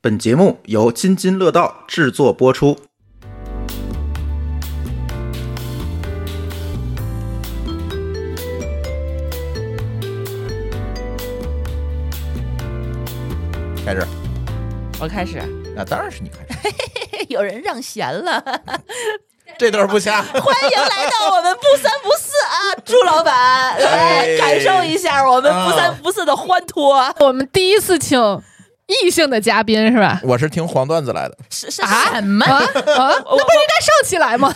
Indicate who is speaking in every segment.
Speaker 1: 本节目由津津乐道制作播出。开始，
Speaker 2: 我开始，
Speaker 1: 那当然是你开始，
Speaker 2: 有人让贤了，
Speaker 1: 这段不掐。
Speaker 2: 欢迎来到我们不三不四啊，朱老板，来
Speaker 1: 哎
Speaker 2: 感受一下我们不三
Speaker 1: 啊
Speaker 2: 不四的欢脱，
Speaker 3: 我们第一次请异性的嘉宾 是吧？
Speaker 1: 我是听黄段子来的，
Speaker 2: 是是什么？
Speaker 3: 啊啊，那不是应该上期来吗？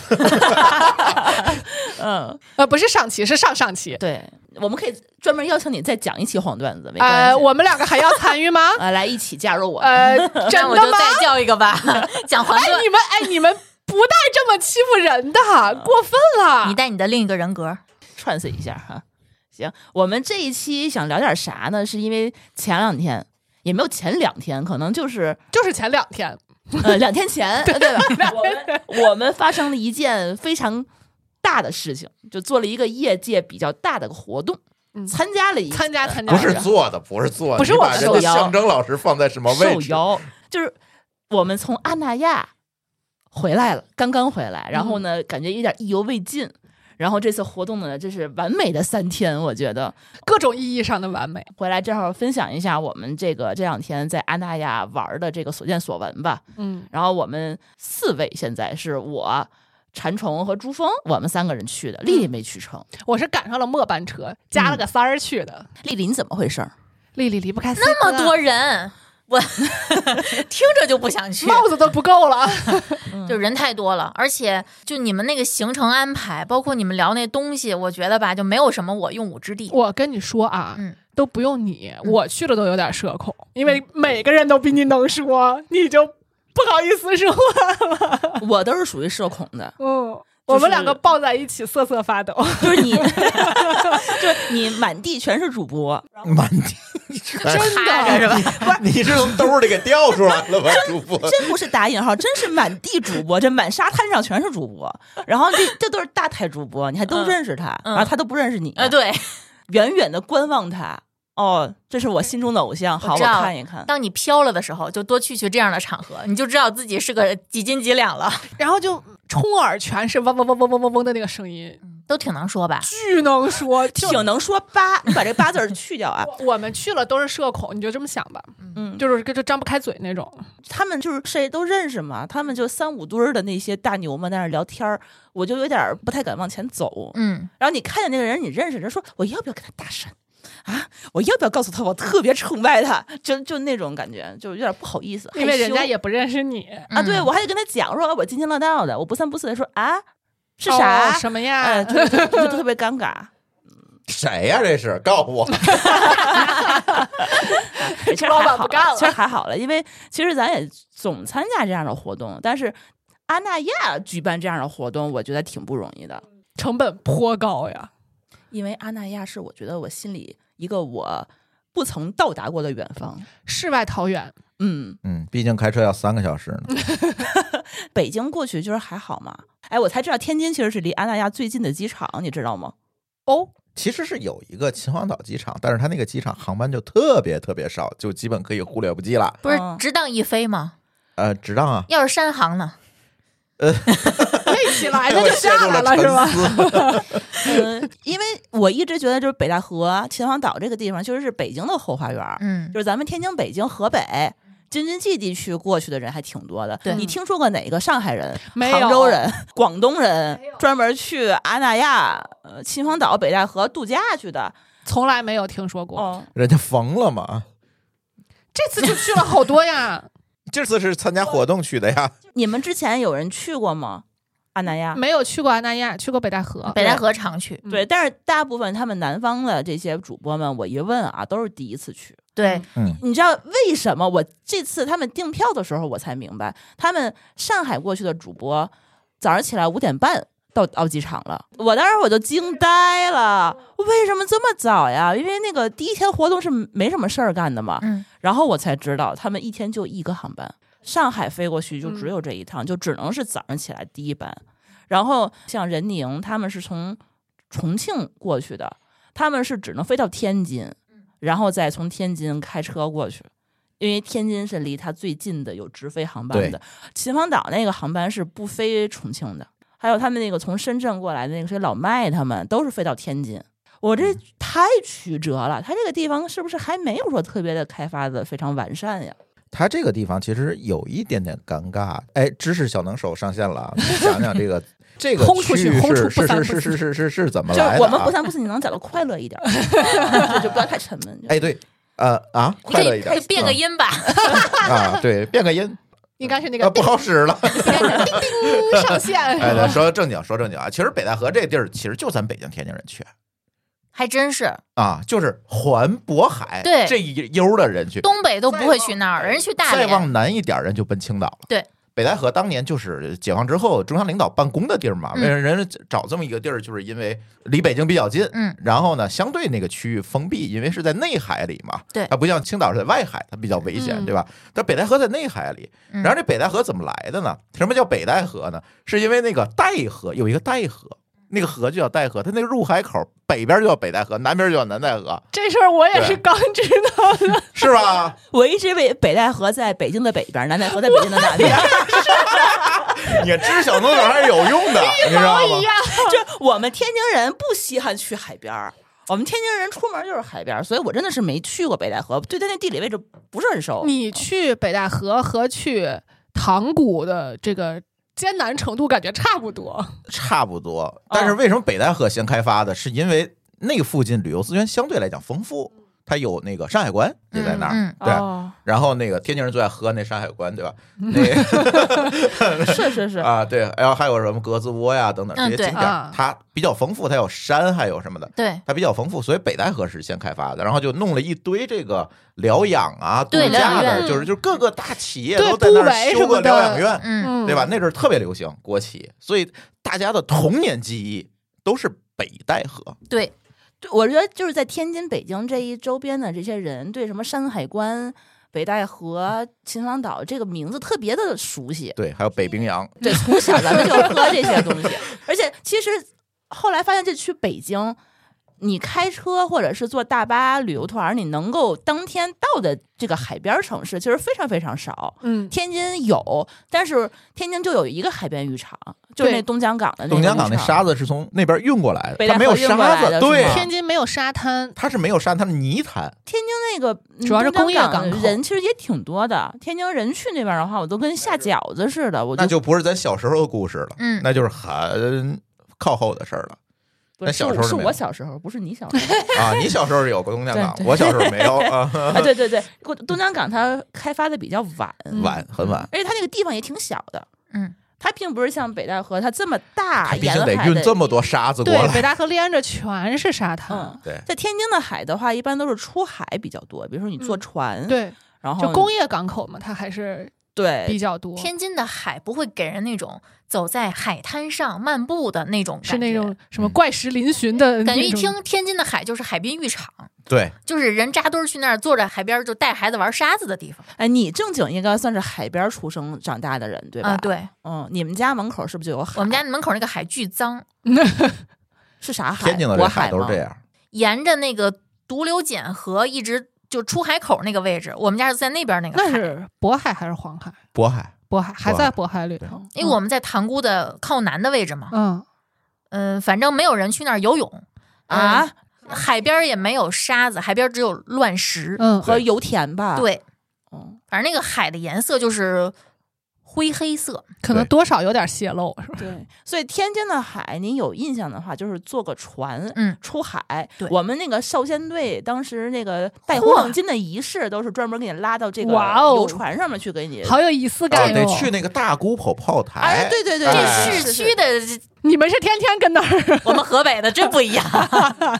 Speaker 2: 嗯，
Speaker 3: 呃，不是上期，是上上期。
Speaker 2: 对，我们可以专门邀请你再讲一期黄段子，没关
Speaker 3: 呃，
Speaker 2: 系，？
Speaker 3: 我们两个还要参与吗
Speaker 2: 呃来一起加入我们，
Speaker 3: 呃，真
Speaker 4: 那我
Speaker 3: 的
Speaker 4: 就
Speaker 3: 吗？
Speaker 4: 再叫一个吧，讲黄
Speaker 3: 哎，
Speaker 4: 段。
Speaker 3: 你们哎，你们不带这么欺负人的，过分了
Speaker 4: 你。带你的另一个人格，
Speaker 2: 串死一下哈。行，我们这一期想聊点啥呢？是因为前两天。也没有前两天，可能就是
Speaker 3: 就是前两天，
Speaker 2: 呃两天前，对 吧？我们我们发生了一件非常大的事情，就做了一个业界比较大的活动，
Speaker 3: 嗯
Speaker 2: 参加了一
Speaker 3: 参加参加，
Speaker 1: 不是做的，不是做的，
Speaker 3: 不是
Speaker 1: 你
Speaker 3: 我
Speaker 1: 把人
Speaker 2: 受
Speaker 1: 家
Speaker 2: 邀
Speaker 1: 象征老师放在什么位
Speaker 2: 受
Speaker 1: 置？
Speaker 2: 邀，就是我们从阿那亚回来了，刚刚回来，然后呢，
Speaker 3: 嗯
Speaker 2: 感觉有点意犹未尽。然后这次活动呢，这是完美的三天，我觉得
Speaker 3: 各种意义上的完美。
Speaker 2: 回来正好分享一下我们这个这两天在阿那亚玩的这个所见所闻吧。
Speaker 3: 嗯，
Speaker 2: 然后我们四位现在是我、馋虫和朱峰，我们三个人去的，丽丽没去成。
Speaker 3: 我是赶上了末班车，加了个三儿去的。
Speaker 2: 丽丽你怎么回事儿？
Speaker 3: 丽丽离不开啊
Speaker 4: 那么多人，我听着就不想去，
Speaker 3: 帽子都不够了。
Speaker 4: 就人太多了，而且就你们那个行程安排，包括你们聊那东西，我觉得吧，就没有什么我用武之 地。
Speaker 3: 我跟你说啊，
Speaker 4: 嗯
Speaker 3: 都不用你，我去了都有点社恐，因为每个人都比你能说，你就不好意思 说。
Speaker 2: 我都是属于社恐的，
Speaker 3: 嗯， 我们两个抱在一起瑟瑟发抖。
Speaker 2: 就是你， 就是你满地全是主播，
Speaker 1: 满 地，
Speaker 3: 真的
Speaker 4: 着是吧？
Speaker 1: 你 是从兜里给掉出来了吧，主播？
Speaker 2: 真不是打引号，真是满地主播，这满沙滩上全是主播，然后这这都是大台主播，你还都
Speaker 4: 嗯
Speaker 2: 认识他，
Speaker 4: 嗯
Speaker 2: 然后他都不认识你，
Speaker 4: 呃，对，
Speaker 2: 远远的观望他，哦，这是我心中的偶像，好，我
Speaker 4: 知道
Speaker 2: 看一看。
Speaker 4: 当你飘了的时候，就多去去这样的场合，你就知道自己是个几斤几两了，
Speaker 3: 然后就冲耳全是嗡嗡嗡嗡嗡嗡嗡的那个声音，
Speaker 4: 都挺能说吧？
Speaker 3: 巨能 说。就
Speaker 2: 挺能说八，你把这八字儿去掉啊。
Speaker 3: 我们去了都是社恐，你就这么想吧，
Speaker 2: 嗯，就
Speaker 3: 就是跟就张不开嘴那种。
Speaker 2: 他们就是谁都认识嘛，他们就三五堆儿的那些大牛们在那儿聊天儿，我就有点儿不太敢往前走。
Speaker 4: 嗯，
Speaker 2: 然后你看见那个人，你认识，人说我要不要跟他搭讪啊？我要不要告诉他我特别崇拜他？就就那种感觉，就有点不好意思，
Speaker 3: 因为人家
Speaker 2: 害羞
Speaker 3: 也不认识你，
Speaker 2: 啊，对
Speaker 4: 嗯
Speaker 2: 我还得跟他讲说我津津乐道的，我不三不四的说啊是
Speaker 3: 哦
Speaker 2: 啥？
Speaker 3: 什么
Speaker 2: 哎，
Speaker 3: 呀？
Speaker 2: 就就就特别尴 尬。
Speaker 1: 谁呀、这是告诉我，
Speaker 2: 朱
Speaker 3: 老板不干了
Speaker 2: 其实还好了，因为其实咱也总参加这样的活动，但是阿那亚举办这样的活动，我觉得挺不容易的，
Speaker 3: 成本颇高呀。
Speaker 2: 因为阿那亚是我觉得我心里一个我不曾到达过的远方。
Speaker 3: 世外桃源，
Speaker 2: 嗯，
Speaker 1: 嗯，毕竟开车要三个小时呢。
Speaker 2: 北京过去就是还好嘛。哎，我才知道天津其实是离阿那亚最近的机场，你知道吗？
Speaker 3: 哦，
Speaker 1: 其实是有一个秦皇岛机场，但是它那个机场航班就特别特别少，就基本可以忽略不计了。
Speaker 4: 不是
Speaker 2: 嗯
Speaker 4: 直当一飞吗？
Speaker 1: 呃，值当啊，
Speaker 4: 要是山航呢？
Speaker 3: 累起 来
Speaker 1: 哎
Speaker 3: 那
Speaker 1: 我
Speaker 3: 就
Speaker 1: 陷
Speaker 3: 下
Speaker 1: 入
Speaker 3: 来
Speaker 1: 了
Speaker 3: 了是吧？
Speaker 1: 沉思。
Speaker 2: 嗯，因为我一直觉得就是北戴河、秦皇岛这个地方，其实是北京的后花园儿，
Speaker 4: 嗯
Speaker 2: 就，是咱们天津、北京、河北。京津冀地区过去的人还挺多的，
Speaker 4: 对
Speaker 2: 你听说过哪个上海人、
Speaker 3: 没有
Speaker 2: 杭州人、广东人专门去阿那亚、呃秦皇岛、北戴河度假去的？
Speaker 3: 从来没有听说过。
Speaker 2: 哦，
Speaker 1: 人家疯了嘛？
Speaker 3: 这次就去了好多 呀，
Speaker 1: 这次是参加活动去的呀，
Speaker 2: 你们之前有人去过吗？阿那亚？
Speaker 3: 没有去过阿那亚，去过北戴河。
Speaker 4: 啊北戴河常去。
Speaker 3: 嗯
Speaker 2: 对，但是大部分他们南方的这些主播们，我一问啊，都是第一次去。
Speaker 4: 对，
Speaker 1: 嗯，
Speaker 2: 你知道为什么我这次他们订票的时候我才明白，他们上海过去的主播早上起来五点半到到机场了，我当时我就惊呆了，为什么这么早呀？因为那个第一天活动是没什么事儿干的嘛，
Speaker 4: 嗯，
Speaker 2: 然后我才知道他们一天就一个航班，上海飞过去就只有这一趟，就只能是早上起来第一班。然后像任宁他们是从重庆过去的，他们是只能飞到天津，然后再从天津开车过去。因为天津是离它最近的有直飞航班
Speaker 1: 对
Speaker 2: 的，秦皇岛那个航班是不飞重庆的，还有他们那个从深圳过来的那个谁老麦他们都是飞到天津。我
Speaker 1: 嗯
Speaker 2: 这太曲折了，它这个地方是不是还没有说特别的开发的非常完善呀？
Speaker 1: 它这个地方其实有一点点尴尬。哎，知识小能手上线了啊，你讲讲这个 这个
Speaker 3: 轰出去
Speaker 1: 区域
Speaker 3: 轰出
Speaker 1: 是
Speaker 3: 不
Speaker 1: 是
Speaker 3: 三
Speaker 1: 是
Speaker 3: 不
Speaker 1: 是
Speaker 3: 四
Speaker 1: 是是是是怎么
Speaker 2: 就
Speaker 1: 来
Speaker 2: 是
Speaker 1: 的
Speaker 2: 我们不
Speaker 1: 啊？
Speaker 2: 三不四，你能讲的快乐一点， 就就不要太沉闷。就
Speaker 1: 哎，对，呃啊，
Speaker 4: 你
Speaker 1: 快乐一点
Speaker 4: 可以，变个
Speaker 1: 嗯
Speaker 4: 音吧，
Speaker 1: 啊，对，变个 音
Speaker 3: 应该是那
Speaker 1: 啊，
Speaker 3: 个
Speaker 1: 不好使了。
Speaker 3: 叮上线，
Speaker 1: 哎，对说正经，说正经啊，其实北戴河这地儿其实就咱北京、天津人去
Speaker 4: 还真是
Speaker 1: 啊，就是环渤海
Speaker 4: 对
Speaker 1: 这一悠的人去，
Speaker 4: 东北都不会去那儿，人去大
Speaker 1: 再
Speaker 4: 连，
Speaker 1: 往南一点儿，人就奔青岛了。
Speaker 4: 对。
Speaker 1: 北戴河当年就是解放之后中央领导办公的地儿嘛，
Speaker 4: 嗯
Speaker 1: 为什么人家找这么一个地儿，就是因为离北京比较近，
Speaker 4: 嗯，
Speaker 1: 然后呢，相对那个区域封闭，因为是在内海里嘛，
Speaker 4: 对
Speaker 1: 它不像青岛是在外海，它比较危险，
Speaker 3: 嗯
Speaker 1: 对吧？但北戴河在内海里，
Speaker 4: 嗯
Speaker 1: 然后这北戴河怎么来的呢？什么叫北戴河呢？是因为那个戴河有一个戴河，那个河就叫戴河，它那个入海口北边就叫北戴河，南边就叫南戴河，
Speaker 3: 这事儿我也是刚知道 的。
Speaker 1: 是 吧？
Speaker 2: 我一直为北戴河在北京的北边，南戴河在北京的南边。
Speaker 1: 你知小能手还是有用的，你知
Speaker 3: 哎
Speaker 1: 道吗？
Speaker 2: 就我们天津人不稀罕去海边儿，我们天津人出门就是海边儿，所以我真的是没去过北戴河，对它那地理位置不是很熟。
Speaker 3: 你去北戴河和去塘沽的这个艰难程度感觉差不多。
Speaker 1: 差不多。但
Speaker 4: 嗯
Speaker 1: 是为什么北戴河先开发的？是因为那附近旅游资源相对来讲丰富，它有那个山海关也在那儿，
Speaker 4: 嗯
Speaker 1: 对。
Speaker 2: 哦、
Speaker 1: 然后那个天津人最爱喝那山海关， 对吧？那，
Speaker 2: 是是是
Speaker 1: 啊，对，然后还有什么格子窝呀等等这
Speaker 4: 嗯
Speaker 1: 些景
Speaker 4: 对
Speaker 1: 点
Speaker 3: 啊
Speaker 1: 儿，它比较丰富，它有山，还有什么的。
Speaker 4: 对
Speaker 1: 它比较丰富，所以北戴河是先开发的，然后就弄了一堆这个疗养啊、度
Speaker 4: 对
Speaker 1: 假
Speaker 4: 疗养
Speaker 1: 的，
Speaker 4: 院
Speaker 1: 就是就是各个大企业
Speaker 3: 对
Speaker 1: 都在那
Speaker 3: 部委
Speaker 1: 儿
Speaker 3: 什
Speaker 1: 修
Speaker 3: 么
Speaker 1: 个
Speaker 3: 的
Speaker 1: 疗养院，
Speaker 4: 嗯，
Speaker 3: 嗯
Speaker 1: 对吧？？那阵儿特别流行国企，所以大家的童年记忆都是北戴河。
Speaker 4: 对，
Speaker 2: 对我觉得就是在天津、北京这一周边的这些人，对什么山海关、北戴河、秦皇岛这个名字特别的熟悉。
Speaker 1: 对，还有北冰洋，
Speaker 2: 对，从小咱们就喝这些东西， 而且其实后来发现，这去北京，你开车或者是坐大巴旅游团儿，你能够当天到的这个海边儿城市，其实非常非常少。
Speaker 3: 嗯，
Speaker 2: 天津有，但是天津就有一个海边浴场，就是
Speaker 3: 对
Speaker 2: 那东江嗯港的那个
Speaker 1: 东江港那
Speaker 2: 浴场
Speaker 1: 沙子是从那边运过来的，
Speaker 2: 北
Speaker 1: 它
Speaker 2: 戴
Speaker 1: 没有
Speaker 2: 河运过
Speaker 1: 沙
Speaker 2: 来
Speaker 1: 子，
Speaker 2: 的
Speaker 1: 对
Speaker 2: 是
Speaker 1: 啊
Speaker 2: 吗，
Speaker 3: 天津没有沙滩，
Speaker 1: 它是没有沙，它是泥滩。
Speaker 2: 天津那个嗯
Speaker 3: 主要是
Speaker 2: 东
Speaker 3: 工业
Speaker 2: 江
Speaker 3: 港口
Speaker 2: 人其实也挺多的。天津人去那边的话，我都跟下饺子似的。我
Speaker 1: 那就不是咱小时候的故事了，
Speaker 4: 嗯
Speaker 1: 那就是很靠后的事儿了
Speaker 2: 不
Speaker 1: 那
Speaker 2: 是
Speaker 1: 小时
Speaker 2: 是
Speaker 1: 候
Speaker 2: 我
Speaker 1: 是
Speaker 2: 是
Speaker 1: 没有
Speaker 2: 我小时候，不是你小时候
Speaker 1: 啊！你小时候有过东江港，
Speaker 2: 对对
Speaker 1: 我小时候没 有啊，
Speaker 2: 啊！对对对，过东江港它开发的比较晚，
Speaker 3: 嗯
Speaker 1: 晚很晚，
Speaker 2: 而且它那个地方也挺小的，
Speaker 4: 嗯，
Speaker 2: 它并不是像北戴河它这么大
Speaker 1: 它毕
Speaker 2: 啊沿
Speaker 1: 竟得
Speaker 2: 海
Speaker 1: 运这
Speaker 2: 的。
Speaker 1: 么多沙子过
Speaker 3: 对，
Speaker 1: 来。
Speaker 3: 北戴河连着全是沙滩
Speaker 2: 嗯。，
Speaker 1: 对，
Speaker 2: 在天津的海的话，一般都是出海比较多，比如说你坐
Speaker 3: 嗯
Speaker 2: 船，，
Speaker 3: 对，
Speaker 2: 然后
Speaker 3: 就工业港口嘛，它还是比
Speaker 2: 对
Speaker 3: 较多，
Speaker 4: 嗯哦天津的海不会给人那种走在海滩上漫步的那种感觉，
Speaker 3: 是那种什么
Speaker 1: 嗯
Speaker 3: 怪石嶙峋的
Speaker 4: 感觉。
Speaker 3: 那
Speaker 4: 一
Speaker 3: 种
Speaker 4: 听天津的海就是海滨浴场，
Speaker 1: 对，
Speaker 4: 就是人扎堆儿去那儿坐着海边儿就带孩子玩沙子的地方
Speaker 2: 哎，你正经应该算是海边出生长大的人，对吧？
Speaker 4: 啊。，对
Speaker 2: 嗯，你们家门口是不是就有海？
Speaker 4: 我们家门口那个海巨脏，
Speaker 2: 是啥海？
Speaker 1: 天津的
Speaker 2: 渤
Speaker 1: 这
Speaker 2: 海
Speaker 1: 海都是
Speaker 2: 吗
Speaker 1: 这样。
Speaker 4: 沿着那个独流简河一直就出海口那个位置，我们家是在那边那个
Speaker 3: 那
Speaker 4: 海。
Speaker 3: 是渤海还是黄海？
Speaker 1: 渤海
Speaker 3: 渤海还
Speaker 1: 渤
Speaker 3: 在
Speaker 1: 海
Speaker 3: 渤海里
Speaker 1: 对
Speaker 3: 头，
Speaker 4: 因为我们在塘沽的靠南的位置嘛，
Speaker 3: 嗯，
Speaker 4: 嗯，反正没有人去那儿游泳嗯
Speaker 2: 啊，
Speaker 4: 海边儿也没有沙子，海边儿只有乱石。
Speaker 3: 嗯
Speaker 2: 和油田吧？，
Speaker 4: 对，
Speaker 2: 嗯，
Speaker 4: 反正那个海的颜色就是灰黑色。
Speaker 3: 可能
Speaker 1: 对
Speaker 3: 多少有点泄露，是吧？
Speaker 2: 对。所以天津的海，您有印象的话，就是坐个船，
Speaker 4: 嗯，
Speaker 2: 出海
Speaker 4: 对。
Speaker 2: 我们那个少先队当时那个戴红
Speaker 4: 嚯
Speaker 2: 领巾的仪式，都是专门给你拉到这个
Speaker 3: 哇哦
Speaker 2: 游船上面去给你。
Speaker 3: 好有仪式
Speaker 1: 啊，
Speaker 3: 感
Speaker 1: 得
Speaker 3: 哟！
Speaker 1: 去那个大沽口炮
Speaker 2: 哎
Speaker 1: 台，，
Speaker 2: 对对对，
Speaker 1: 哎
Speaker 4: 这
Speaker 1: 哎
Speaker 2: 是
Speaker 4: 市区，的，
Speaker 3: 你们是天天跟那儿，
Speaker 4: 我们河北的真不一样。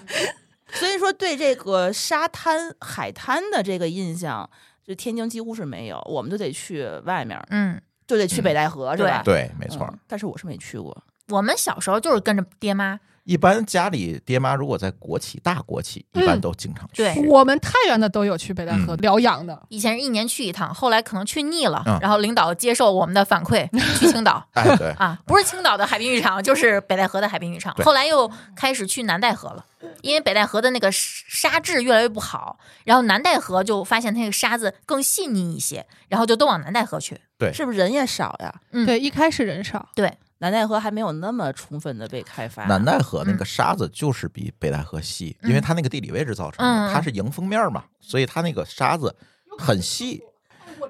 Speaker 2: 是所以说对这个沙滩、海滩的这个印象，就天津几乎是没有，我们就得去外面儿，
Speaker 4: 嗯，
Speaker 2: 就得去北戴河，是
Speaker 4: 对
Speaker 2: 吧？嗯
Speaker 1: 对，没错。
Speaker 2: 嗯但是我是没去过，
Speaker 4: 我们小时候就是跟着爹妈，
Speaker 1: 一般家里爹妈如果在国企大国企，一般
Speaker 3: 嗯
Speaker 1: 都经常去。
Speaker 4: 对
Speaker 3: 我们太原的都有去北戴河疗养的，
Speaker 4: 以前是一年去一趟，后来可能去腻了，
Speaker 1: 嗯
Speaker 4: 然后领导接受我们的反 馈，去青岛
Speaker 1: 哎，对，
Speaker 4: 啊，不是青岛的海滨浴场，就是北戴河的海滨浴场。
Speaker 1: 对
Speaker 4: 后来又开始去南戴河了，因为北戴河的那个沙质越来越不好，然后南戴河就发现那个沙子更细腻一些，然后就都往南戴河去。
Speaker 2: 是不是人也少呀？
Speaker 4: 嗯
Speaker 3: 对，一开始人少，
Speaker 2: 南戴河还没有那么充分的被开发。
Speaker 1: 南戴河那个沙子就是比北戴河细，因为它那个地理位置造成
Speaker 4: 嗯
Speaker 1: 的，它是迎风面嘛，所以它那个沙子很细。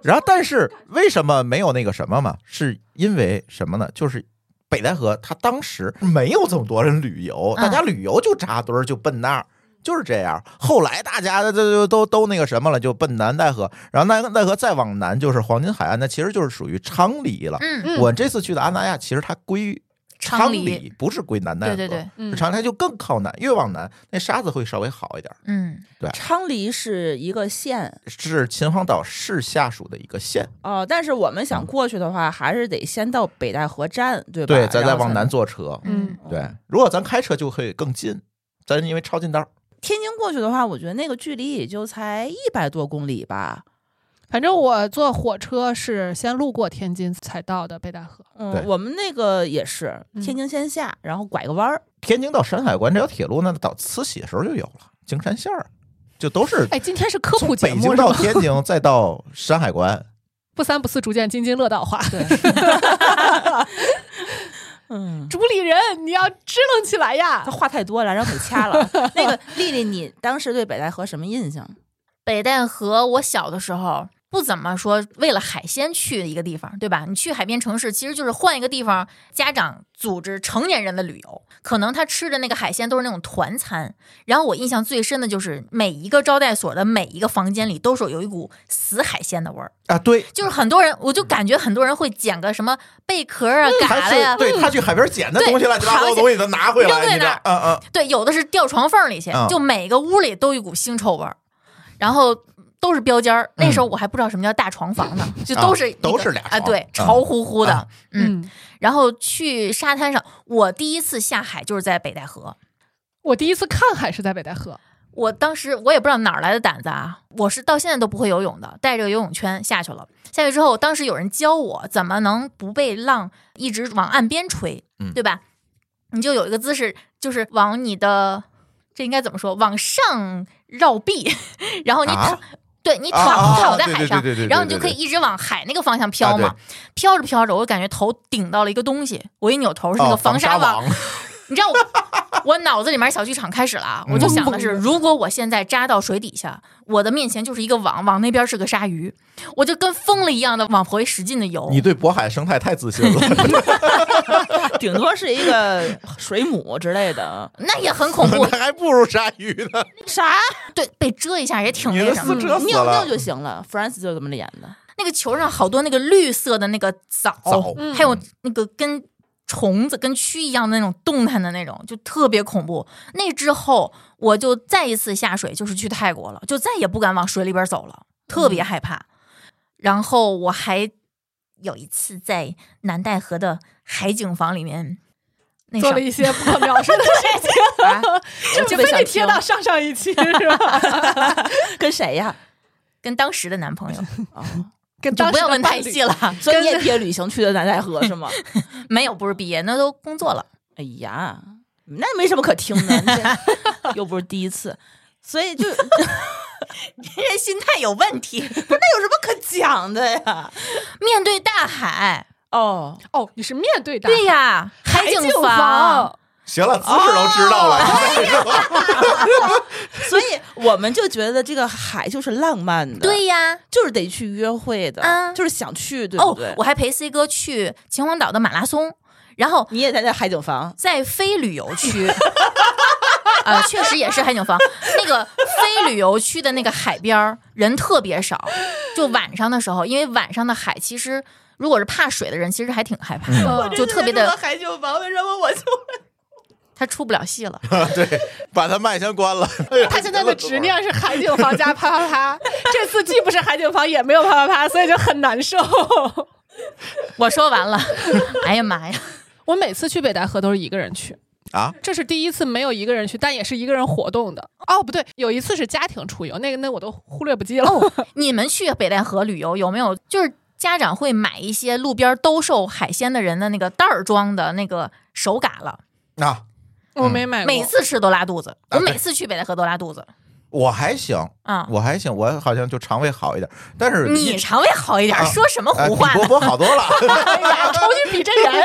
Speaker 1: 然后，但是为什么没有那个什么嘛？是因为什么呢？就是北戴河，它当时没有这么多人旅游，
Speaker 4: 嗯
Speaker 1: 大家旅游就扎堆儿就奔那儿，就是这样。后来大家都都都都那个什么了，就奔南戴河，然后南戴河再往南就是黄金海岸，那其实就是属于昌黎了。
Speaker 4: 嗯，
Speaker 3: 嗯
Speaker 1: 我这次去的安那亚，其实它归
Speaker 4: 昌黎
Speaker 1: 黎，不是归南戴河。
Speaker 4: 对对对，
Speaker 3: 嗯，
Speaker 1: 长滩就更靠南，越往南那沙子会稍微好一点儿。
Speaker 4: 嗯
Speaker 2: 昌黎是一个县
Speaker 1: 是秦皇岛市下属的一个县，
Speaker 2: 哦、但是我们想过去的话，还是得先到北戴河站，对吧？
Speaker 1: 嗯对，咱
Speaker 2: 然
Speaker 1: 再
Speaker 2: 后哦
Speaker 1: 往
Speaker 2: 才
Speaker 1: 南坐车。
Speaker 4: 嗯
Speaker 2: 能。
Speaker 1: 对，如果咱开车就会更近，咱因为抄近道儿。
Speaker 2: 天津过去的话，我觉得那个距离也就才一百多公里吧。
Speaker 3: 反正我坐火车是先路过天津才到的北戴河，
Speaker 1: 对
Speaker 2: 嗯，我们那个也是
Speaker 3: 嗯
Speaker 2: 天津先下，然后拐个弯儿。
Speaker 1: 天津到山海关这条铁路呢，到慈禧的时候就有了，京山线儿，就都是
Speaker 3: 哎，今天是科普
Speaker 1: 从
Speaker 3: 节
Speaker 1: 北
Speaker 3: 目
Speaker 1: 京
Speaker 3: 是
Speaker 1: 到
Speaker 3: 吧？
Speaker 1: 天津，再到山海 关。
Speaker 3: 不三不四，逐渐津津乐道话。
Speaker 2: 嗯，
Speaker 3: 主理人，你要支棱起来呀
Speaker 2: 他！话太多了，让给掐了。那个丽丽，你当时对北戴河什么印象？
Speaker 4: 北戴河，我小的时候不怎么说为了海鲜去的一个地方，对吧？你去海边城市，其实就是换一个地方，家长组织成年人的旅游，可能他吃的那个海鲜都是那种团餐。然后我印象最深的就是每一个招待所的每一个房间里都是有一股死海鲜的味儿，
Speaker 1: 啊，对，
Speaker 4: 就是很多人，我就感觉很多人会捡个什么贝壳啊、
Speaker 1: 嗯还
Speaker 4: 蛤蜊呀、
Speaker 1: 是对他去海边捡的
Speaker 4: 对
Speaker 1: 东西乱七八糟
Speaker 4: 螃
Speaker 1: 的
Speaker 4: 蟹
Speaker 1: 东西，他拿回
Speaker 4: 扔在
Speaker 1: 来，你这
Speaker 4: 那儿
Speaker 1: 嗯嗯，
Speaker 4: 对，有的是掉床缝里去，
Speaker 1: 嗯
Speaker 4: 就每个屋里都有一股腥臭味儿，然后都是标间儿。那时候我还不知道什么叫大床房呢，就都是、
Speaker 1: 嗯啊都是俩
Speaker 4: 啊，
Speaker 1: 床
Speaker 4: 对
Speaker 1: 嗯，
Speaker 4: 潮乎乎的。
Speaker 1: 啊
Speaker 4: 嗯，然后去沙滩上，我第一次下海就是在北戴河。
Speaker 3: 我第一次看海是在北戴河，
Speaker 4: 我当时我也不知道哪儿来的胆子啊，我是到现在都不会游泳的，带着游泳圈下去了。下去之后，当时有人教我怎么能不被浪一直往岸边吹，
Speaker 1: 嗯
Speaker 4: 对吧？你就有一个姿势，就是往你的这应该怎么说，往上绕臂，然后你躺，
Speaker 1: 啊
Speaker 4: 对你
Speaker 1: 啊
Speaker 4: 躺、
Speaker 1: 啊
Speaker 4: 躺在
Speaker 1: 对
Speaker 4: 海
Speaker 1: 对
Speaker 4: 上
Speaker 1: 对对对，
Speaker 4: 然后你就
Speaker 1: 对
Speaker 4: 可以
Speaker 1: 对
Speaker 4: 一直往海那个方向飘嘛。
Speaker 1: 啊
Speaker 4: 飘着飘着，我感觉头顶到了一个东西，我一扭头是那
Speaker 1: 哦
Speaker 4: 个
Speaker 1: 防
Speaker 4: 沙
Speaker 1: 网，
Speaker 4: 你知道我，我 脑子里面小剧场开始了啊！我就想的是，
Speaker 3: 嗯
Speaker 4: 如果我现在扎到水底下，我的面前就是一个网，网那边是个鲨鱼，我就跟疯了一样的往回使劲的游。
Speaker 1: 你对渤海生态太自信了。
Speaker 2: 顶多是一个水母之类的。
Speaker 4: 那也很 恐怖，
Speaker 1: 那还不如鲨鱼呢。
Speaker 2: 啥？
Speaker 4: 对，被蛰一下也挺
Speaker 1: 你
Speaker 4: 那
Speaker 1: 的
Speaker 4: 什
Speaker 1: 四
Speaker 4: 么。
Speaker 1: 折死
Speaker 2: 尿尿
Speaker 1: 了，
Speaker 2: 就行了。France 就这么演的。
Speaker 4: 那个球上好多那个绿色的那个藻，
Speaker 1: 藻
Speaker 3: 嗯
Speaker 4: 还有那个跟虫子、跟蛆一样的那种动弹的那种，就特别恐怖。那之后，我就再一次下水，就是去泰国了，就再也不敢往水里边走了，
Speaker 3: 嗯
Speaker 4: 特别害怕。然后我还有一次在南戴河的海景房里面，那
Speaker 3: 做
Speaker 4: 啥
Speaker 3: 了一些不可描述的事 情，
Speaker 2: 啊、
Speaker 3: 这
Speaker 2: 我
Speaker 3: 哎就
Speaker 2: 特
Speaker 3: 非
Speaker 2: 别想
Speaker 3: 得贴到上上一期是吧？
Speaker 2: 听跟谁呀？
Speaker 4: 跟当时的男 朋友，
Speaker 2: 啊，
Speaker 3: 跟
Speaker 4: 就
Speaker 3: 当
Speaker 4: 不
Speaker 3: 时
Speaker 4: 要
Speaker 3: 的
Speaker 4: 问
Speaker 3: 伴
Speaker 4: 太
Speaker 3: 侣
Speaker 4: 细了，
Speaker 2: 所以你也毕业旅行去的南戴河是吗？
Speaker 4: 没有，不是毕业，那都工作了。
Speaker 2: 哎呀，那没什么可听的，你这 又不是第一次，所以就 那
Speaker 4: 人心态有问 题，
Speaker 2: 有什么可讲的呀？
Speaker 4: 面对大海，
Speaker 2: 哦，
Speaker 3: 哦，你是面对大
Speaker 4: 对呀，海
Speaker 3: 景
Speaker 4: 景房。，
Speaker 1: 行了，姿势都知道
Speaker 4: 哦
Speaker 1: 了。
Speaker 4: 哎
Speaker 2: 所以我们就觉得这个海就是浪漫的，，
Speaker 4: 对呀，
Speaker 2: 就是得去约会的，
Speaker 4: 嗯
Speaker 2: 就是想去，对不
Speaker 4: 哦
Speaker 2: 对？，
Speaker 4: 我还陪 C 哥去秦皇岛的马拉松，然后
Speaker 2: 你也在那海景房，
Speaker 4: 在非旅游 区，啊，确实也是海景房。那个非旅游区的那个海边儿人特别少，就晚上的时候，因为晚上的海其实如果是怕水的人，其实还挺害怕
Speaker 3: 嗯
Speaker 4: 的，就特别的
Speaker 2: 海景房，为什么我就
Speaker 4: 他出不了 戏了。
Speaker 1: 对，把他麦先关了。
Speaker 3: 他现在的执念是海景房加啪啪啪，这次既不是海景房，也没有啪啪啪，所以就很难受。
Speaker 4: 我说完了，哎呀妈呀，
Speaker 3: 我每次去北戴河都是一个人去，
Speaker 1: 啊，
Speaker 3: 这是第一次没有一个人去，但也是一个人活动的。哦，不对，有一次是家庭出游，那个那我都忽略不计了。
Speaker 4: 你们去北戴河旅游有没有就是家长会买一些路边兜售海鲜的人的那个袋儿装的那个手嘎了？
Speaker 1: 啊，
Speaker 3: 我没买过，
Speaker 4: 每次吃都拉肚子，
Speaker 1: 啊
Speaker 4: 我
Speaker 1: 对
Speaker 4: 每次去北戴河都拉肚子
Speaker 1: 我还行，
Speaker 4: 啊。
Speaker 1: 我还行，我好像就肠胃好一点，但是
Speaker 4: 你肠胃好一点，
Speaker 1: 啊
Speaker 4: 说什么
Speaker 1: 呃
Speaker 4: 胡
Speaker 1: 比
Speaker 4: 话
Speaker 1: 波
Speaker 4: 呢？
Speaker 1: 波好多 了。
Speaker 4: 哎呀，瞅你比这 人，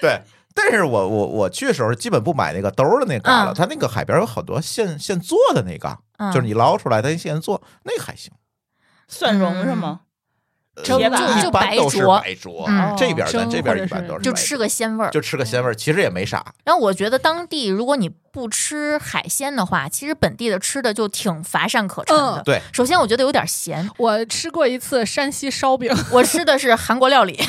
Speaker 1: 对，但是我我我去的时候基本不买那个兜儿的那嘎了，
Speaker 4: 嗯
Speaker 1: 它那个海边有好多现现做的那嘎，
Speaker 4: 嗯
Speaker 1: 就是你捞出来它现做，那个还行。
Speaker 2: 蒜
Speaker 4: 嗯
Speaker 2: 蓉是吗？
Speaker 1: 呃
Speaker 2: 铁板
Speaker 1: 一
Speaker 4: 就
Speaker 1: 般都是
Speaker 4: 白灼
Speaker 1: 白灼，
Speaker 4: 嗯
Speaker 1: 这边咱
Speaker 3: 生
Speaker 1: 这边
Speaker 3: 或者
Speaker 1: 一般
Speaker 3: 是
Speaker 1: 都是
Speaker 4: 就
Speaker 1: 白
Speaker 4: 吃嗯
Speaker 1: 灼
Speaker 4: 个鲜味儿。
Speaker 1: 就吃个鲜味儿，其实也没啥。
Speaker 4: 然后我觉得当地如果你不吃海鲜的话，其实本地的吃的就挺乏善可陈的。
Speaker 3: 嗯
Speaker 1: 对，
Speaker 4: 首先我觉得有点咸，
Speaker 3: 我吃过一次山西烧饼，
Speaker 4: 我吃的是韩国料理。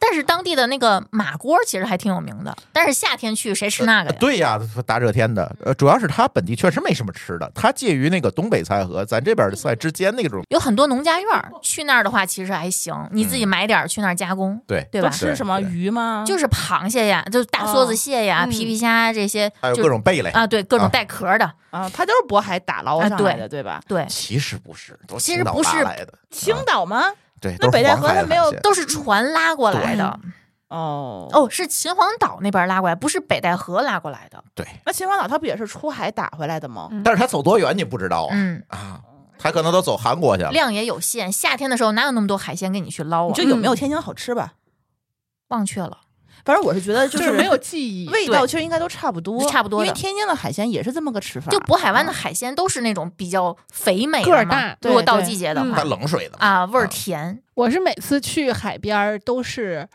Speaker 4: 但是当地的那个马锅其实还挺有名的，但是夏天去谁吃那个
Speaker 1: 呃
Speaker 4: 呀？
Speaker 1: 对呀，大热天的，呃，主要是它本地确实没什么吃的，它介于那个东北菜和咱这边的菜之间那种。
Speaker 4: 有很多农家院儿，去那儿的话其实还行，你自
Speaker 1: 嗯
Speaker 4: 己买点儿去那儿加工，
Speaker 1: 对，
Speaker 4: 对吧
Speaker 2: 都？吃什么
Speaker 1: 对对
Speaker 2: 鱼吗？
Speaker 4: 就是螃蟹呀，就是
Speaker 2: 哦
Speaker 4: 大梭子蟹呀、
Speaker 3: 嗯
Speaker 4: 皮皮虾这些，
Speaker 1: 还有
Speaker 4: 就
Speaker 1: 各种贝类。
Speaker 4: 啊，对，各
Speaker 1: 啊
Speaker 4: 种带壳儿的，
Speaker 2: 啊，它就是渤海打捞
Speaker 4: 啊
Speaker 2: 上来的，对吧？
Speaker 4: 对，
Speaker 1: 其实不是，都
Speaker 4: 其
Speaker 1: 青
Speaker 4: 实
Speaker 1: 岛
Speaker 4: 不
Speaker 1: 拉
Speaker 4: 是
Speaker 1: 来的，
Speaker 2: 青岛吗？
Speaker 1: 对，
Speaker 2: 那
Speaker 1: 都是
Speaker 2: 北戴
Speaker 1: 黄
Speaker 2: 河
Speaker 1: 海
Speaker 2: 它
Speaker 1: 的
Speaker 2: 没
Speaker 1: 海
Speaker 2: 有
Speaker 1: 鲜
Speaker 4: 都是船拉过来的。
Speaker 2: 哦
Speaker 4: 哦，是秦皇岛那边拉过来，不是北戴河拉过来的。
Speaker 1: 对，
Speaker 2: 那秦皇岛它不也是出海打回来的吗？
Speaker 1: 但是它走多远你不知道啊。
Speaker 4: 嗯，
Speaker 1: 啊，他可能都走韩国去了。
Speaker 4: 量也有限，夏天的时候哪有那么多海鲜给你去捞
Speaker 2: 你
Speaker 4: 啊？
Speaker 2: 就有没有天津好吃吧？
Speaker 4: 忘却了，
Speaker 2: 反正我是觉得就
Speaker 3: 就是是没有记忆。
Speaker 2: 味道，其实应该都差不多，
Speaker 4: 差不多的
Speaker 2: 因为天津的海鲜也是这嗯么个吃法，啊
Speaker 4: 就渤海湾的海鲜都是那种比较肥美的
Speaker 3: 个儿
Speaker 4: 嘛
Speaker 3: 大
Speaker 4: 如果
Speaker 2: 对
Speaker 4: 到
Speaker 2: 对
Speaker 4: 季节的
Speaker 3: 嗯
Speaker 1: 它
Speaker 4: 话
Speaker 1: 冷水的嘛，
Speaker 4: 啊，味儿
Speaker 1: 啊
Speaker 4: 甜。
Speaker 3: 我是每次去海边儿都是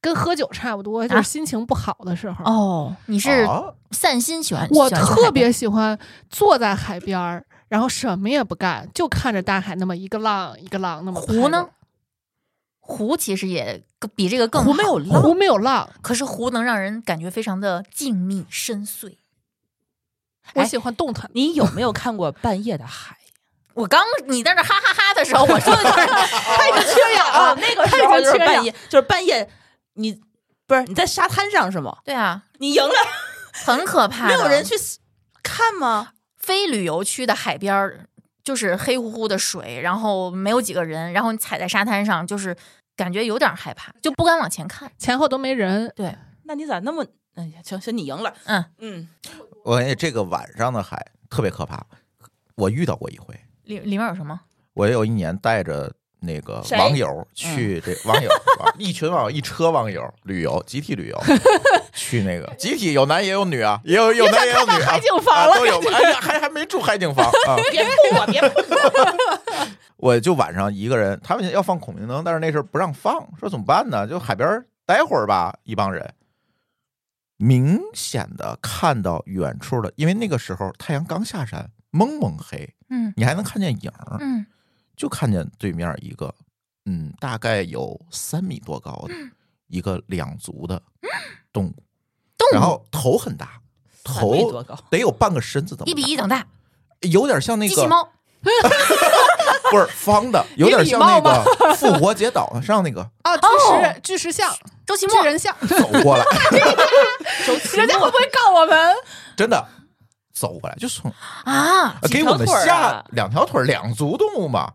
Speaker 3: 跟喝酒差不多，就
Speaker 4: 啊
Speaker 3: 是心情不好的时
Speaker 2: 嗯
Speaker 3: 候。
Speaker 4: 哦，你是
Speaker 1: 哦
Speaker 4: 散心喜欢？
Speaker 3: 我
Speaker 4: 喜欢去海
Speaker 3: 特
Speaker 4: 边
Speaker 3: 别喜欢坐在海边儿，然后什么也不干，就看着大海那么一个浪一个浪那么拍
Speaker 4: 湖呢
Speaker 3: 着？
Speaker 4: 湖其实也更比这个更
Speaker 2: 湖没
Speaker 4: 好
Speaker 2: 有浪
Speaker 3: 湖，没有浪，
Speaker 4: 可是湖能让人感觉非常的静谧深邃。
Speaker 3: 我
Speaker 2: 哎
Speaker 3: 喜欢动弹。
Speaker 2: 你有没有看过半夜的海？
Speaker 4: 我刚你在那哈哈哈的时候，我说的就是 太
Speaker 2: 哦太缺氧了，那个时候
Speaker 3: 太
Speaker 2: 就是
Speaker 3: 缺氧
Speaker 2: 半夜，就是半夜，你不是你在沙滩上是吗？
Speaker 4: 对啊，
Speaker 2: 你赢了，
Speaker 4: 很可 怕
Speaker 2: 没
Speaker 4: 的。
Speaker 2: 有人去看吗？
Speaker 4: 非旅游区的海边儿，就是黑乎乎的水，然后没有几个人，然后你踩在沙滩上，就是感觉有点害怕，就不敢往前看。
Speaker 3: 前后都没人，
Speaker 2: 那你咋那么？哎呀，行行，你赢了，
Speaker 4: 嗯
Speaker 2: 嗯，
Speaker 1: 我跟你这个晚上的海特别可怕，我遇到过一回。
Speaker 4: 里里面有什么？
Speaker 1: 我有一年带着那个
Speaker 2: 谁
Speaker 1: 网友
Speaker 3: 嗯
Speaker 1: 去 这网友网一群网友一车网友旅游，集体 旅游去那个集体有男也有女啊，也有有男也有女啊，
Speaker 3: 海景房了
Speaker 1: 啊都有。哎呀，还还没住海景房啊。
Speaker 2: 别碰我，别碰我，
Speaker 1: 我就晚上一个人，他们要放孔明灯，但是那时候不让放，说怎么办呢？就海边儿待会儿吧，一帮人。明显的看到远处的，因为那个时候太阳刚下山，蒙蒙黑，
Speaker 4: 嗯
Speaker 1: 你还能看见影儿，
Speaker 4: 嗯，
Speaker 1: 就看见对面一个，嗯，大概有三米多高的
Speaker 4: 嗯
Speaker 1: 一个两足的动物，然后头很大，
Speaker 2: 三米多
Speaker 1: 头
Speaker 2: 高，
Speaker 1: 得有半个身子这么大，
Speaker 4: 一比一等大，
Speaker 1: 有点像那
Speaker 4: 机
Speaker 1: 个
Speaker 4: 器猫。
Speaker 1: 不是方 的，有点像那个复活节岛上那个
Speaker 4: 哦
Speaker 3: 啊，巨石巨石像、
Speaker 4: 周奇
Speaker 3: 巨
Speaker 4: 墨，
Speaker 3: 人像，
Speaker 1: 走过 来，
Speaker 3: 人家会不会告我们？
Speaker 1: 真的走过来就从
Speaker 4: 啊，
Speaker 2: 几
Speaker 1: 给
Speaker 2: 条
Speaker 1: 我们
Speaker 2: 腿儿
Speaker 1: 吓
Speaker 2: 啊
Speaker 1: 两条腿儿两足动物嘛。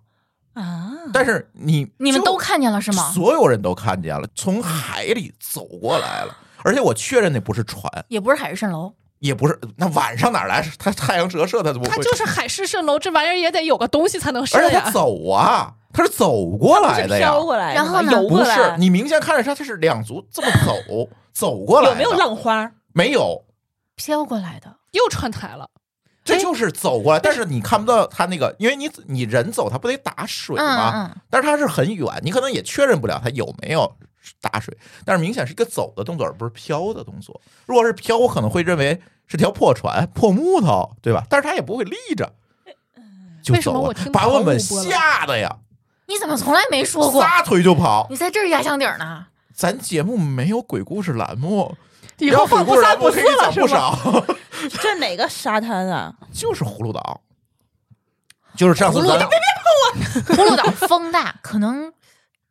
Speaker 2: 啊！
Speaker 1: 但是你
Speaker 4: 你们
Speaker 1: 就
Speaker 4: 都看见了是吗？
Speaker 1: 所有人都看见了，从海里走过来了，而且我确认那不是船，
Speaker 4: 也不是海市蜃楼，
Speaker 1: 也不是那晚上哪来？它太阳折射，它怎么
Speaker 3: 它
Speaker 1: 会？
Speaker 3: 就是海市蜃楼，这玩意儿也得有个东西才能
Speaker 1: 而
Speaker 3: 射
Speaker 1: 且它
Speaker 3: 呀。
Speaker 1: 走啊，它是走过来
Speaker 2: 是
Speaker 1: 的呀，
Speaker 2: 飘过来的吗，
Speaker 4: 然后呢
Speaker 2: 游过
Speaker 1: 不是
Speaker 2: 来，
Speaker 1: 你明显看着它，它是两足这么走走过来
Speaker 2: 有
Speaker 1: 的，
Speaker 2: 没有哎浪花？
Speaker 1: 没有，
Speaker 4: 飘过来的。
Speaker 3: 又串台了，
Speaker 1: 这就是走过来，但是你看不到它那个，因为你你人走，它不得打水
Speaker 4: 嗯
Speaker 1: 吗？
Speaker 4: 嗯，
Speaker 1: 但是它是很远，你可能也确认不了它有没有打水，但是明显是一个走的动作，而不是飘的动作。如果是飘，我可能会认为是条破船、破木头，对吧？但是它也不会立着。就
Speaker 3: 嗯为什么
Speaker 1: 走啊
Speaker 3: 我听
Speaker 1: 把
Speaker 3: 唐
Speaker 1: 我
Speaker 3: 舞
Speaker 1: 们
Speaker 3: 播了
Speaker 1: 吓得呀，
Speaker 4: 你怎么从来没说过？
Speaker 1: 撒腿就跑。
Speaker 4: 你在这儿压箱底儿呢？
Speaker 1: 咱节目没有鬼故事栏目，
Speaker 3: 以后
Speaker 1: 然
Speaker 3: 放不
Speaker 1: 鬼故事
Speaker 3: 三
Speaker 1: 栏目
Speaker 3: 不
Speaker 1: 可
Speaker 3: 四
Speaker 1: 以
Speaker 3: 了
Speaker 1: 讲
Speaker 3: 是
Speaker 1: 不
Speaker 3: 吗？
Speaker 1: 少，
Speaker 2: 这哪个沙滩啊？
Speaker 1: 就是葫芦岛，就是上
Speaker 4: 葫
Speaker 1: 次
Speaker 4: 芦
Speaker 1: 咱
Speaker 4: 岛，葫芦岛风大，可能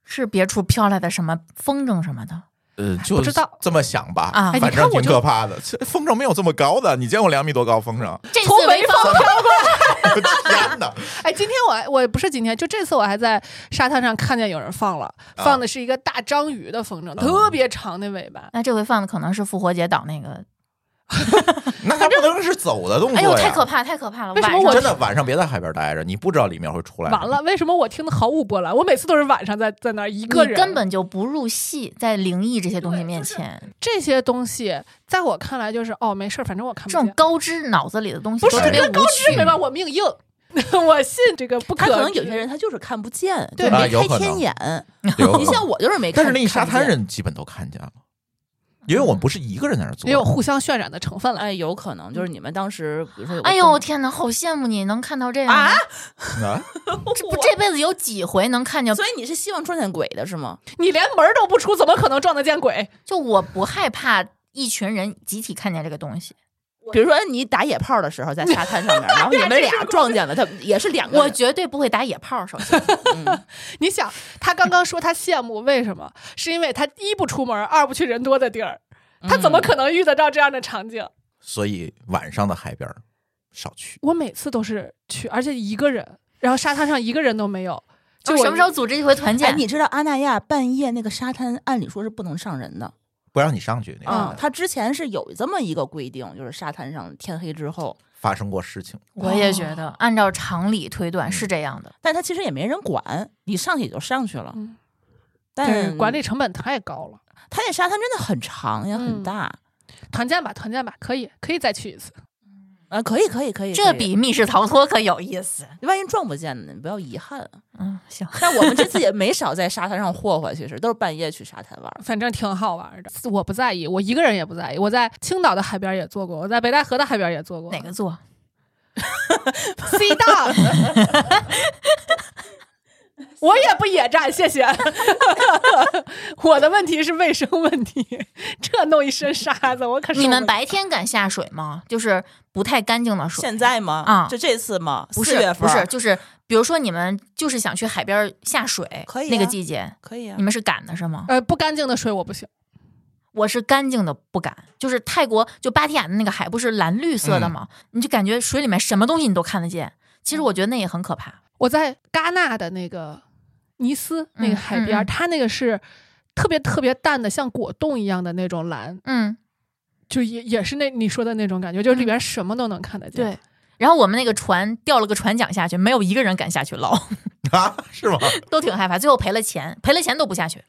Speaker 4: 是别处飘来的什么风筝什么的。
Speaker 1: 呃，就
Speaker 3: 不知道
Speaker 1: 这么想吧，
Speaker 4: 啊哎你
Speaker 1: 反
Speaker 3: 看
Speaker 1: 正
Speaker 3: 我
Speaker 1: 挺
Speaker 3: 就
Speaker 1: 可怕的。这风筝没有这么高的，你见过两米多高风筝？
Speaker 4: 这
Speaker 3: 从
Speaker 4: 次
Speaker 3: 潍坊
Speaker 4: 方
Speaker 3: 飘过来。
Speaker 1: 天哪！
Speaker 3: 哎，今天我还我不是今天，就这次我还在沙滩上看见有人放了，
Speaker 1: 啊
Speaker 3: 放的是一个大章鱼的风筝，特别长的尾巴。
Speaker 4: 那这回放的可能是复活节岛那个，
Speaker 1: 那它不能是走的动作
Speaker 4: 哎
Speaker 1: 呀！
Speaker 4: 呦，太可怕，太可怕了！
Speaker 3: 为什么
Speaker 4: 晚上
Speaker 1: 真的晚上别在海边待着，你不知道里面会出来。
Speaker 3: 完，了，为什么我听的毫无波澜？我每次都是晚上在在那儿一个
Speaker 4: 你
Speaker 3: 人，
Speaker 4: 根本就不入戏，在灵异这些东西面前，
Speaker 3: 这些东西在我看来就是哦，没事儿，反正我看
Speaker 4: 这
Speaker 3: 不
Speaker 4: 种
Speaker 3: 见。
Speaker 4: 高知脑子里的东西
Speaker 3: 不
Speaker 4: 都
Speaker 3: 是
Speaker 4: 特别
Speaker 3: 跟
Speaker 4: 无
Speaker 3: 高知
Speaker 4: 趣
Speaker 3: 没。关我命硬， 我信这个不可。
Speaker 2: 他可能有些人他就是看不见，
Speaker 3: 对
Speaker 2: 就
Speaker 1: 啊
Speaker 2: 没
Speaker 1: 有
Speaker 2: 开
Speaker 1: 可能
Speaker 2: 天眼。
Speaker 1: 有
Speaker 2: 你像我就是没看，
Speaker 1: 但是那沙滩
Speaker 2: 看不见，
Speaker 1: 人基本都看见了，因为我们不是一个人在那儿坐
Speaker 3: 也，有互相渲染的成 分了。
Speaker 2: 哎，有可能
Speaker 1: 嗯
Speaker 2: 就是你们当时，比如说有个
Speaker 4: 哎
Speaker 2: 动
Speaker 4: 呦
Speaker 2: 物
Speaker 4: 天哪，好羡慕你能看到这样
Speaker 2: 啊，
Speaker 1: 啊
Speaker 4: 这不这辈子有几回能看见？
Speaker 2: 所以你是希望撞见鬼的是吗？
Speaker 3: 你连门儿都不出，怎么可能撞得见鬼？
Speaker 4: 就我不害怕一群人集体看见这个东西，
Speaker 2: 比如说哎你打野炮的时候在沙滩上面，然后你们 俩撞见了，他也是两个人，
Speaker 4: 我绝对不会打野炮。首先，
Speaker 2: 嗯
Speaker 3: 你想，他刚刚说他羡慕，为什么？是因为他一不出门，二不去人多的地儿，他怎么可能遇得到这样的场景？
Speaker 1: 所以晚上的海边儿少去。
Speaker 3: 我每次都是去，而且一个人，然后沙滩上一个人都没有。 就
Speaker 4: 就
Speaker 3: 我
Speaker 4: 什么时候组织一回团
Speaker 2: 哎，
Speaker 4: 建？
Speaker 2: 你知道阿那亚半夜那个沙滩，按理说是不能上人的。
Speaker 1: 不让你上去那
Speaker 2: 嗯
Speaker 1: 个，
Speaker 2: 他之前是有这么一个规定，就是沙滩上天黑之后，
Speaker 1: 发生过事情，
Speaker 4: 我也觉得，按照常理推断
Speaker 1: 嗯
Speaker 4: 是这样的。
Speaker 2: 但他其实也没人管，你上去也就上去了。
Speaker 3: 嗯对
Speaker 2: 但
Speaker 3: 管理成本太高了，
Speaker 2: 它那沙滩真的很长也很
Speaker 3: 嗯
Speaker 2: 大，
Speaker 3: 团建吧，团建吧，可以，可以再去一次。
Speaker 2: 啊，可以可以可以，
Speaker 4: 这
Speaker 2: 可以
Speaker 4: 比密室逃脱可有意思。
Speaker 2: 万一撞不见呢，你不要遗憾。
Speaker 4: 嗯，行，
Speaker 2: 但我们这次也没少在沙滩上霍霍，其实都是半夜去沙滩玩。
Speaker 3: 反正挺好玩的，我不在意，我一个人也不在意。我在青岛的海边也做过，我在北戴河的海边也做过。
Speaker 4: 哪个做？
Speaker 3: C 大？ 我也不野战，谢 谢。我的问题是卫生问题，这弄一身沙子，我可是
Speaker 4: 你们白天敢下水吗？就是不太干净的水。
Speaker 2: 现在吗？
Speaker 4: 啊
Speaker 2: 就这次吗？
Speaker 4: 不
Speaker 2: 四
Speaker 4: 是
Speaker 2: 月份
Speaker 4: 不是，就是比如说你们就是想去海边儿下水，
Speaker 2: 可以
Speaker 4: 那个
Speaker 2: 啊
Speaker 4: 季节，
Speaker 2: 可以啊
Speaker 4: 你。们是敢的是吗？
Speaker 3: 呃不干净的水我不行。
Speaker 4: 我是干净的不敢，就是泰国就芭提雅的那个海不是蓝绿色的吗？你就感觉水里面什么东西你都看得见。其实我觉得那也很可怕。
Speaker 3: 我在戛纳的那个尼斯那个海边，
Speaker 4: 嗯嗯嗯
Speaker 3: 它那个是特别特别淡的，像果冻一样的那种蓝，
Speaker 4: 嗯，
Speaker 3: 就也也是那你说的那种感觉，就是里边什么都能看得见。
Speaker 4: 对。然后我们那个船掉了个船桨下去，没有一个人敢下去捞，
Speaker 1: 啊，是吗？
Speaker 4: 都挺害怕。最后赔了钱，赔了钱都不下去。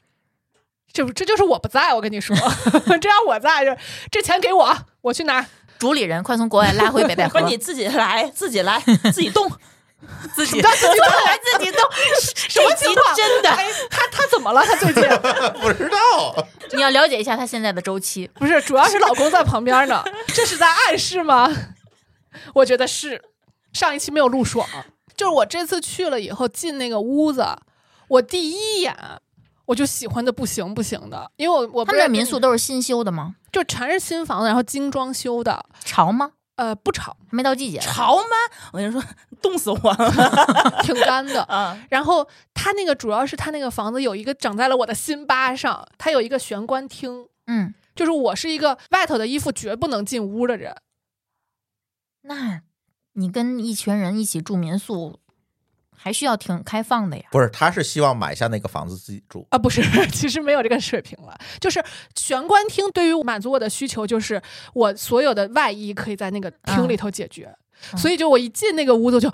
Speaker 3: 这这就是我不在，我跟你说， 这要我在，就这钱给我，我去拿。
Speaker 4: 主理人快从国外拉回北戴
Speaker 2: 不
Speaker 4: 河，
Speaker 2: 是你自己来，自己 来，自己动，
Speaker 4: 自己 来自 己动。
Speaker 3: 什么情况？
Speaker 2: 真的
Speaker 3: 哎、他他怎么了？他最近
Speaker 1: 不知道，
Speaker 4: 你要了解一下他现在的周期。
Speaker 3: 不是，主要是老公在旁边呢，这是在暗示吗？ 我觉得是。上一期没有录爽，就是我这次去了以后进那个屋子，我第一眼我就喜欢的不行不行的，因为我我不
Speaker 4: 他
Speaker 3: 是
Speaker 4: 们的民宿都是新修的吗？
Speaker 3: 就全是新房子，然后精装修的，
Speaker 4: 潮吗？
Speaker 3: 呃，不吵，
Speaker 4: 还没到季节吧，
Speaker 2: 潮吗？我跟你说，冻死我 了。
Speaker 3: 挺干的。
Speaker 2: 啊，
Speaker 3: 然后他那个主要是他那个房子有一个长在了我的心巴上，它有一个玄关厅，
Speaker 4: 嗯，
Speaker 3: 就是我是一个外头的衣服绝不能进屋的人，
Speaker 4: 那你跟一群人一起住民宿，还需要挺开放的呀。
Speaker 1: 不是，他是希望买下那个房子自己住。
Speaker 3: 啊，不是， 其实没有这个水平了。就是玄关厅对于满足我的需求，就是我所有的外衣可以在那个厅里头解决，
Speaker 4: 嗯
Speaker 3: 所以就我一进那个屋子就。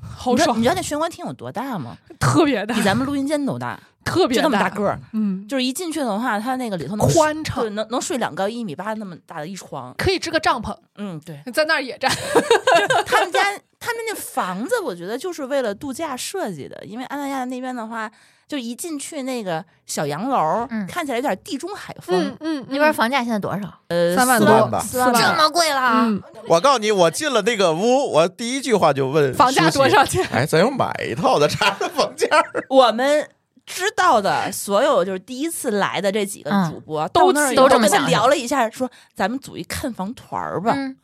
Speaker 3: 好
Speaker 2: 你知道
Speaker 3: 爽
Speaker 2: 你，知道那玄关厅有多大吗？
Speaker 3: 特别大
Speaker 2: 比，咱们录音间都 大，
Speaker 3: 特别
Speaker 2: 就那么大个儿。
Speaker 3: 嗯，
Speaker 2: 就是一进去的话，它那个里头能
Speaker 3: 宽
Speaker 2: 睡对
Speaker 3: 敞，
Speaker 2: 能能睡两个一米八那么大的一床。
Speaker 3: 可以支个帐篷，
Speaker 2: 嗯，对，
Speaker 3: 在那儿野战。
Speaker 2: 他们家他们那房子，我觉得就是为了度假设计的，因为安那亚那边的话，就一进去那个小洋楼，
Speaker 4: 嗯
Speaker 2: 看起来有点地中海
Speaker 3: 嗯
Speaker 2: 风，
Speaker 3: 嗯，
Speaker 4: 那边房价现在多少？
Speaker 2: 呃，
Speaker 3: 三万
Speaker 1: 四
Speaker 3: 多
Speaker 1: 万吧
Speaker 2: 四
Speaker 3: 四万
Speaker 4: 这
Speaker 2: 万吧。
Speaker 4: 么贵啦！
Speaker 3: 嗯，
Speaker 1: 我告诉你，我进了那个屋，我第一句话就问
Speaker 3: 房价
Speaker 1: 书记
Speaker 3: 多少钱？
Speaker 1: 哎，咱要买一套的，查查房价儿。
Speaker 2: 我们知道的所有就是第一次来的这几个
Speaker 4: 嗯
Speaker 2: 主播，
Speaker 3: 都
Speaker 2: 那儿以
Speaker 4: 都
Speaker 2: 后
Speaker 4: 这么
Speaker 2: 跟他
Speaker 4: 想的
Speaker 2: 聊了一下，说咱们组一看房团儿吧。
Speaker 4: 嗯，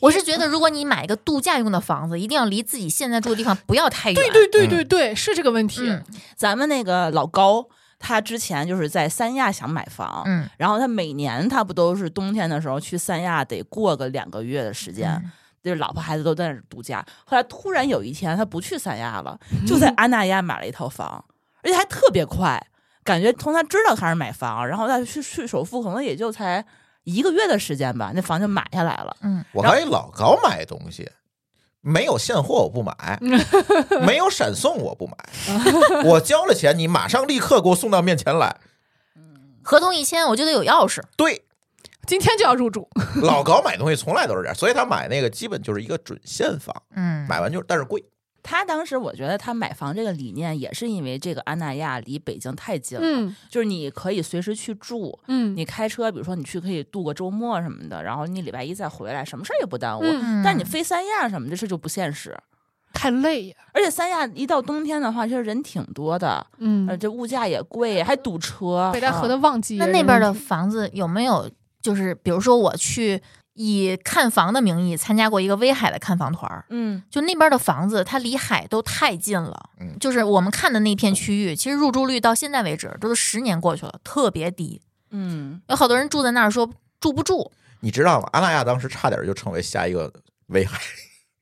Speaker 4: 我是觉得如果你买一个度假用的房子，一定要离自己现在住的地方不要太远。
Speaker 3: 对对对对对，是这个问题。
Speaker 4: 嗯，
Speaker 2: 咱们那个老高他之前就是在三亚想买房，
Speaker 4: 嗯，
Speaker 2: 然后他每年他不都是冬天的时候去三亚得过个两个月的时间，
Speaker 4: 嗯
Speaker 2: 就是老婆孩子都在那儿度假。后来突然有一天他不去三亚了，就
Speaker 3: 嗯
Speaker 2: 在阿那亚买了一套房，而且还特别快，感觉从他知道开始买房，然后再去去首付，可能也就才一个月的时间吧，那房就买下来了。
Speaker 1: 我刚才老高买东西，没有现货我 不买，没有闪送我不买，我交了钱，你马上立刻给我送到面前来。
Speaker 4: 合同一签，我就得有钥匙。
Speaker 1: 对，
Speaker 3: 今天就要入住，
Speaker 1: 老高买东西从来都是这样，所以他买那个基本就是一个准现房，
Speaker 4: 嗯，
Speaker 1: 买完就是，但是贵。
Speaker 2: 他当时我觉得他买房这个理念也是因为这个阿那亚离北京太近了，
Speaker 3: 嗯
Speaker 2: 就是你可以随时去住，
Speaker 3: 嗯
Speaker 2: 你开车，比如说你去可以度个周末什么的，然后你礼拜一再回来，什么事儿也不耽误。
Speaker 3: 嗯，
Speaker 2: 但你飞三亚什么的，这事就不现实。
Speaker 3: 太累呀，
Speaker 2: 而且三亚一到冬天的话，其实人挺多的，呃，
Speaker 3: 嗯，
Speaker 2: 这物价也贵，还堵车。
Speaker 3: 北戴河
Speaker 2: 啊
Speaker 3: 的旺季，
Speaker 4: 那那边的房子有没有就是，比如说我去以看房的名义参加过一个威海的看房团儿，
Speaker 2: 嗯，
Speaker 4: 就那边的房子它离海都太近了，
Speaker 1: 嗯
Speaker 4: 就是我们看的那片区域，其实入住率到现在为止都是十年过去了，特别低，
Speaker 2: 嗯，
Speaker 4: 有好多人住在那儿说住不住，
Speaker 1: 你知道吗？阿那亚当时差点就成为下一个威海，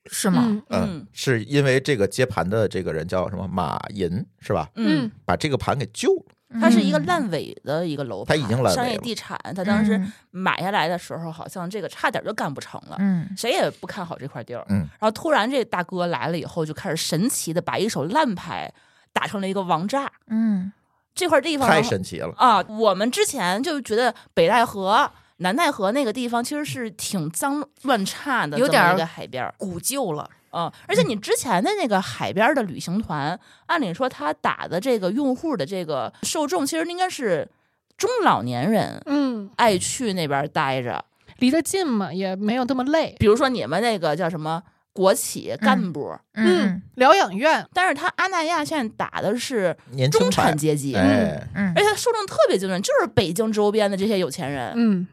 Speaker 4: 是吗？
Speaker 3: 嗯
Speaker 1: 嗯
Speaker 2: 嗯，
Speaker 1: 是因为这个接盘的这个人叫什么马银是吧？
Speaker 2: 嗯，
Speaker 1: 把这个盘给救了，
Speaker 2: 它是一个
Speaker 4: 嗯
Speaker 2: 烂尾的一个楼
Speaker 1: 它
Speaker 2: 盘，
Speaker 1: 已经烂尾
Speaker 2: 商业
Speaker 1: 了
Speaker 2: 地产，它当时
Speaker 4: 嗯
Speaker 2: 买下来的时候，好像这个差点就干不成了。
Speaker 4: 嗯
Speaker 2: 谁也不看好这块地儿。
Speaker 1: 嗯
Speaker 2: 然后突然这大哥来了以后，就开始神奇的把一手烂牌打成了一个王炸。
Speaker 4: 嗯
Speaker 2: 这块地方
Speaker 1: 太神奇了。
Speaker 2: 啊，我们之前就觉得北戴河、南戴河那个地方其实是挺脏乱差的，
Speaker 4: 有点
Speaker 2: 这么
Speaker 4: 儿
Speaker 2: 一个海边儿。
Speaker 4: 古旧了，
Speaker 2: 嗯，而且你之前的那个海边儿的旅行团，按理说他打的这个用户的这个受众，其实应该是中老年人。
Speaker 3: 嗯，
Speaker 2: 爱去那边儿待着，
Speaker 3: 离得近嘛，也没有那么累，
Speaker 2: 比如说你们那个叫什么国企干部，
Speaker 4: 嗯，
Speaker 3: 疗养院，
Speaker 2: 但是他阿那亚现在打的是
Speaker 1: 年轻
Speaker 2: 中
Speaker 1: 派
Speaker 2: 产，阶级，
Speaker 1: 哎，
Speaker 4: 嗯
Speaker 2: 而且他受众特别精准，就是北京周边的这些有钱人，
Speaker 3: 嗯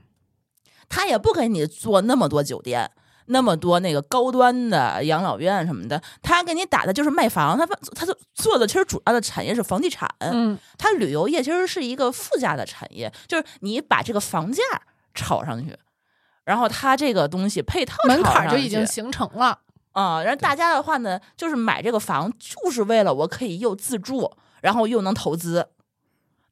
Speaker 2: 他也不给你做那么多酒店，那么多那个高端的养老院什么的，他给你打的就是卖房，他他就做的其实主要的产业是房地产，
Speaker 3: 嗯
Speaker 2: 他旅游业其实是一个附加的产业，就是你把这个房价炒上去。然后他这个东西配套
Speaker 3: 门
Speaker 2: 炒
Speaker 3: 槛儿就
Speaker 2: 上
Speaker 3: 已经
Speaker 2: 去
Speaker 3: 形成了，
Speaker 2: 啊、然后大家的话呢，就是买这个房就是为了我可以又自住，然后又能投资，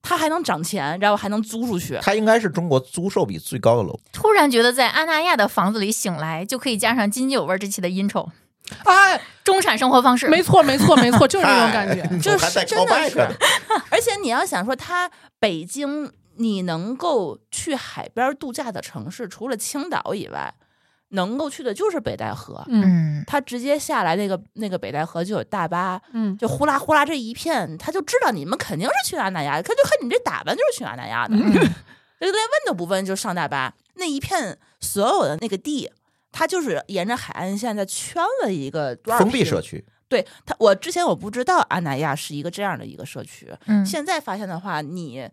Speaker 2: 它还能涨钱，然后还能租出去。
Speaker 1: 它应该是中国租售比最高的楼。
Speaker 4: 突然觉得在阿那亚的房子里醒来，就可以加上津津有味儿这期的 intro，
Speaker 3: 哎，
Speaker 4: 中产生活方式，
Speaker 3: 没错没错没错，就是这种感觉
Speaker 1: 嗨，
Speaker 2: 就是
Speaker 1: 我还在
Speaker 2: 真的
Speaker 1: callback
Speaker 2: 是
Speaker 1: 呢
Speaker 2: 而且你要想说，它北京你能够去海边度假的城市，除了青岛以外，能够去的就是北戴河。
Speaker 3: 嗯
Speaker 4: 嗯
Speaker 2: 它直接下来那个那个北戴河就有大巴，
Speaker 3: 嗯
Speaker 2: 就呼啦呼啦这一片，他就知道你们肯定是去阿那亚，他就看你这打扮就是去阿那亚的，
Speaker 4: 嗯
Speaker 2: 就连问都不问就上大巴。那一片所有的那个地，它就是沿着海岸线在圈了一个多少
Speaker 1: 封闭
Speaker 2: 平
Speaker 1: 社。区，
Speaker 2: 对它，我之前我不知道阿那亚是一个这样的一个社区，
Speaker 4: 嗯
Speaker 2: 现在发现的话，你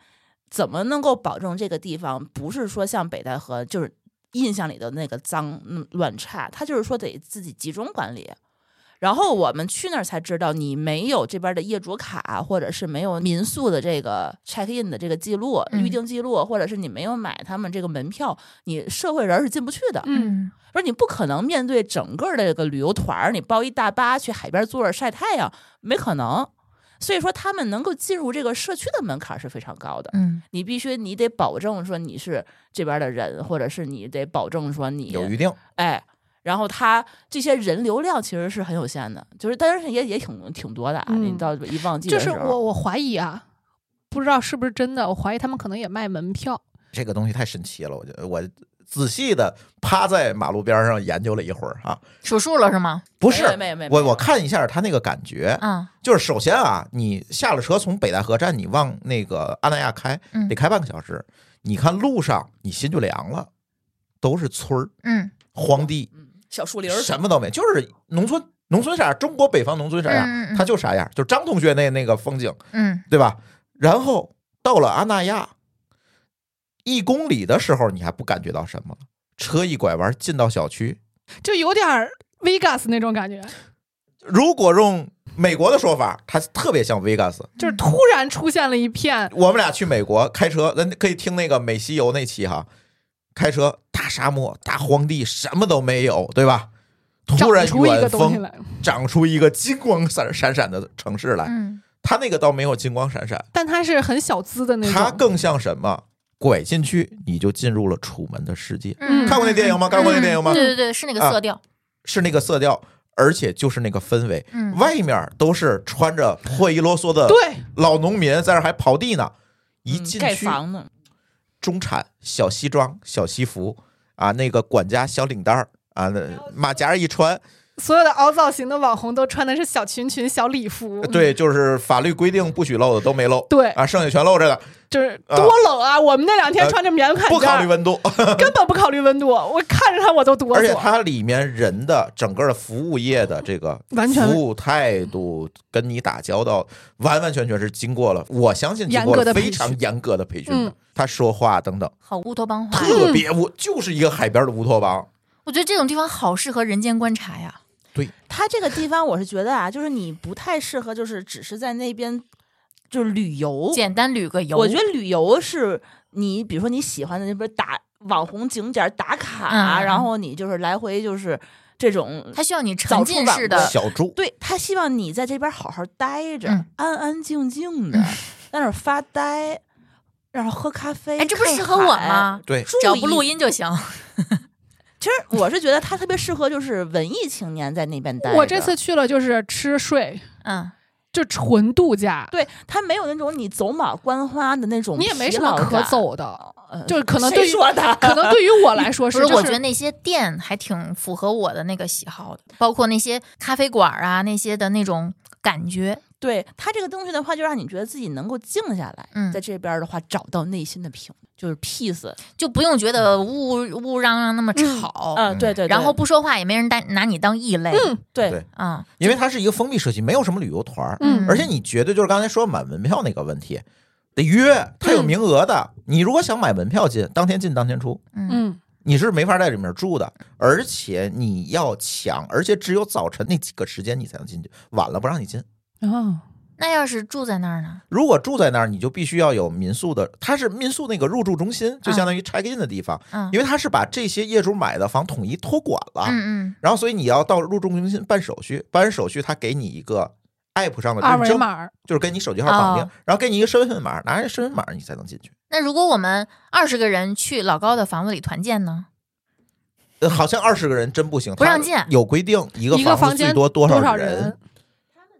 Speaker 2: 怎么能够保证这个地方不是说像北戴河就是印象里的那个脏嗯乱差？它就是说得自己集中管理。然后我们去那儿才知道，你没有这边的业主卡，或者是没有民宿的这个 check in 的这个记录、
Speaker 4: 嗯
Speaker 2: 预定记录，或者是你没有买他们这个门票，你社会人儿是进不去的。
Speaker 3: 嗯，
Speaker 2: 而你不可能面对整个的这个旅游团儿，你包一大巴去海边坐着晒太阳，没可能。所以说，他们能够进入这个社区的门槛是非常高的。
Speaker 4: 嗯
Speaker 2: 你必须，你得保证说你是这边的人，或者是你得保证说你
Speaker 1: 有预定，
Speaker 2: 哎，然后他这些人流量其实是很有限的，就是但是也也挺挺多的啊。
Speaker 3: 嗯
Speaker 2: 你到一旺季
Speaker 3: 就
Speaker 2: 的
Speaker 3: 是
Speaker 2: 时
Speaker 3: 我
Speaker 2: 候，
Speaker 3: 我怀疑啊，不知道是不是真的，我怀疑他们可能也卖门票。
Speaker 1: 这个东西太神奇了。我觉得我仔细的趴在马路边上研究了一会儿啊，
Speaker 4: 数数了是吗？
Speaker 1: 不是，
Speaker 2: 没有没有没有
Speaker 1: 我我看一下它那个感觉，
Speaker 4: 啊，
Speaker 1: 就是首先啊，你下了车从北戴河站，你往那个阿那亚开
Speaker 4: 嗯，
Speaker 1: 得开半个小时。你看路上，你心就凉了，都是村儿、
Speaker 4: 嗯
Speaker 1: 荒地，
Speaker 2: 嗯小树林儿
Speaker 1: 什么都没，就是农村，农村啥样？中国北方农村啥
Speaker 4: 嗯嗯
Speaker 1: 样？
Speaker 4: 嗯
Speaker 1: 它就啥样，就张同学那那个风景，
Speaker 4: 嗯
Speaker 1: 对吧？然后到了阿那亚，一公里的时候你还不感觉到什么了，车一拐弯进到小区，
Speaker 3: 就有点儿 Vegas 那种感觉，
Speaker 1: 如果用美国的说法，它特别像 Vegas。
Speaker 3: 就是突然出现了一片，
Speaker 1: 我们俩去美国开车，咱可以听那个美西游那期哈，开车大沙漠、大荒地，什么都没有，对吧？突然
Speaker 3: 长出一个
Speaker 1: 远
Speaker 3: 东西
Speaker 1: 方
Speaker 3: 来，
Speaker 1: 长出一个金光闪闪闪的城市来，
Speaker 4: 嗯，
Speaker 1: 它那个倒没有金光闪闪，
Speaker 3: 但它是很小资的那
Speaker 1: 它
Speaker 3: 种。
Speaker 1: 更像什么？拐进去，你就进入了楚门的世界。
Speaker 4: 嗯
Speaker 1: 看过那电影吗看过那电影吗啊
Speaker 4: 嗯对对对，是那个色调，
Speaker 1: 是那个色调，而且就是那个氛围。
Speaker 4: 嗯
Speaker 1: 外面都是穿着破衣啰嗦的
Speaker 3: 对，
Speaker 1: 老农民，在那儿还刨地呢。一
Speaker 2: 嗯
Speaker 1: 进
Speaker 2: 盖
Speaker 1: 去，
Speaker 2: 房呢，
Speaker 1: 中产小西装、小西服啊，那个管家小领带儿啊，那马甲一穿，
Speaker 3: 所有的凹造型的网红都穿的是小裙裙、小礼服，
Speaker 1: 对，就是法律规定不许露的都没露。
Speaker 3: 嗯对
Speaker 1: 啊，剩下全露着的，
Speaker 3: 就是
Speaker 1: 啊
Speaker 3: 多冷啊！我们那两天
Speaker 1: 呃
Speaker 3: 穿着棉坎
Speaker 1: 不考虑
Speaker 3: 肩，
Speaker 1: 温度。
Speaker 3: 根本不考虑温度，我看着它我都哆
Speaker 1: 而且
Speaker 3: 嗦。
Speaker 1: 它里面人的整个的服务业的这个
Speaker 3: 完全
Speaker 1: 服务态度，跟你打交道，完完全全是经过了，我相信经
Speaker 3: 严
Speaker 1: 过
Speaker 3: 格的
Speaker 1: 了
Speaker 3: 培
Speaker 1: 非
Speaker 3: 训
Speaker 1: 常严格的培训的
Speaker 3: 嗯。
Speaker 1: 他说话等等，
Speaker 4: 好乌托邦化。
Speaker 1: 特别乌，就是一个海边的乌托邦。
Speaker 4: 我觉得这种地方好适合人间观察呀。
Speaker 2: 它这个地方我是觉得啊，就是你不太适合，就是只是在那边就是旅
Speaker 1: 哦
Speaker 2: 游。
Speaker 4: 简单旅个游，
Speaker 2: 我觉得旅游是你，比如说你喜欢的那边打网红景点打卡，啊
Speaker 4: 嗯
Speaker 2: 然后你就是来回就是这种。
Speaker 4: 它需要你沉浸式
Speaker 2: 呃
Speaker 4: 的，
Speaker 1: 小猪，
Speaker 2: 对他希望你在这边好好待着，
Speaker 4: 嗯
Speaker 2: 安安静静的，在那儿发呆，然后喝咖啡。
Speaker 4: 哎，这不
Speaker 2: 看
Speaker 4: 适合我
Speaker 2: 海
Speaker 4: 吗？
Speaker 1: 对，
Speaker 2: 注
Speaker 4: 只要不录
Speaker 2: 意
Speaker 4: 音就行。
Speaker 2: 其实我是觉得他特别适合，就是文艺青年在那边待着。
Speaker 3: 我这次去了就是吃睡，
Speaker 4: 嗯，
Speaker 3: 就纯度假，
Speaker 2: 对他没有那种你走马观花的那种，
Speaker 3: 你也没什么可，走的，
Speaker 2: 呃、
Speaker 3: 就是可能
Speaker 2: 谁
Speaker 3: 对于
Speaker 2: 说的？
Speaker 3: 可能对于我 来说
Speaker 4: 不
Speaker 3: 是，
Speaker 4: 是，
Speaker 3: 就
Speaker 4: 我
Speaker 3: 是
Speaker 4: 觉得那些店还挺符合我的那个喜好的，包括那些咖啡馆啊，那些的那种感觉。
Speaker 2: 对他这个东西的话，就让你觉得自己能够静下来，
Speaker 4: 嗯
Speaker 2: 在这边儿的话找到内心的平，就是 peace。
Speaker 4: 就不用觉得呜呜嚷嚷那么吵，
Speaker 2: 嗯，对对对
Speaker 4: 然后不说话也没人当拿你当异类，
Speaker 3: 嗯
Speaker 2: 对
Speaker 1: 对
Speaker 4: 嗯
Speaker 1: 因为它是一个封闭社区，没有什么旅游团儿，
Speaker 3: 嗯
Speaker 1: 而且你绝对就是刚才说买门票那个问题，得约，它有名额的。你如果想买门票进，当天进当天出，
Speaker 4: 嗯
Speaker 3: 嗯，
Speaker 1: 你是没法在里面住的，而且你要抢，而且只有早晨那几个时间你才能进去，晚了不让你进。
Speaker 3: 啊，
Speaker 4: 那要是住在那儿呢？
Speaker 1: 如果住在那儿，你就必须要有民宿的，它是民宿那个入住中心，就相当于 check in 的地方，
Speaker 4: 嗯
Speaker 1: 因为它是把这些业主买的房统一托管了，
Speaker 4: 嗯
Speaker 1: 然后所以你要到入住中心办手续，办完手续他给你一个 app 上的
Speaker 3: 二
Speaker 1: 认
Speaker 3: 维
Speaker 1: 证，
Speaker 3: 码儿，
Speaker 1: 就是跟你手机号绑定，
Speaker 4: 哦
Speaker 1: 然后给你一个身份码，拿着身份码你才能进去。
Speaker 4: 嗯。那如果我们二十个人去老高的房子里团建呢？
Speaker 1: 呃好像二十个人真不行，
Speaker 4: 不让
Speaker 1: 它
Speaker 4: 进
Speaker 1: 有规定，一个
Speaker 3: 一个
Speaker 1: 房
Speaker 3: 房
Speaker 1: 子最
Speaker 3: 间
Speaker 1: 多多
Speaker 3: 少
Speaker 1: 少人，？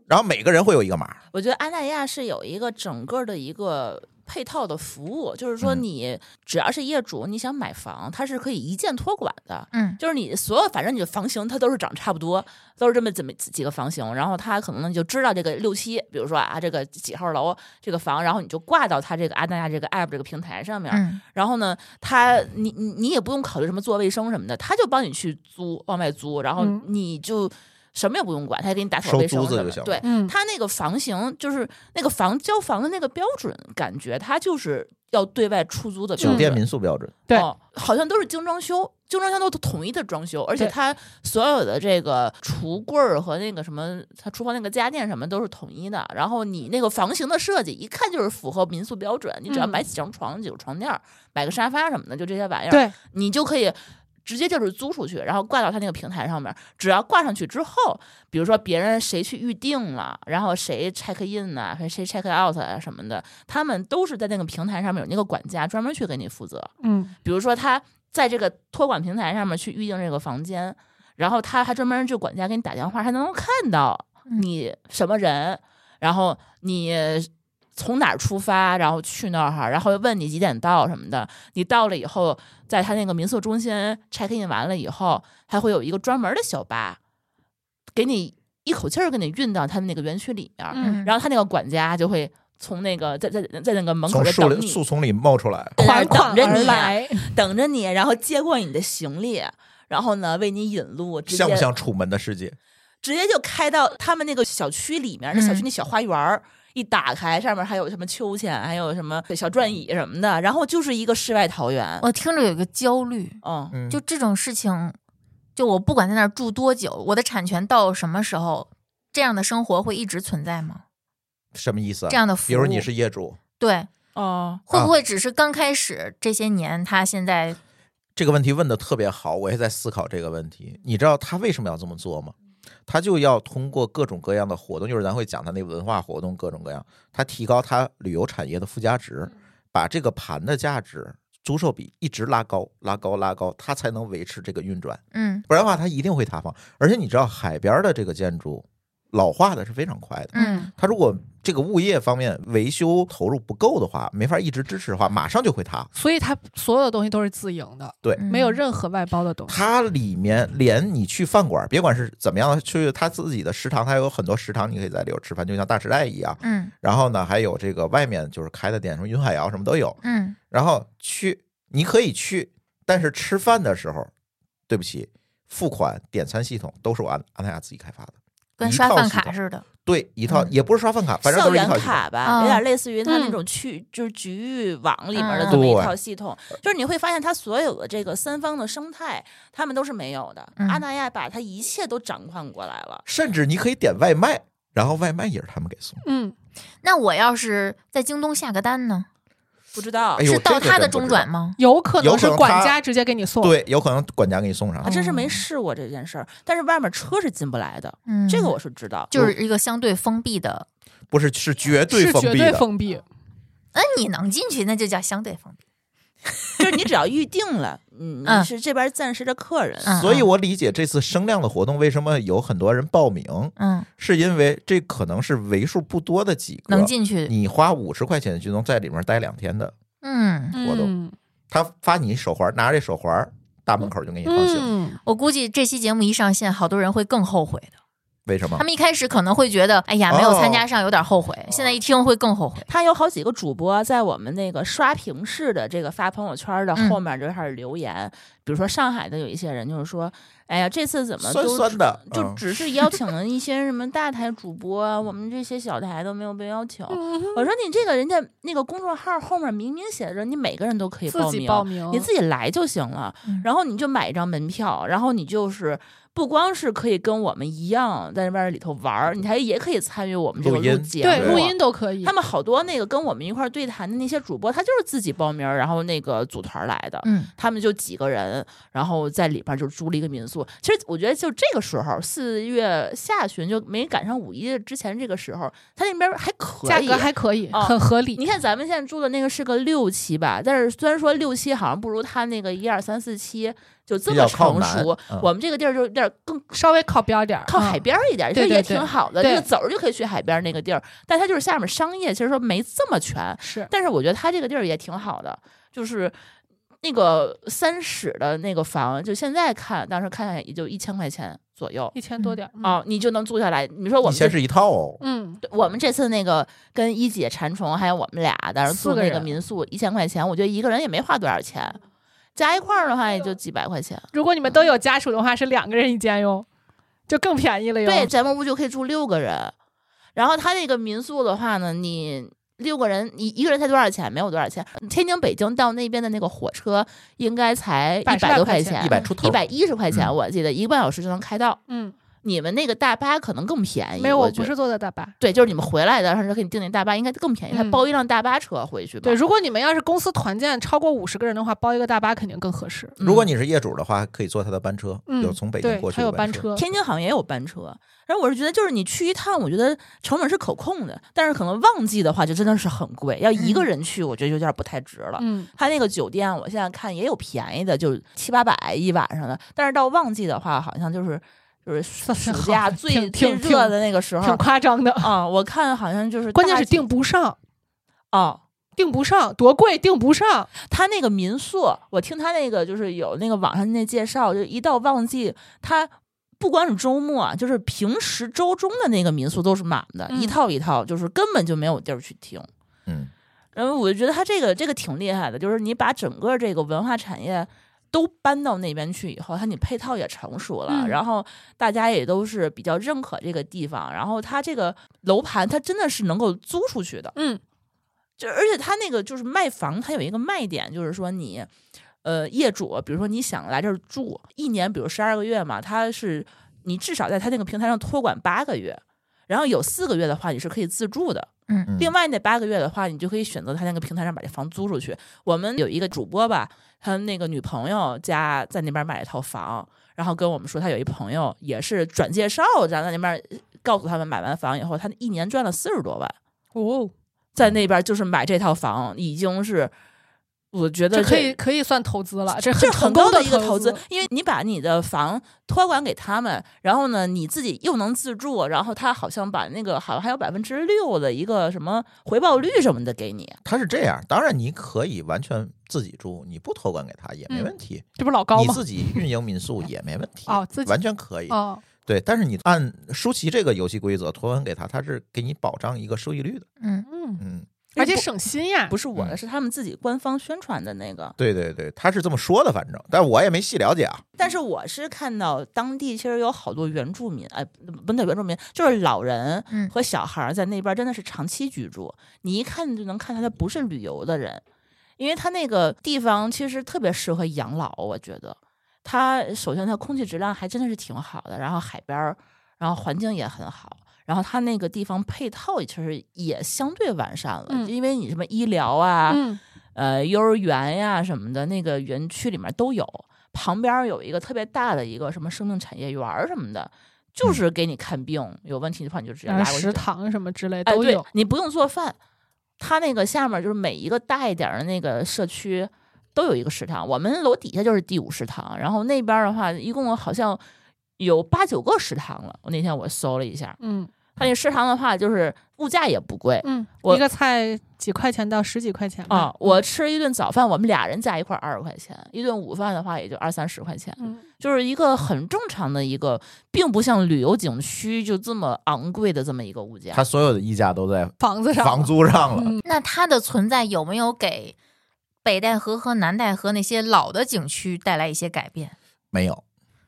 Speaker 1: 然后每个人会有一个码。
Speaker 2: 我觉得安那亚是有一个整个的一个。配套的服务，就是说
Speaker 1: 嗯
Speaker 2: 你只要是业主，你想买房，它是可以一键托管的。
Speaker 4: 嗯
Speaker 2: 就是你所有反正你的房型它都是长差不多，都是这么怎么几个房型，然后他可能就知道这个六七，比如说啊这个几号楼这个房，然后你就挂到他这个阿那亚这个 app 这个平台上
Speaker 1: 啊
Speaker 2: 面，
Speaker 4: 嗯
Speaker 2: 然后呢，他你你你也不用考虑什么做卫生什么的，他就帮你去租往外租，然后
Speaker 3: 嗯
Speaker 2: 你就什么也不用管，他也给你打扫
Speaker 1: 收
Speaker 2: 卫生
Speaker 1: 租子
Speaker 2: 什
Speaker 1: 就
Speaker 2: 么
Speaker 1: 行
Speaker 2: 的。对，
Speaker 3: 嗯，
Speaker 2: 他那个房型就是那个房交房的那个标准，感觉他就是要对外出租的标
Speaker 1: 酒
Speaker 2: 准
Speaker 1: 店民宿标准，
Speaker 3: 对
Speaker 2: 哦，好像都是精装修，精装修都是统一的装修，而且
Speaker 3: 对
Speaker 2: 它所有的这个橱柜儿和那个什么，它厨房那个家电什么都是统一的。然后你那个房型的设计，一看就是符合民宿标准，你只要
Speaker 3: 嗯
Speaker 2: 买几张床、几个床垫儿，买个沙发什么的，就这些玩意儿，
Speaker 3: 对，
Speaker 2: 你就可以。直接就是租出去，然后挂到他那个平台上面。只要挂上去之后，比如说别人谁去预定了，然后谁 check in 呐、啊，谁 check out 啊什么的，他们都是在那个平台上面有那个管家专门去给你负责。
Speaker 3: 嗯，
Speaker 2: 比如说他在这个托管平台上面去预定这个房间，然后他还专门就管家给你打电话，他能够看到
Speaker 4: 嗯
Speaker 2: 你什么人，然后你从哪儿出发，然后去那儿哈，然后问你几点到什么的。你到了以后，在他那个民宿中心 check in 完了以后，还会有一个专门的小巴，给你一口气儿给你运到他们那个园区里面儿，
Speaker 4: 嗯，
Speaker 2: 然后他那个管家就会。从那个在在在那个门口
Speaker 1: 从
Speaker 2: 在
Speaker 1: 树
Speaker 2: 等
Speaker 1: 林
Speaker 2: 你，
Speaker 1: 树丛里冒出来，
Speaker 3: 款
Speaker 2: 等
Speaker 3: 款
Speaker 2: 着
Speaker 3: 而
Speaker 2: 你
Speaker 3: 来，
Speaker 2: 等着你，然后接过你的行李，然后呢为你引路，直接
Speaker 1: 像不像《楚门的世界》？
Speaker 2: 直接就开到他们那个小区里面，
Speaker 1: 嗯
Speaker 2: 那小区那小花园儿。一打开，上面还有什么秋千，还有什么小转椅什么的，然后就是一个世外桃源。
Speaker 4: 我听着有一个焦虑，
Speaker 2: 嗯，
Speaker 1: 哦嗯，
Speaker 4: 就这种事情，就我不管在那儿住多久，我的产权到什么时候这样的生活会一直存在吗？
Speaker 1: 什么意思啊？
Speaker 4: 这样的服务，
Speaker 1: 比如你是啊业主，
Speaker 4: 对，
Speaker 2: 哦，
Speaker 4: 会不会只是刚开始这些年，他现在
Speaker 1: 这个问题问的特别好，我也在思考这个问题。你知道他为什么要这么做吗？他就要通过各种各样的活动，就是咱会讲他那文化活动各种各样，他提高他旅游产业的附加
Speaker 4: 嗯
Speaker 1: 值，把这个盘的价值租售比一直拉高、拉高、拉高，他才能维持这个运转。
Speaker 4: 嗯
Speaker 1: 不然的话，它一定会塌方。而且你知道，海边的这个建筑老化的是非常快的。
Speaker 4: 嗯
Speaker 1: 它如果这个物业方面维修投入不够的话，没法一直支持的话，马上就会塌。
Speaker 3: 所以它所有的东西都是自营的，
Speaker 4: 嗯
Speaker 3: 没有任何外包的东西。
Speaker 1: 它里面连你去饭馆，别管是怎么样的，去它自己的食堂，它有很多食堂，你可以在里头吃饭，就像大时代一样。
Speaker 4: 嗯
Speaker 1: 然后呢，还有这个外面就是开的店，什么云海肴什么都有。
Speaker 4: 嗯
Speaker 1: 然后去，你可以去，但是吃饭的时候，对不起，付款、点餐系统都是我安安泰亚自己开发的。
Speaker 4: 跟
Speaker 1: 一
Speaker 4: 刷
Speaker 1: 套
Speaker 4: 饭
Speaker 1: 系
Speaker 4: 卡
Speaker 1: 统
Speaker 4: 似的，
Speaker 1: 对，一套、
Speaker 4: 嗯
Speaker 1: 也不是刷饭卡，反正
Speaker 2: 校
Speaker 1: 都是一
Speaker 2: 园
Speaker 1: 套系统
Speaker 2: 卡吧，
Speaker 4: 嗯
Speaker 2: 有点类似于它那
Speaker 3: 嗯
Speaker 2: 种区，就是局域网里面的
Speaker 4: 嗯
Speaker 2: 这么一
Speaker 1: 对
Speaker 2: 套系统，就是你会发现它所有的这个三方的生态，他们都是没有的。
Speaker 4: 嗯
Speaker 2: 阿那亚把它一切都掌控过来了，
Speaker 1: 甚至你可以点外卖，然后外卖也是他们给送。
Speaker 3: 嗯，
Speaker 4: 那我要是在京东下个单呢，
Speaker 2: 不知道
Speaker 1: 哎呦
Speaker 4: 是到
Speaker 1: 这个
Speaker 4: 他的
Speaker 1: 真不
Speaker 4: 中
Speaker 1: 知道
Speaker 4: 转吗？
Speaker 3: 有可
Speaker 1: 有
Speaker 3: 能
Speaker 1: 可
Speaker 3: 是
Speaker 1: 能
Speaker 3: 管
Speaker 1: 它
Speaker 3: 家直接给你送。
Speaker 1: 对，有可能管家给你送上
Speaker 2: 还
Speaker 1: 来。
Speaker 2: 啊真是
Speaker 4: 哦
Speaker 2: 没试过这件事儿。但是外面车是进不来的，
Speaker 4: 嗯，
Speaker 2: 这个我是知道。
Speaker 4: 就是一个相对封闭的。
Speaker 1: 不是，是绝
Speaker 3: 是
Speaker 1: 对封
Speaker 3: 绝
Speaker 1: 闭
Speaker 3: 对
Speaker 1: 的。
Speaker 3: 封闭，
Speaker 4: 那嗯你能进去，那就叫相对封闭。
Speaker 2: 就是你只要预定了，嗯，
Speaker 4: 嗯
Speaker 2: 你是这边暂时的客人，
Speaker 4: 嗯
Speaker 1: 所以我理解这次声量的活动为什么有很多人报名，
Speaker 4: 嗯，
Speaker 1: 是因为这可能是为数不多的几个
Speaker 4: 能进去。
Speaker 1: 你花五十块钱就能在里面待两天的。
Speaker 4: 嗯，
Speaker 1: 活动他发你手环，拿着这手环，大门口就给你放行。
Speaker 3: 嗯，
Speaker 4: 我估计这期节目一上线，好多人会更后悔的。
Speaker 1: 为什么
Speaker 4: 他？们一开始可能会觉得，哎呀，
Speaker 1: 哦
Speaker 4: 没有参加上有点后悔。现在一听会更后悔。
Speaker 2: 他有好几个主播在我们那个刷屏式的这个发朋友圈的
Speaker 4: 嗯
Speaker 2: 后面就开始留言，比如说上海的有一些人就是说，哎呀，这次怎么
Speaker 1: 酸
Speaker 2: 都
Speaker 1: 酸的，
Speaker 2: 就
Speaker 1: 嗯
Speaker 2: 只是邀请了一些什么大台主播啊，我们这些小台都没有被邀请。
Speaker 4: 嗯
Speaker 2: 我说你这个人家那个公众号后面明明写着你每个人都可以
Speaker 3: 自
Speaker 2: 报
Speaker 3: 己
Speaker 2: 名，
Speaker 3: 报名，
Speaker 2: 你自己来就行了
Speaker 4: 嗯。
Speaker 2: 然后你就买一张门票，然后你就是不光是可以跟我们一样在那边里头玩儿，你还也可以参与我们这个
Speaker 1: 录音
Speaker 2: 录节目
Speaker 3: 对录音都可以。
Speaker 2: 他们好多那个跟我们一块儿对谈的那些主播，他就是自己报名儿，然后那个组团儿来的。
Speaker 4: 嗯
Speaker 2: 他们就几个人，然后在里边儿就租了一个民宿。其实我觉得，就这个时候，四月下旬就没赶上五一之前这个时候，他那边儿还可以，
Speaker 3: 价格还可以，
Speaker 2: 哦
Speaker 3: 很合理。
Speaker 2: 你看咱们现在住的那个是个六期吧，但是虽然说六期好像不如他那个一二三四期就这
Speaker 1: 比
Speaker 2: 么
Speaker 1: 较靠
Speaker 2: 成
Speaker 1: 南
Speaker 2: 熟，。
Speaker 1: 嗯
Speaker 2: 我们这个地儿就有点儿更
Speaker 3: 稍微靠边儿点儿，
Speaker 2: 靠
Speaker 3: 嗯
Speaker 2: 海边儿一点，其
Speaker 3: 对
Speaker 2: 实
Speaker 3: 对
Speaker 2: 也
Speaker 3: 对
Speaker 2: 挺好的，
Speaker 3: 对
Speaker 2: 这个走着就可以去海边儿那个地儿。但它就是下面商业，其实说没这么全，
Speaker 3: 是
Speaker 2: 但是我觉得它这个地儿也挺好的，就是那个三室的那个房，就现在看，当时看下来也就一千块钱左右
Speaker 3: 一千多点儿。
Speaker 2: 哦，你就能租下来。你说我
Speaker 1: 以
Speaker 2: 们这
Speaker 1: 前是一套哦，
Speaker 3: 嗯，
Speaker 2: 对我们这次那个跟一姐、馋虫还有我们俩，当时
Speaker 3: 四
Speaker 2: 住
Speaker 3: 个
Speaker 2: 那个
Speaker 3: 人
Speaker 2: 民宿一千块钱，我觉得一个人也没花多少钱，加一块儿的话也就几百块钱。
Speaker 3: 如果你们都有家属的话，是两个人一间哟，就更便宜了哟。
Speaker 2: 对，咱们屋就可以住六个人。然后他那个民宿的话呢，你六个人，你一个人才多少钱？没有多少钱。嗯天津、北京到那边的那个火车应该才一
Speaker 3: 100
Speaker 2: 百多
Speaker 3: 块钱
Speaker 2: 钱，
Speaker 1: 一百出头，
Speaker 2: 一百一十块钱，
Speaker 1: 嗯
Speaker 2: 我记得一个半小时就能开到。
Speaker 3: 嗯，
Speaker 2: 你们那个大巴可能更便宜，
Speaker 3: 没有，我
Speaker 2: 觉
Speaker 3: 不
Speaker 2: 得
Speaker 3: 是坐的大巴。
Speaker 2: 对，就是你们回来的，上车给你订那大巴应该更便宜，他
Speaker 3: 嗯
Speaker 2: 包一辆大巴车回去吧。
Speaker 3: 对，如果你们要是公司团建超过五十个人的话，包一个大巴肯定更合适。
Speaker 2: 嗯
Speaker 1: 如果你是业主的话，可以坐他的班车，
Speaker 3: 嗯
Speaker 1: 有从北京
Speaker 3: 对
Speaker 1: 过，去
Speaker 3: 还
Speaker 1: 的
Speaker 3: 有班。车，
Speaker 2: 天津好像也有班车，然后我是觉得，就是你去一趟，我觉得成本是可控的，但是可能旺季的话，就真的是很贵。要一个
Speaker 4: 嗯
Speaker 2: 人去，我觉得有点不太值了。
Speaker 3: 嗯，
Speaker 2: 他那个酒店，我现在看也有便宜的，就七八百一晚上的，但是到旺季的话，好像就是就是暑
Speaker 3: 是好
Speaker 2: 假
Speaker 3: 挺
Speaker 2: 最最
Speaker 3: 挺挺
Speaker 2: 热的那个时
Speaker 3: 挺
Speaker 2: 候
Speaker 3: 夸张 的。
Speaker 2: 啊、我看好像就是
Speaker 3: 关键
Speaker 2: 大
Speaker 3: 是
Speaker 2: 几
Speaker 3: 订不上，
Speaker 2: 哦，
Speaker 3: 订不上，多贵订不上。
Speaker 2: 他那个民宿，我听他那个就是有那个网上那介绍，就一到旺季，他不光是周末啊，就是平时周中的那个民宿都是满的，
Speaker 3: 嗯
Speaker 2: 一套一套，就是根本就没有地儿去停。
Speaker 1: 嗯，
Speaker 2: 然后我就觉得他这个这个挺厉害的，就是你把整个这个文化产业都搬到那边去以后，它你配套也成熟了，
Speaker 3: 嗯
Speaker 2: 然后大家也都是比较认可这个地方，然后它这个楼盘它真的是能够租出去的，
Speaker 3: 嗯，
Speaker 2: 就而且它那个就是卖房，它有一个卖点就是说你。呃，业主，比如说你想来这儿住一年，比如十二个月嘛，他是你至少在他那个平台上托管八个月，然后有四个月的话，你是可以自助的。
Speaker 4: 嗯
Speaker 2: 另外那八个月的话，你就可以选择他那个平台上把这房租出去。我们有一个主播吧，他那个女朋友家在那边买了一套房，然后跟我们说他有一朋友也是转介绍，然后在那边告诉他们买完房以后，他一年赚了四十多万，
Speaker 3: 哦，
Speaker 2: 在那边就是买这套房已经是。我觉得
Speaker 3: 这可以可以算投资了，
Speaker 2: 这
Speaker 3: 这很
Speaker 2: 是很
Speaker 3: 成
Speaker 2: 高
Speaker 3: 功
Speaker 2: 的一个投
Speaker 3: 资
Speaker 2: 资，，因为你把你的房托管给他们，然后呢，你自己又能自住，然后他好像把那个好像还有百分之六的一个什么回报率什么的给你，
Speaker 1: 他是这样，当然你可以完全自己住，你不托管给他也没
Speaker 3: 嗯
Speaker 1: 问题，
Speaker 3: 这不是老高
Speaker 1: 你
Speaker 3: 吗？
Speaker 1: 自己运营民宿也没问题，
Speaker 3: 哦自己
Speaker 1: 完全可以。
Speaker 3: 哦，
Speaker 1: 对，但是你按舒淇这个游戏规则托管给他，他是给你保障一个收益率的。
Speaker 4: 嗯，
Speaker 3: 嗯，
Speaker 1: 嗯，
Speaker 3: 而且省心呀，
Speaker 2: 不是我的，
Speaker 1: 嗯
Speaker 2: 是他们自己官方宣传的那个。
Speaker 1: 对对对，他是这么说的，反正，但我也没细了解啊。
Speaker 2: 但是
Speaker 3: 嗯
Speaker 2: 我是看到当地其实有好多原住民，哎，不对，原住民就是老人
Speaker 4: 嗯
Speaker 2: 和小孩儿在那边真的是长期居住，你一看就能看出来他不是旅游的人，因为他那个地方其实特别适合养老，我觉得。它首先它空气质量还真的是挺好的，然后海边儿，然后环境也很好，然后它那个地方配套其实也相对完善了，
Speaker 3: 嗯
Speaker 2: 因为你什么医疗啊，
Speaker 3: 嗯
Speaker 2: 呃幼儿园呀、什么的，那个园区里面都有。旁边有一个特别大的一个什么生命产业园儿什么的，就是给你看病，有问题的话你就直接拉
Speaker 3: 然后
Speaker 2: 过去。
Speaker 3: 嗯呃食堂什么之类
Speaker 2: 哎，
Speaker 3: 都
Speaker 2: 对
Speaker 3: 有，，
Speaker 2: 你不用做饭。它那个下面就是每一个大一点儿的那个社区都有一个食堂，我们楼底下就是第五食堂，然后那边儿的话一共好像有八九个食堂了。我那天我搜了一下，
Speaker 3: 嗯
Speaker 2: 它那食堂的话就是物价也不贵
Speaker 3: 嗯，
Speaker 2: 我
Speaker 3: 一个菜几块钱到十几块钱吧
Speaker 2: 啊，我吃一顿早饭，我们俩人加一块二十块钱，一顿午饭的话也就二三十块钱，
Speaker 3: 嗯
Speaker 2: 就是一个很正常的一个，并不像旅游景区就这么昂贵的这么一个物价。
Speaker 1: 他所有的溢价都在
Speaker 3: 房子上
Speaker 1: 房租上了。
Speaker 3: 嗯
Speaker 4: 那它的存在有没有给北戴河和南戴河那些老的景区带来一些改变？
Speaker 1: 没有，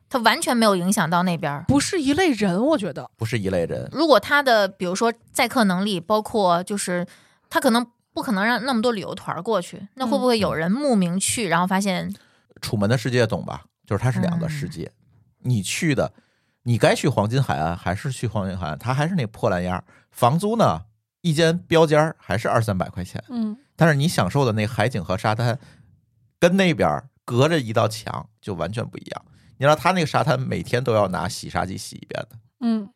Speaker 4: 它完全没有影响到那边儿。
Speaker 3: 不是一类人，我觉得
Speaker 1: 不是一类人。
Speaker 4: 如果它的比如说载客能力，包括就是它可能不可能让那么多旅游团儿过去，那会不会有人慕名去，然后发现
Speaker 1: 楚门的世界懂吧？就是它是两个
Speaker 3: 嗯
Speaker 1: 世界，你去的，你该去黄金海岸还是去黄金海岸？它还是那破烂样儿，房租呢，一间标间儿还是二三百块钱，
Speaker 3: 嗯
Speaker 1: 但是你享受的那海景和沙滩，跟那边儿隔着一道墙就完全不一样。你知道他那个沙滩每天都要拿洗沙机洗一遍的，
Speaker 3: 嗯，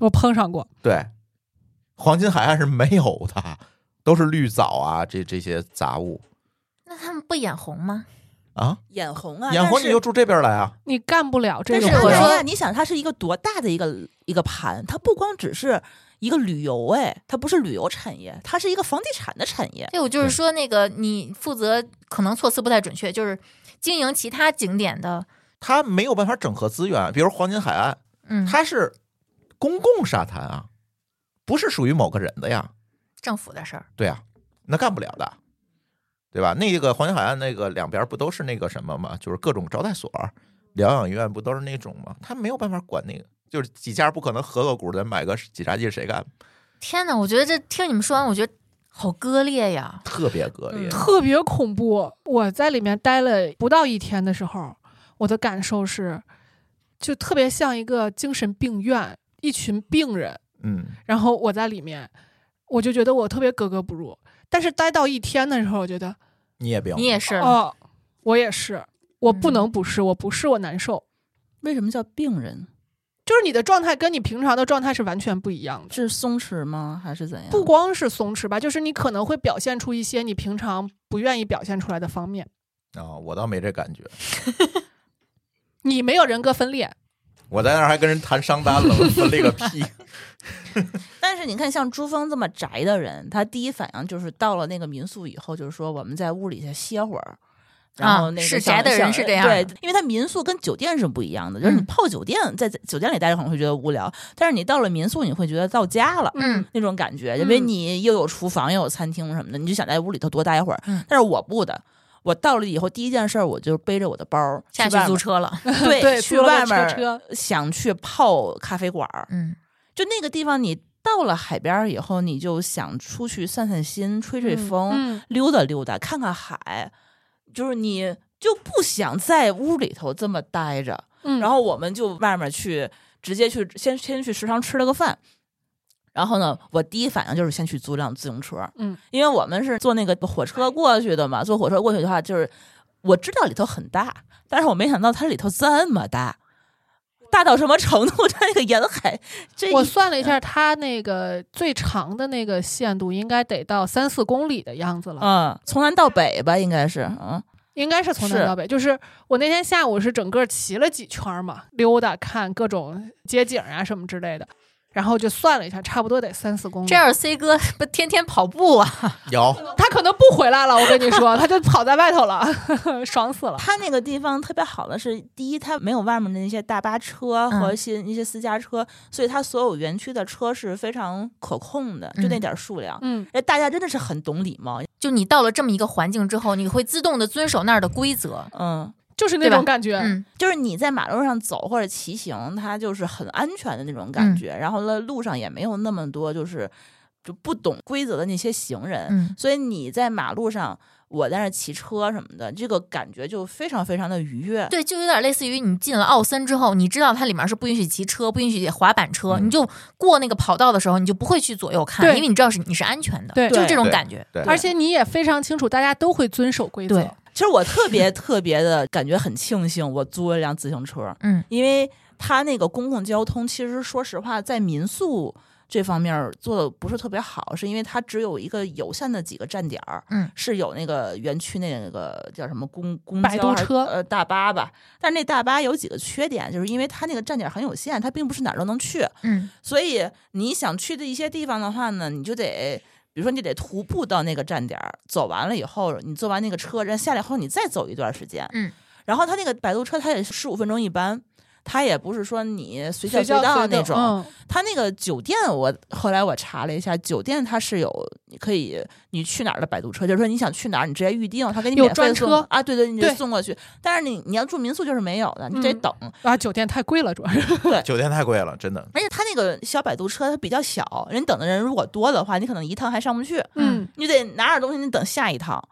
Speaker 3: 我碰上过，
Speaker 1: 对，黄金海岸是没有的，都是绿藻啊，这这些杂物
Speaker 4: 那他们不眼红吗？
Speaker 1: 啊，
Speaker 2: 眼红啊，
Speaker 1: 眼
Speaker 2: 但
Speaker 1: 红你
Speaker 2: 是
Speaker 1: 就住这边来啊，
Speaker 3: 你干不了这
Speaker 2: 但是
Speaker 3: 种
Speaker 4: 个
Speaker 3: 活
Speaker 2: 我
Speaker 4: 我
Speaker 3: 儿。
Speaker 4: 说
Speaker 2: 说，你想它是一个多大的一个一个盘？它不光只是一个旅游，哎，它不是旅游产业，它是一个房地产的产业。
Speaker 4: 对，哎我就是
Speaker 1: 对
Speaker 4: 说那个你负责可能措辞不太准确，就是经营其他景点的，
Speaker 1: 他没有办法整合资源，比如黄金海岸，
Speaker 4: 嗯，
Speaker 1: 它是公共沙滩啊，不是属于某个人的呀，
Speaker 4: 政府的事儿，
Speaker 1: 对啊，那干不了的，对吧？那个黄金海岸那个两边不都是那个什么嘛，就是各种招待所、疗养院不都是那种吗？他没有办法管那个，就是几家不可能合个股的买个几闸机谁干，
Speaker 4: 天哪！我觉得这听你们说完，我觉得好割裂呀。
Speaker 1: 特别割裂。
Speaker 3: 特别恐怖。我在里面待了不到一天的时候，我的感受是，就特别像一个精神病院，一群病人，
Speaker 1: 嗯，
Speaker 3: 然后我在里面，我就觉得我特别格格不入。但是待到一天的时候，我觉得
Speaker 1: 你也病，
Speaker 4: 你也是，
Speaker 3: 哦，我也是，我不
Speaker 4: 嗯
Speaker 3: 能不是，我不是我难受。
Speaker 2: 为什么叫病人？
Speaker 3: 就是你的状态跟你平常的状态是完全不一样的，
Speaker 2: 是松弛吗？还是怎样？
Speaker 3: 不光是松弛吧，就是你可能会表现出一些你平常不愿意表现出来的方面。
Speaker 1: 啊、我倒没这感觉。
Speaker 3: 你没有人格分裂，
Speaker 1: 我在那儿还跟人谈商单了，我分了个 屁！
Speaker 2: 但是你看，像朱峰这么宅的人，他第一反应就是到了那个民宿以后，就是说我们在屋里先歇会儿。然后那个
Speaker 4: 啊是
Speaker 2: 想、
Speaker 4: 宅的人
Speaker 2: 想
Speaker 4: 是这样的
Speaker 2: 对，因为他民宿跟酒店是不一样的，就是你
Speaker 4: 嗯
Speaker 2: 泡酒店，在酒店里待着可能会觉得无聊，但是你到了民宿，你会觉得到家了，
Speaker 4: 嗯，
Speaker 2: 那种感觉，
Speaker 3: 嗯
Speaker 2: 因为你又有厨房又有餐厅什么的，你就想在屋里头多待会儿。
Speaker 4: 嗯
Speaker 2: 但是我不的，我到了以后第一件事儿，我就背着我的包儿
Speaker 4: 下去
Speaker 2: 外面
Speaker 4: 租，车了，
Speaker 2: 对，
Speaker 3: 对
Speaker 2: 去
Speaker 3: 租了个
Speaker 2: 外面儿
Speaker 3: 车车
Speaker 2: 想去泡咖啡馆儿，
Speaker 4: 嗯，
Speaker 2: 就那个地方你。到了海边儿以后，你就想出去散散心、吹吹风、
Speaker 3: 嗯嗯
Speaker 2: 溜达溜达、看看海，就是你就不想在屋里头这么待着。
Speaker 3: 嗯
Speaker 2: 然后我们就外面去，直接去先先去食堂吃了个饭，然后呢，我第一反应就是先去租辆自行车，
Speaker 3: 嗯，
Speaker 2: 因为我们是坐那个火车过去的嘛，坐火车过去的话，就是我知道里头很大，但是我没想到它里头这么大，大到什么程度？ 它那个沿海这一
Speaker 3: 我算了一嗯下，它那个最长的那个限度应该得到三四公里的样子了，
Speaker 2: 嗯，从南到北吧，应该是嗯
Speaker 3: 应该是从南
Speaker 2: 是
Speaker 3: 到北。就是我那天下午是整个骑了几圈儿嘛，溜达看各种街景啊什么之类的，然后就算了一下，差不多得三四公里。
Speaker 4: 这样 C 哥不天天跑步啊？
Speaker 1: 有
Speaker 3: 他可能不回来了，我跟你说，他就跑在外头了， 爽死了。
Speaker 2: 它那个地方特别好的是，第一，它没有外面的那些大巴车
Speaker 4: 嗯
Speaker 2: 和一些、一些私家车，所以它所有园区的车是非常可控的，就那
Speaker 4: 嗯
Speaker 2: 点儿数量。
Speaker 3: 嗯，
Speaker 2: 哎，大家真的是很懂礼貌，
Speaker 4: 就你到了这么一个环境之后，你会自动的遵守那儿的规则。
Speaker 2: 嗯，
Speaker 3: 就是那
Speaker 4: 对
Speaker 3: 种
Speaker 4: 吧
Speaker 3: 感觉。
Speaker 4: 嗯，
Speaker 2: 就是你在马路上走或者骑行，它就是很安全的那种感
Speaker 4: 嗯
Speaker 2: 觉，然后呢，路上也没有那么多就是就不懂规则的那些行人，
Speaker 4: 嗯
Speaker 2: 所以你在马路上，我在那儿骑车什么的，这个感觉就非常非常的愉悦。
Speaker 4: 对，就有点类似于你进了奥森之后，你知道它里面是不允许骑车、不允许滑板车，
Speaker 1: 嗯
Speaker 4: 你就过那个跑道的时候，你就不会去左右看，
Speaker 3: 对
Speaker 4: 因为你知道是你是安全的，
Speaker 3: 对
Speaker 4: 就是这种
Speaker 1: 对
Speaker 4: 感觉。
Speaker 1: 对
Speaker 3: 而且你也非常清楚，大家都会遵守规则
Speaker 4: 对。
Speaker 2: 其实我特别特别的感觉很庆幸，我租了辆自行车，
Speaker 4: 嗯，
Speaker 2: 因为它那个公共交通其实说实话在民宿。这方面做的不是特别好，是因为它只有一个有限的几个站点儿，
Speaker 4: 嗯，
Speaker 2: 是有那个园区那个叫什么公公
Speaker 3: 摆渡
Speaker 2: 交还是
Speaker 3: 车
Speaker 2: 呃大巴吧，但是那大巴有几个缺点，就是因为它那个站点很有限，它并不是哪儿都能去，
Speaker 4: 嗯，
Speaker 2: 所以你想去的一些地方的话呢，你就得，比如说你得徒步到那个站点儿，走完了以后，你坐完那个车，然后下来以后你再走一段时间，
Speaker 4: 嗯，
Speaker 2: 然后他那个摆渡车它也是十五分钟一班，它也不是说你随叫
Speaker 3: 随叫
Speaker 2: 随到
Speaker 3: 随
Speaker 2: 那
Speaker 3: 到
Speaker 2: 种，
Speaker 3: 嗯
Speaker 2: 它那个酒店我后来我查了一下，酒店它是有你可以你去哪儿的摆渡车，就是说你想去哪儿，你直接预定，它给你
Speaker 3: 有
Speaker 2: 免费
Speaker 3: 专
Speaker 2: 送
Speaker 3: 车
Speaker 2: 啊，对对，你直接
Speaker 3: 对
Speaker 2: 送过去，但是你你要住民宿就是没有的，你得
Speaker 3: 嗯
Speaker 2: 等，
Speaker 3: 啊，酒店太贵了，主要是。
Speaker 1: 酒店太贵了，真的。
Speaker 2: 而且它那个小摆渡车它比较小，人等的人如果多的话，你可能一趟还上不去，
Speaker 3: 嗯，
Speaker 2: 你得拿点东西，你等下一趟。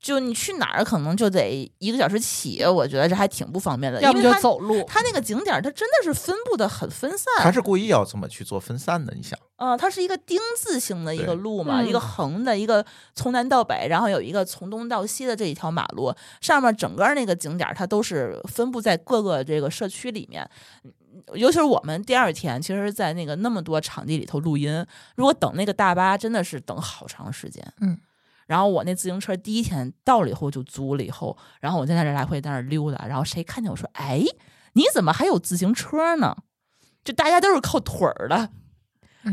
Speaker 2: 就你去哪儿可能就得一个小时起，我觉得这还挺不方便的。
Speaker 3: 要么
Speaker 2: 呃因为
Speaker 3: 就
Speaker 2: 它
Speaker 3: 走路。
Speaker 2: 它那个景点儿它真的是分布的很分
Speaker 1: 他
Speaker 2: 散，
Speaker 1: 是故意要这么去做分散的，你想，
Speaker 2: 呃，它是一个丁字形的一个
Speaker 1: 对
Speaker 2: 路嘛，
Speaker 3: 嗯
Speaker 2: 一个横的，一个从南到北，然后有一个从东到西的这一条马路，上面整个那个景点儿它都是分布在各个这个社区里面。嗯尤其是我们第二天，其实，在那个那么多场地里头录音，如果等那个大巴，真的是等好长时间。
Speaker 4: 嗯，
Speaker 2: 然后我那自行车第一天到了以后就租了以后，然后我在那儿来回在那儿溜达，然后谁看见我说：“哎，你怎么还有自行车呢？”就大家都是靠腿儿的，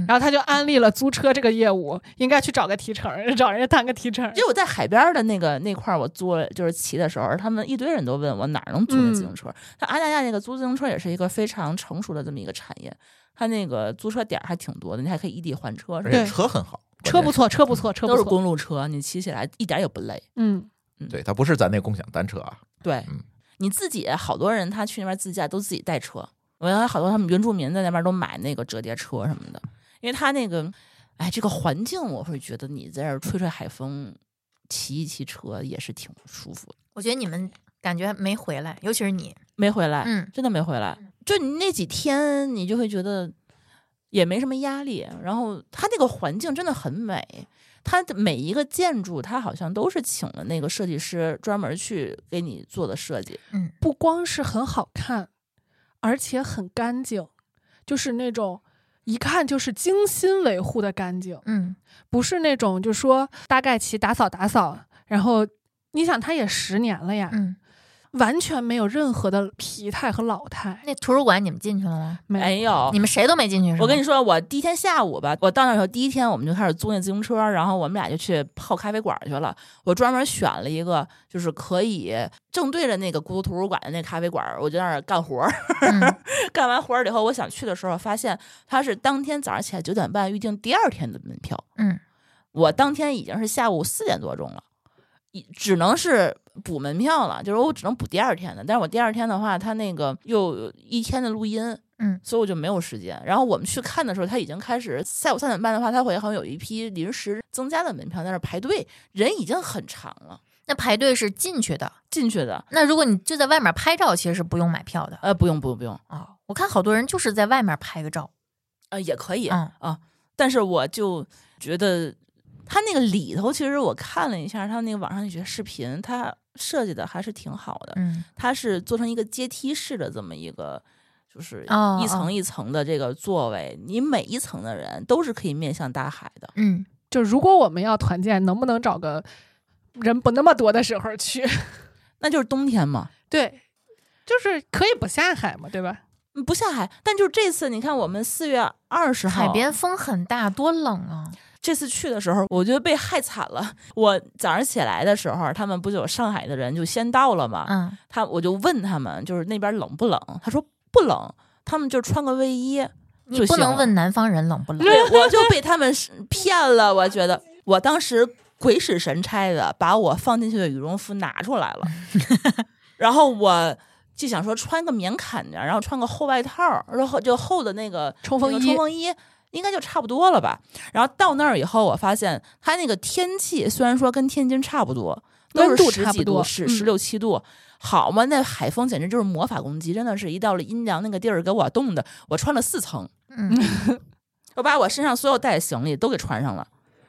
Speaker 3: 然后他就安利了租车这个业务，应该去找个提成，找人家当个提成。
Speaker 2: 就我在海边儿的那个那块儿，我租了就是骑的时候，他们一堆人都问我哪儿能租那
Speaker 3: 嗯
Speaker 2: 自行车。他阿那亚那个租自行车也是一个非常成熟的这么一个产业，他那个租车点儿还挺多的，你还可以异地换车，
Speaker 1: 而
Speaker 2: 是吧
Speaker 1: 且
Speaker 3: 对
Speaker 1: 车很好，
Speaker 3: 车
Speaker 1: 关
Speaker 3: 不
Speaker 1: 键
Speaker 3: 错，车不错，车
Speaker 2: 都
Speaker 3: 不
Speaker 2: 是
Speaker 3: 错。
Speaker 2: 公路车，你骑起来一点儿也不累。
Speaker 3: 嗯，
Speaker 1: 是对，它不是咱那共享单车啊，
Speaker 2: 对，
Speaker 1: 嗯
Speaker 2: 你自己好多人他去那边自驾都自己带车，我原来好多他们原住民在那边都买那个折叠车什么的，因为他那个，哎，这个环境我会觉得你在这儿吹吹海风，骑一骑车也是挺舒服的。
Speaker 4: 我觉得你们感觉没回来，尤其是你，
Speaker 2: 没回来，
Speaker 4: 嗯
Speaker 2: 真的没回来。就你那几天，你就会觉得也没什么压力。然后它那个环境真的很美，它的每一个建筑，它好像都是请了那个设计师专门去给你做的设计。
Speaker 3: 不光是很好看，而且很干净，就是那种一看就是精心维护的干净，
Speaker 4: 嗯，
Speaker 3: 不是那种就说大概其打扫打扫，然后你想它也十年了呀，
Speaker 4: 嗯，
Speaker 3: 完全没有任何的疲态和老态。
Speaker 4: 那图书馆你们进去了吗？
Speaker 3: 没有
Speaker 2: 没有
Speaker 4: 你，们谁都没进去是吗？
Speaker 2: 我跟你
Speaker 4: 说，
Speaker 2: 说，我第一天下午吧，我到那儿以后，第一天我们就开始租那自行车，然后我们俩就去泡咖啡馆去了。我专门选了一个，就是可以正对着那个孤独图书馆的那咖啡馆，我就在那儿干活儿。
Speaker 4: 嗯
Speaker 2: 干完活儿以后，我想去的时候，发现他是当天早上起来九点半预定第二天的门票。
Speaker 4: 嗯，
Speaker 2: 我当天已经是下午四点多钟了，一只能是补门票了，就是我只能补第二天的。但是我第二天的话，他那个又有一天的录音，
Speaker 4: 嗯，
Speaker 2: 所以我就没有时间。然后我们去看的时候，他已经开始下午三点半的话，他会好像有一批临时增加的门票在那儿排队，人已经很长了，
Speaker 4: 那排队是进去的，
Speaker 2: 进去的。
Speaker 4: 那如果你就在外面拍照，其实是不用买票的哦
Speaker 2: 呃，不用不用不用，
Speaker 4: 啊、我看好多人就是在外面拍个照，
Speaker 2: 呃，也可以，
Speaker 4: 嗯
Speaker 2: 啊，但是我就觉得它那个里头，其实我看了一下它那个网上那些视频，它设计的还是挺好的。
Speaker 4: 嗯
Speaker 2: 它是做成一个阶梯式的这么一个，就是
Speaker 4: 哦
Speaker 2: 一层一层的这个座位，你每一层的人都是可以面向大海的。
Speaker 4: 嗯，
Speaker 3: 就如果我们要团建，能不能找个人不那么多的时候去？
Speaker 2: 那就是冬天嘛，
Speaker 3: 对，就是可以不下海嘛，对吧？
Speaker 2: 嗯不下海。但就是这次，你看我们四月二十号
Speaker 4: 海边风很大，多冷啊！
Speaker 2: 这次去的时候，我觉得被害惨了。我早上起来的时候，他们不就有上海的人就先到了嘛，
Speaker 4: 嗯
Speaker 2: 他我就问他们，就是那边冷不冷？他说不冷，他们就穿个卫衣。
Speaker 4: 你
Speaker 2: 就
Speaker 4: 不
Speaker 2: 行
Speaker 4: 能
Speaker 2: 了
Speaker 4: 问南方人冷不冷。
Speaker 2: 对，啊我就被他们是骗了。我觉得我当时鬼使神差的把我放进去的羽绒服拿出 来了，然后我就想说穿个棉坎肩，然后穿个厚外套，然后就厚的那个
Speaker 3: 冲锋
Speaker 2: 那个
Speaker 3: 衣
Speaker 2: 冲锋衣。应该就差不多了吧。然后到那儿以后，我发现它那个天气虽然说跟天津差不多，都
Speaker 3: 温
Speaker 2: 是
Speaker 3: 度
Speaker 2: 十
Speaker 3: 差
Speaker 2: 几
Speaker 3: 不多
Speaker 2: 是
Speaker 3: 嗯
Speaker 2: 十六七度，好嘛？那海风简直就是魔法攻击，真的是一到了阴凉那个地儿给我冻的，我穿了四层，
Speaker 4: 嗯，
Speaker 2: 我把我身上所有带的行李都给穿上了，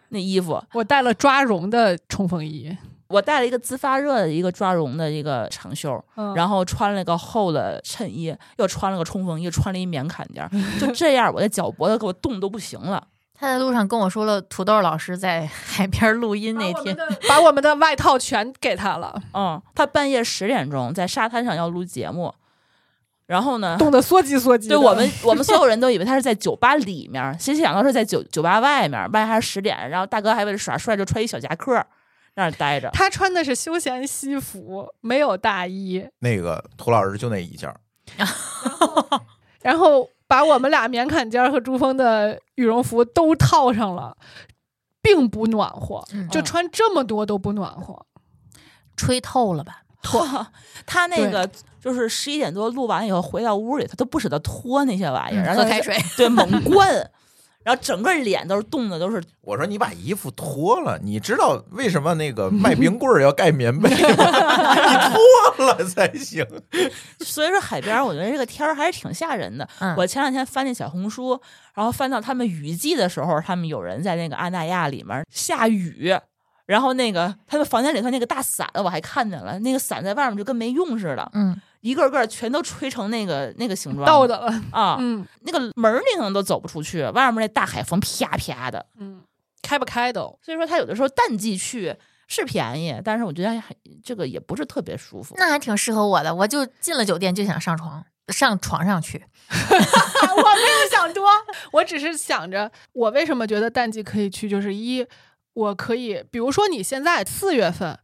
Speaker 2: 那衣服
Speaker 3: 我带了抓绒的冲锋衣，
Speaker 2: 我带了一个自发热的一个抓绒的一个长袖，
Speaker 3: 嗯
Speaker 2: 然后穿了个厚的衬衣，又穿了个冲锋衣，穿了一棉坎肩儿，就这样，我的脚脖子给我冻都不行了。
Speaker 4: 他在路上跟我说了，土豆老师在 海边录音那天，
Speaker 3: 把啊我们的外套全给他 了，
Speaker 2: 嗯，他半夜十点钟在沙滩上要录节目，然后呢，
Speaker 3: 冻得缩鸡缩鸡的。
Speaker 2: 对我们， 我们所有人都以为他是在酒吧里面儿，谁想到是在酒酒吧外面儿，半夜还是十点，然后大哥还为了耍帅就穿一小夹克儿那儿待着。
Speaker 3: 他穿的是休闲西服，没有大衣，
Speaker 1: 那个涂老师就那一件儿，
Speaker 3: 然后把我们俩棉坎肩儿和珠峰的羽绒服都套上了，并不暖和，
Speaker 4: 嗯
Speaker 3: 就穿这么多都不暖和。
Speaker 4: 吹透了吧？
Speaker 2: 他那
Speaker 3: 对
Speaker 2: 个就是十一点多录完以后回到屋里，他都不舍得脱那些
Speaker 3: 嗯
Speaker 2: 玩意儿，然后
Speaker 4: 喝
Speaker 2: 他
Speaker 4: 开
Speaker 2: 就
Speaker 4: 水，
Speaker 2: 嗯对猛灌，然后整个脸都是冻的，都是
Speaker 1: 我说你把衣服脱了，你知道为什么那个卖冰棍儿要盖棉被吗？你脱了才行。
Speaker 2: 所以说海边，我觉得这个天儿还是挺吓人的。
Speaker 4: 嗯
Speaker 2: 我前两天翻那小红书，然后翻到他们雨季的时候，他们有人在那个阿那亚里面下雨，然后那个他们房间里头那个大伞，我还看见了，那个伞在外面就跟没用似的，
Speaker 4: 嗯，
Speaker 2: 一个个全都吹成那个那个形状
Speaker 3: 到的了，
Speaker 2: 啊，
Speaker 3: 嗯
Speaker 2: 那个门儿里头都走不出去，外面那大海风啪啪的。
Speaker 3: 嗯，开不开都
Speaker 2: 所以说，他有的时候淡季去是便宜，但是我觉得还这个也不是特别舒服。
Speaker 4: 那还挺适合我的。我就进了酒店就想上床，上床上去。
Speaker 3: 我没有想多，我只是想着，我为什么觉得淡季可以去，就是一，我可以，比如说你现在四月份，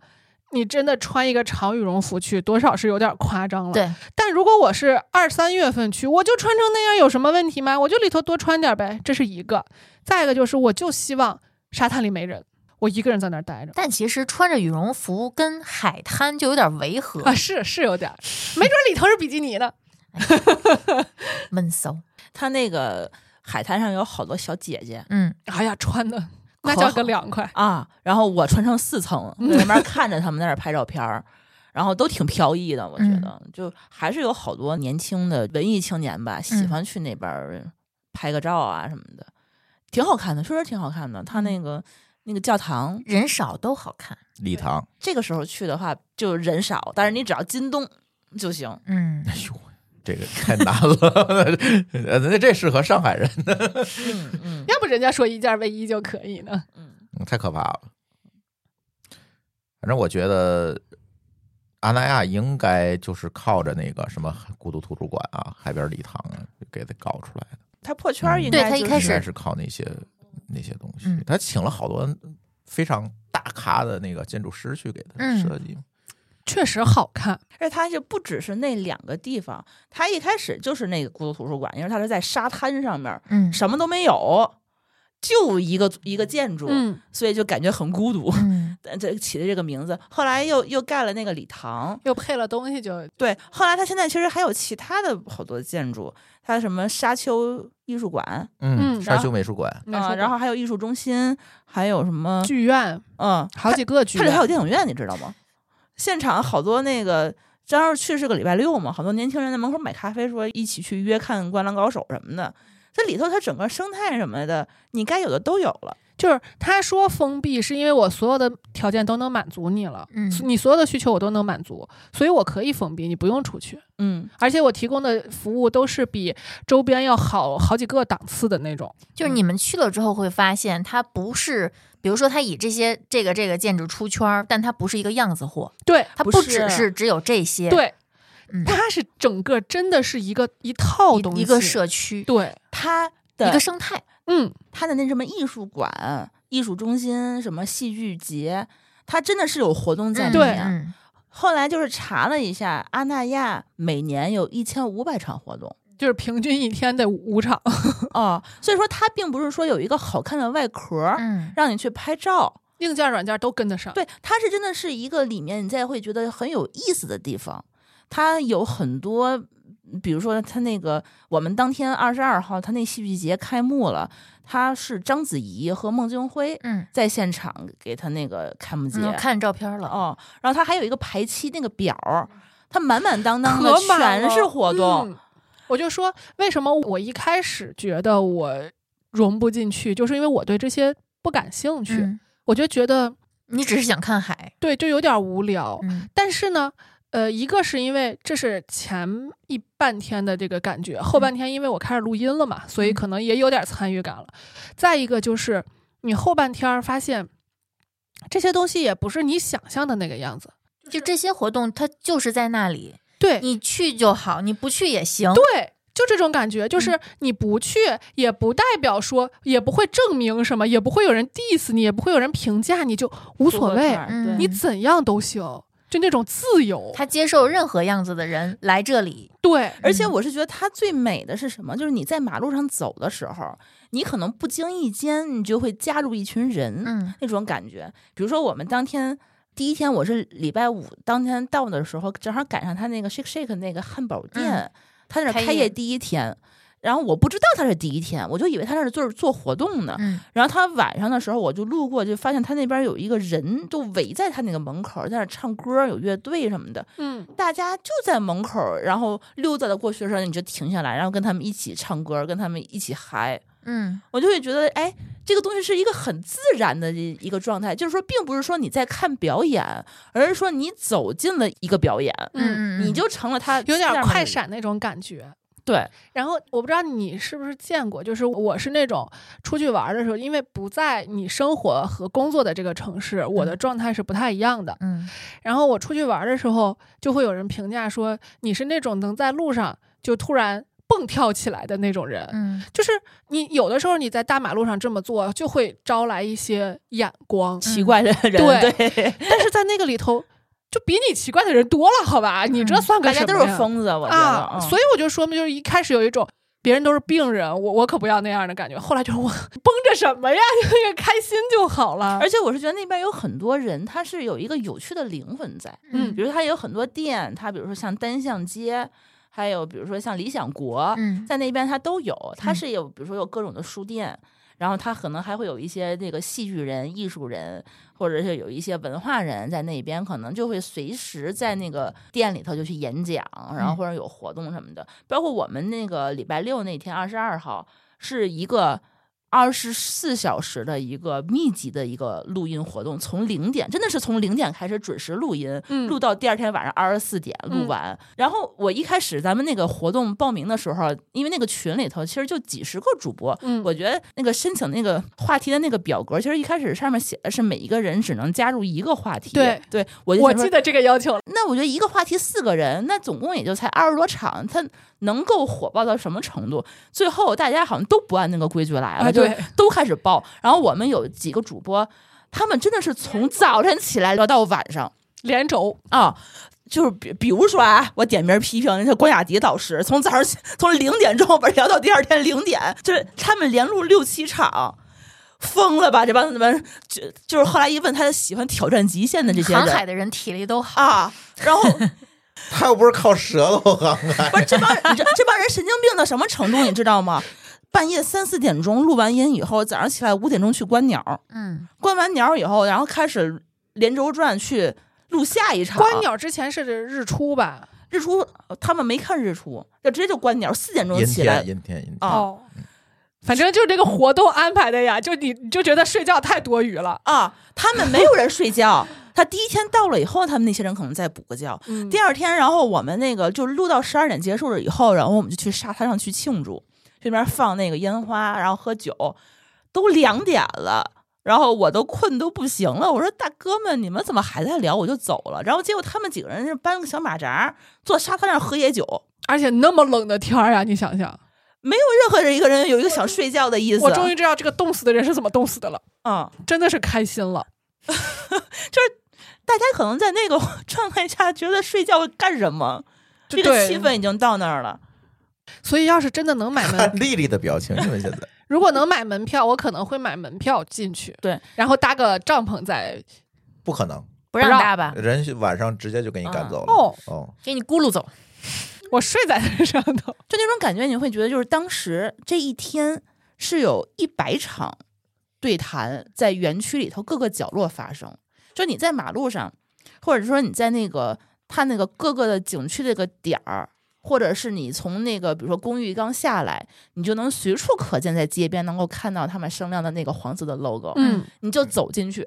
Speaker 3: 你真的穿一个长羽绒服去，多少是有点夸张了。
Speaker 4: 对，
Speaker 3: 但如果我是二三月份去，我就穿成那样有什么问题吗？我就里头多穿点呗，这是一个。再一个就是，我就希望沙滩里没人，我一个人在那儿待着。
Speaker 4: 但其实穿着羽绒服跟海滩就有点违和，
Speaker 3: 啊， 是是有点儿，没准里头是比基尼呢。
Speaker 4: 闷骚。
Speaker 2: 他那个海滩上有好多小姐姐，
Speaker 4: 嗯，
Speaker 3: 哎呀，穿的
Speaker 2: 可
Speaker 3: 那叫
Speaker 2: 好
Speaker 3: 个凉快。
Speaker 2: 啊，然后我穿成四层，在那边看着他们在那儿拍照片儿，然后都挺飘逸的，我觉
Speaker 4: 嗯
Speaker 2: 得、就还是有好多年轻的文艺青年吧，喜
Speaker 4: 嗯
Speaker 2: 欢去那边儿拍个照啊什么的，挺好看的，确实挺好看的。他
Speaker 4: 嗯
Speaker 2: 那个那个教堂，
Speaker 4: 人少都好看。
Speaker 1: 礼堂，
Speaker 2: 这个时候去的话就人少，但是你只要进洞就行。
Speaker 4: 嗯，
Speaker 1: 哎呦，这个太难了，呃那这适合上海人，
Speaker 2: 嗯 嗯
Speaker 3: 要不人家说一件卫衣就可以呢。
Speaker 2: 嗯，
Speaker 1: 太可怕了。反正我觉得阿那亚应该就是靠着那个什么孤独图书馆啊、海边礼堂啊，给它搞出来的。
Speaker 2: 他破圈儿
Speaker 1: 嗯
Speaker 2: 应
Speaker 4: 对
Speaker 2: 该、
Speaker 4: 他
Speaker 2: 就
Speaker 4: 一
Speaker 2: 是、
Speaker 4: 开
Speaker 1: 应
Speaker 4: 始
Speaker 1: 该是靠那些那些东西
Speaker 4: 嗯。
Speaker 1: 他请了好多非常大咖的那个建筑师去给他
Speaker 4: 嗯
Speaker 1: 设计。
Speaker 3: 确实好看，
Speaker 2: 而且它就不只是那两个地方，它一开始就是那个孤独图书馆，因为它是在沙滩上面，
Speaker 4: 嗯
Speaker 2: 什么都没有，就一个一个建筑，
Speaker 3: 嗯，
Speaker 2: 所以就感觉很孤独。
Speaker 4: 嗯
Speaker 2: 但这起的这个名字，后来又又盖了那个礼堂，
Speaker 3: 又配了东西就
Speaker 2: 对，后来它现在其实还有其他的好多建筑，它什么沙丘艺术馆啊、
Speaker 1: 嗯，
Speaker 3: 嗯
Speaker 1: 沙丘美术馆，
Speaker 3: 美术馆
Speaker 2: 然后还有艺术中心，还有什么，
Speaker 3: 剧院
Speaker 2: 嗯，
Speaker 3: 好几个剧啊
Speaker 2: 它里还有
Speaker 3: 院，
Speaker 2: 电影院，你知道吗？现场好多那个，正好去是个礼拜六嘛，好多年轻人在门口买咖啡，说一起去约看《灌篮高手》什么的。这里头它整个生态什么的，你该有的都有了。
Speaker 3: 就是他说封闭，是因为我所有的条件都能满足你了，
Speaker 4: 嗯
Speaker 3: 所你所有的需求我都能满足，所以我可以封闭，你不用出去，
Speaker 2: 嗯，
Speaker 3: 而且我提供的服务都是比周边要好好几个档次的那种。
Speaker 4: 就是你们去了之后会发现，它不是，比如说它以这些这个这个建筑出圈儿，但它不是一个样子货，
Speaker 3: 对
Speaker 4: 它
Speaker 2: 不
Speaker 4: 不
Speaker 2: 是
Speaker 4: 只是只有这些，，
Speaker 3: 对，
Speaker 4: 嗯
Speaker 3: 它是整个真的是一个一套东西，
Speaker 4: 一一个社区，
Speaker 3: 对，
Speaker 2: 它的
Speaker 4: 一个生态，
Speaker 3: 嗯，
Speaker 2: 它的那什么艺术馆、艺术中心、什么戏剧节，它真的是有活动在
Speaker 4: 嗯
Speaker 2: 里
Speaker 3: 对
Speaker 2: 面。
Speaker 4: 嗯
Speaker 2: 后来就是查了一下，阿那亚每年有一千五百场活动
Speaker 3: 就是平均一天得五场，
Speaker 2: 哦，所以说它并不是说有一个好看的外壳儿
Speaker 4: 嗯，
Speaker 2: 让你去拍照，
Speaker 3: 硬件软件都跟得上。
Speaker 2: 对，它是真的是一个里面你再会觉得很有意思的地方，它有很多。比如说，它那个我们当天二十二号，它那戏剧节开幕了，它是章子怡和孟京辉
Speaker 4: 嗯，
Speaker 2: 在现场给他那个开幕节，
Speaker 4: 嗯看照片了，
Speaker 2: 哦，然后他还有一个排期那个表儿，他满满当当的
Speaker 3: 可满了
Speaker 2: 全是活动，
Speaker 3: 嗯我就说，为什么我一开始觉得我融不进去，就是因为我对这些不感兴趣，
Speaker 4: 嗯，
Speaker 3: 我就觉得
Speaker 4: 你只是想看海，
Speaker 3: 对，就有点无聊。
Speaker 4: 嗯
Speaker 3: 但是呢，呃，一个是因为这是前一半天的这个感觉，
Speaker 2: 嗯
Speaker 3: 后半天因为我开始录音了嘛，所以可能也有点参与感了。再一个就是你后半天儿发现这些东西也不是你想象的那个样子，
Speaker 4: 就这些活动它就是在那里，
Speaker 3: 对
Speaker 4: 你去就好，你不去也行，
Speaker 3: 对。就这种感觉，
Speaker 4: 嗯
Speaker 3: 就是你不去，也不代表说，也不会证明什么，也不会有人 diss 你，也不会有人评价你，就无
Speaker 2: 无
Speaker 3: 所谓，
Speaker 4: 嗯
Speaker 3: 你怎样都行，就那种自由。
Speaker 4: 他接受任何样子的人来这里，
Speaker 3: 对，
Speaker 2: 而且我是觉得它最美的是什么？就是你在马路上走的时候，你可能不经意间你就会加入一群人，
Speaker 4: 嗯
Speaker 2: 那种感觉。比如说我们当天。第一天我是礼拜五当天到的时候，正好赶上他那个 Shake Shake 那个汉堡店，他那儿
Speaker 4: 开
Speaker 2: 嗯
Speaker 4: 业
Speaker 2: 开业第一天，然后我不知道他是第一天，我就以为他那是做做活动呢。
Speaker 4: 嗯
Speaker 2: 然后他晚上的时候，我就路过，就发现他那边有一个人，就围在他那个门口，在那唱歌，有乐队什么的，
Speaker 3: 嗯，
Speaker 2: 大家就在门口，然后溜达的过去的时候，你就停下来，然后跟他们一起唱歌，跟他们一起嗨，
Speaker 4: 嗯，
Speaker 2: 我就会觉得，哎，这个东西是一个很自然的一一个状态，就是说，并不是说你在看表演，而是说你走进了一个表演，
Speaker 4: 嗯嗯，
Speaker 2: 你就成了他
Speaker 3: 有点
Speaker 2: 下面的
Speaker 3: 快闪那种感觉。
Speaker 2: 对，
Speaker 3: 然后我不知道你是不是见过，就是我是那种出去玩的时候，因为不在你生活和工作的这个城市，我的状态是不太一样的。
Speaker 4: 嗯
Speaker 3: 然后我出去玩的时候，就会有人评价说你是那种能在路上就突然蹦跳起来的那种人。
Speaker 4: 嗯
Speaker 3: 就是你有的时候你在大马路上这么做，就会招来一些眼 光，
Speaker 2: 奇怪的人，
Speaker 3: 嗯对
Speaker 2: 对，
Speaker 3: 但是在那个里头，就比你奇怪的人多了，好吧？你这
Speaker 4: 嗯
Speaker 3: 算个
Speaker 2: 大
Speaker 3: 什
Speaker 2: 家
Speaker 3: 么
Speaker 2: 都是
Speaker 3: 呀
Speaker 2: 疯子，我觉得，
Speaker 3: 啊，
Speaker 2: 嗯
Speaker 3: 所以我就说嘛，就是一开始有一种别人都是病人，我我可不要那样的感觉。后来就是我绷着什么呀， 就是开心就好了。
Speaker 2: 而且我是觉得那边有很多人，他是有一个有趣的灵魂在，
Speaker 3: 嗯
Speaker 2: 比如他也有很多店，他比如说像单向街，还有比如说像理想国，
Speaker 4: 嗯
Speaker 2: 在那边它都有，它
Speaker 4: 嗯
Speaker 2: 是有比如说有各种的书店。然后它可能还会有一些那个戏剧人、艺术人，或者是有一些文化人在那边，可能就会随时在那个店里头就去演讲，然后
Speaker 4: 嗯
Speaker 2: 或者有活动什么的。包括我们那个礼拜六那天，二十二号，是一个二十四小时的一个密集的一个录音活动，从零点真的是从零点开始准时录音，
Speaker 3: 嗯
Speaker 2: 录到第二天晚上二十四点录完。然后我一开始咱们那个活动报名的时候，因为那个群里头其实就几十个主播。
Speaker 3: 嗯，
Speaker 2: 我觉得那个申请那个话题的那个表格，其实一开始上面写的是每一个人只能加入一个话题。
Speaker 3: 对，
Speaker 2: 对我就
Speaker 3: 我
Speaker 2: 想说
Speaker 3: 记得这个要求了。
Speaker 2: 那我觉得一个话题四个人，那总共也就才二十多场，它能够火爆到什么程度？最后大家好像都不按那个规矩来了，
Speaker 3: 啊
Speaker 2: 就
Speaker 3: 对
Speaker 2: 都开始报。然后我们有几个主播，他们真的是
Speaker 3: 嗯
Speaker 2: 从早晨起来聊到晚上
Speaker 3: 连轴，
Speaker 2: 啊。就是比比如说啊，我点名批评人家关雅迪导师，从早上起从零点钟吧聊到第二天零点，就是他们连录六七场，疯了吧？这帮人就就是后来一问，他喜欢挑战极限的这些人，
Speaker 4: 航海的人体力都好，
Speaker 2: 啊，然后
Speaker 1: 他又不是靠舌头啊航海，
Speaker 2: 不是这帮人，这这帮人神经病到什么程度，你知道吗？半夜三四点钟录完音以后，早上起来五点钟去观鸟，
Speaker 4: 嗯
Speaker 2: 观完鸟以后，然后开始连轴转去录下一场。
Speaker 3: 观鸟之前是日出吧？
Speaker 2: 呃日出，他们没看日出，就直接就观鸟，四点钟
Speaker 1: 阴
Speaker 2: 起来
Speaker 1: 天阴天阴天，
Speaker 2: 啊，
Speaker 3: 哦，反正就是这个活动安排的呀，就你你就觉得睡觉太多余了。
Speaker 2: 啊，他们没有人睡觉。他第一天到了以后，他们那些人可能再补个觉。
Speaker 3: 嗯
Speaker 2: 第二天，然后我们那个就录到十二点结束了以后，然后我们就去沙滩上去庆祝，这边放那个烟花，然后喝酒，都两点了。然后我都困都不行了，我说大哥们，你们怎么还在聊？我就走了。然后结果他们几个人是搬个小马扎，坐沙滩上喝野酒，
Speaker 3: 而且那么冷的天儿啊，你想想，
Speaker 2: 没有任何人一个人有一个想睡觉的意思。
Speaker 3: 我终于知道这个冻死的人是怎么冻死的了，
Speaker 2: 嗯，
Speaker 3: 真的是开心了。
Speaker 2: 大家可能在那个 状态下觉得睡觉干什么，
Speaker 3: 就
Speaker 2: 这个
Speaker 3: 对
Speaker 2: 气氛已经到那儿了。
Speaker 3: 所以要是真的能买
Speaker 1: 看
Speaker 3: 门，
Speaker 1: 丽丽的表情，因为现在
Speaker 3: 如果能买门票，我可能会买门票进去，
Speaker 2: 对，
Speaker 3: 然后搭个帐篷在
Speaker 1: 不可能，
Speaker 4: 不让
Speaker 3: 不让
Speaker 4: 搭吧，
Speaker 1: 人家晚上直接就给你赶走了。
Speaker 3: 啊哦，
Speaker 1: 哦，
Speaker 4: 给你咕噜走。
Speaker 3: 我睡在那上头。
Speaker 2: 就那种感觉，你会觉得就是当时这一天是有一百场对谈在园区里头各个角落发生，就你在马路上，或者说你在那个它那个各个的景区这个点儿。或者是你从那个，比如说公寓刚下来，你就能随处可见，在街边能够看到他们声亮的那个黄色的 logo，、
Speaker 3: 嗯
Speaker 2: 你就走进去，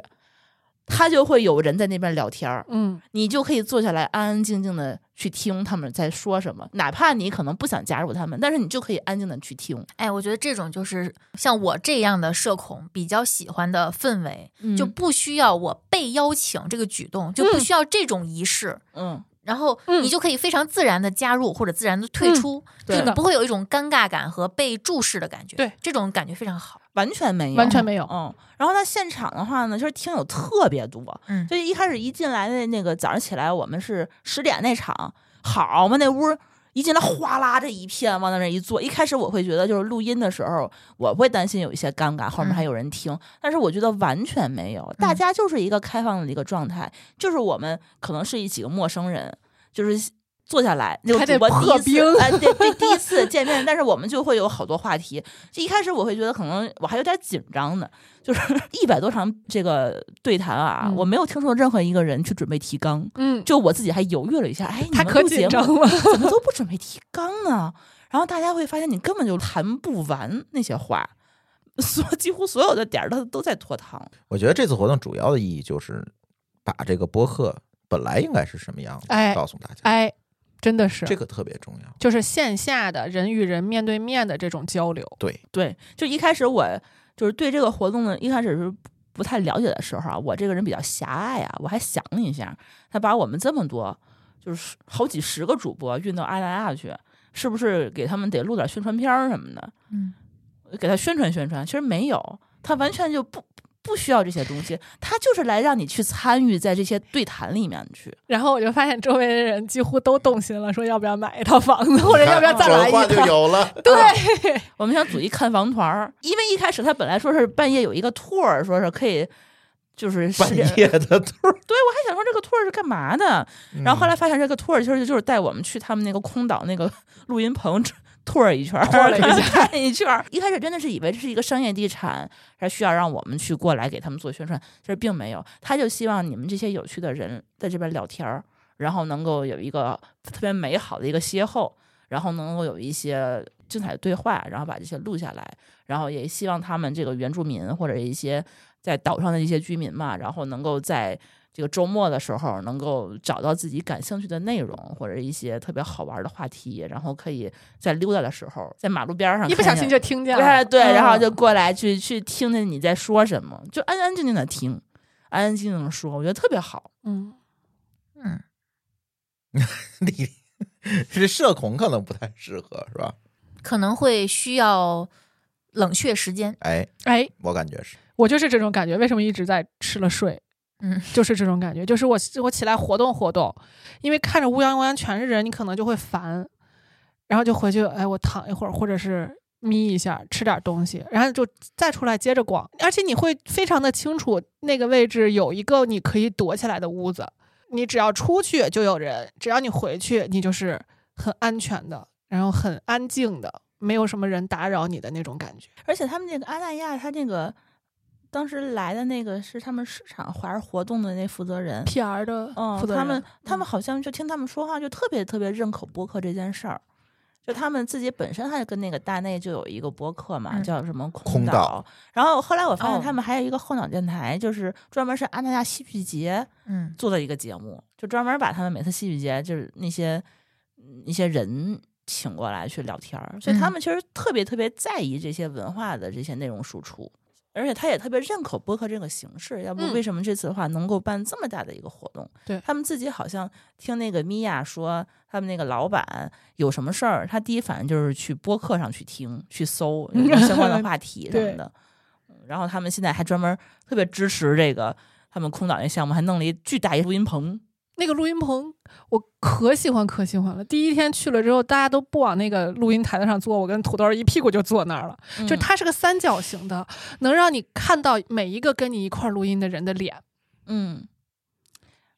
Speaker 2: 他就会有人在那边聊天儿，
Speaker 3: 嗯，
Speaker 2: 你就可以坐下来安安静静的去听他们在说什么，哪怕你可能不想加入他们，但是你就可以安静的去听。
Speaker 4: 哎，我觉得这种就是像我这样的社恐比较喜欢的氛围，
Speaker 2: 嗯
Speaker 4: 就不需要我被邀请这个举动，就不需要这种仪式。
Speaker 2: 嗯，
Speaker 4: 然后
Speaker 3: 嗯
Speaker 4: 你就可以非常自然的加入或者自然的退出，
Speaker 2: 对
Speaker 4: 就你
Speaker 3: 的
Speaker 4: 不会有一种尴尬感和被注视的感觉。
Speaker 3: 对，
Speaker 4: 这种感觉非常好。
Speaker 2: 完全没有，
Speaker 3: 完全没有
Speaker 2: 嗯，然后他现场的话呢，就是听友特别多，
Speaker 4: 嗯
Speaker 2: 就一开始一进来的那个早上起来，我们是十点那场，好嘛，那屋儿一进来哗啦这一片往那儿一坐，一开始我会觉得就是录音的时候，我会担心有一些尴尬，后面
Speaker 4: 嗯
Speaker 2: 还有人听，但是我觉得完全没有，
Speaker 3: 嗯
Speaker 2: 大家就是一个开放的一个状态，就是我们可能是一几个陌生人，就是。坐下来，那个
Speaker 3: 还
Speaker 2: 主
Speaker 3: 得
Speaker 2: 播
Speaker 3: 破
Speaker 2: 第一次，
Speaker 3: 冰
Speaker 2: 哎，对对，第一次见面，但是我们就会有好多话题，一开始我会觉得可能我还有点紧张呢，就是 一百多场这个对谈啊，
Speaker 3: 嗯
Speaker 2: 我没有听说任何一个人去准备提纲，
Speaker 3: 嗯，
Speaker 2: 就我自己还犹豫了一下，哎，你
Speaker 3: 他
Speaker 2: 们
Speaker 3: 可
Speaker 2: 录
Speaker 3: 紧
Speaker 2: 节
Speaker 3: 张
Speaker 2: 目
Speaker 3: 了。
Speaker 2: 怎么都不准备提纲呢？然后大家会发现你根本就谈不完那些话，所几乎所有的点儿他都在拖堂。
Speaker 1: 我觉得这次活动主要的意义就是把这个播客本来应该是什么样子
Speaker 3: 哎
Speaker 1: 告诉大家，
Speaker 3: 哎，真的是
Speaker 1: 这个特别重要。
Speaker 3: 就是线下的人与人面对面的这种交流。
Speaker 1: 对，
Speaker 2: 对，就一开始我就是对这个活动呢，一开始是不太了解的时候啊，我这个人比较狭隘啊，我还想了一下，他把我们这么多就是好几十个主播运到阿那亚去，是不是给他们得录点宣传片儿什么的，
Speaker 4: 嗯，
Speaker 2: 给他宣传宣传？其实没有，他完全就不。不需要这些东西，他就是来让你去参与在这些对谈里面去。
Speaker 3: 然后我就发现周围的人几乎都动心了，说要不要买一套房子，或者要不
Speaker 2: 啊
Speaker 3: 要再来一
Speaker 1: 转化就
Speaker 3: 套？
Speaker 1: 有了。
Speaker 2: 我们想组一看房团儿，因为一开始他本来说是半夜有一个 tour，说是可以，就是
Speaker 1: 半
Speaker 2: 是
Speaker 1: 夜 的兔儿，
Speaker 2: 还想说这个 tour 是干嘛的？
Speaker 3: 嗯
Speaker 2: 然后后来发现这个 tour 其实就是带我们去他们那个空岛那个录音棚 tour 一圈儿，
Speaker 3: tour 了一下
Speaker 2: 看一圈儿。一开始真的是以为这是一个商业地产，还需要让我们去过来给他们做宣传，其实并没有。他就希望你们这些有趣的人在这边聊天儿，然后能够有一个特别美好的一个邂逅，然后能够有一些精彩的对话，然后把这些录下来，然后也希望他们这个原住民或者一些在岛上的一些居民嘛，然后能够在这个周末的时候能够找到自己感兴趣的内容或者一些特别好玩的话题，然后可以在溜达的时候在马路边儿上
Speaker 3: 一不
Speaker 2: 看
Speaker 3: 小心
Speaker 2: 见
Speaker 3: 就听见
Speaker 2: 对啊
Speaker 3: 了，
Speaker 2: 对，然后
Speaker 3: 嗯
Speaker 2: 就过来去去听听你在说什么，就安安静静的听，安安静静的说，我觉得特别好。
Speaker 3: 嗯，
Speaker 4: 嗯，
Speaker 1: 丽丽 这社恐可能不太适合，是吧？
Speaker 4: 可能会需要冷却时间。
Speaker 1: 哎，
Speaker 3: 哎，
Speaker 1: 我感觉是。
Speaker 3: 我就是这种感觉。为什么一直在吃了睡？
Speaker 4: 嗯，
Speaker 3: 就是这种感觉，就是我我起来活动活动，因为看着乌泱乌泱全是人，你可能就会烦，然后就回去，哎，我躺一会儿，或者是眯一下，吃点东西，然后就再出来接着逛。而且你会非常的清楚那个位置有一个你可以躲起来的屋子，你只要出去就有人，只要你回去，你就是很安全的，然后很安静的，没有什么人打扰你的那种感觉。
Speaker 2: 而且他们那个阿那亚，他那个当时来的那个是他们市场还是活动的那负责人，
Speaker 3: P.R. 的
Speaker 2: 嗯
Speaker 3: 负，责
Speaker 2: 他
Speaker 3: 人嗯
Speaker 2: 们他们好像就听他们说话，就特别特别认可播客这件事儿。就他们自己本身还跟那个大内就有一个播客嘛，
Speaker 4: 嗯
Speaker 2: 叫什么
Speaker 1: 空
Speaker 2: 岛。
Speaker 1: 岛
Speaker 2: 然后后来我发
Speaker 4: 哦
Speaker 2: 现他们还有一个后脑电台，就是专门是安大亚戏剧节
Speaker 4: 嗯
Speaker 2: 做的一个节目，就专门把他们每次戏剧节就是那些嗯一些人请过来去聊天儿，所以他
Speaker 4: 嗯
Speaker 2: 们其实特别特别在意这些文化的这些内容输出。而且他也特别认可播客这个形式，要不
Speaker 3: 嗯
Speaker 2: 为什么这次的话能够办这么大的一个活动？
Speaker 3: 对
Speaker 2: 他们自己好像听那个米娅说，他们那个老板有什么事儿，他第一反应就是去播客上去听、去搜有没有相关的话题什
Speaker 3: 对
Speaker 2: 么的。嗯然后他们现在还专门特别支持这个他们空岛那项目，还弄了一巨大一录音棚。
Speaker 3: 那个录音棚，我可喜欢可喜欢了。第一天去了之后，大家都不往那个录音台子上坐，我跟土豆一屁股就坐那儿了。就是
Speaker 2: 嗯
Speaker 3: 它是个三角形的，能让你看到每一个跟你一块儿录音的人的脸，
Speaker 2: 嗯，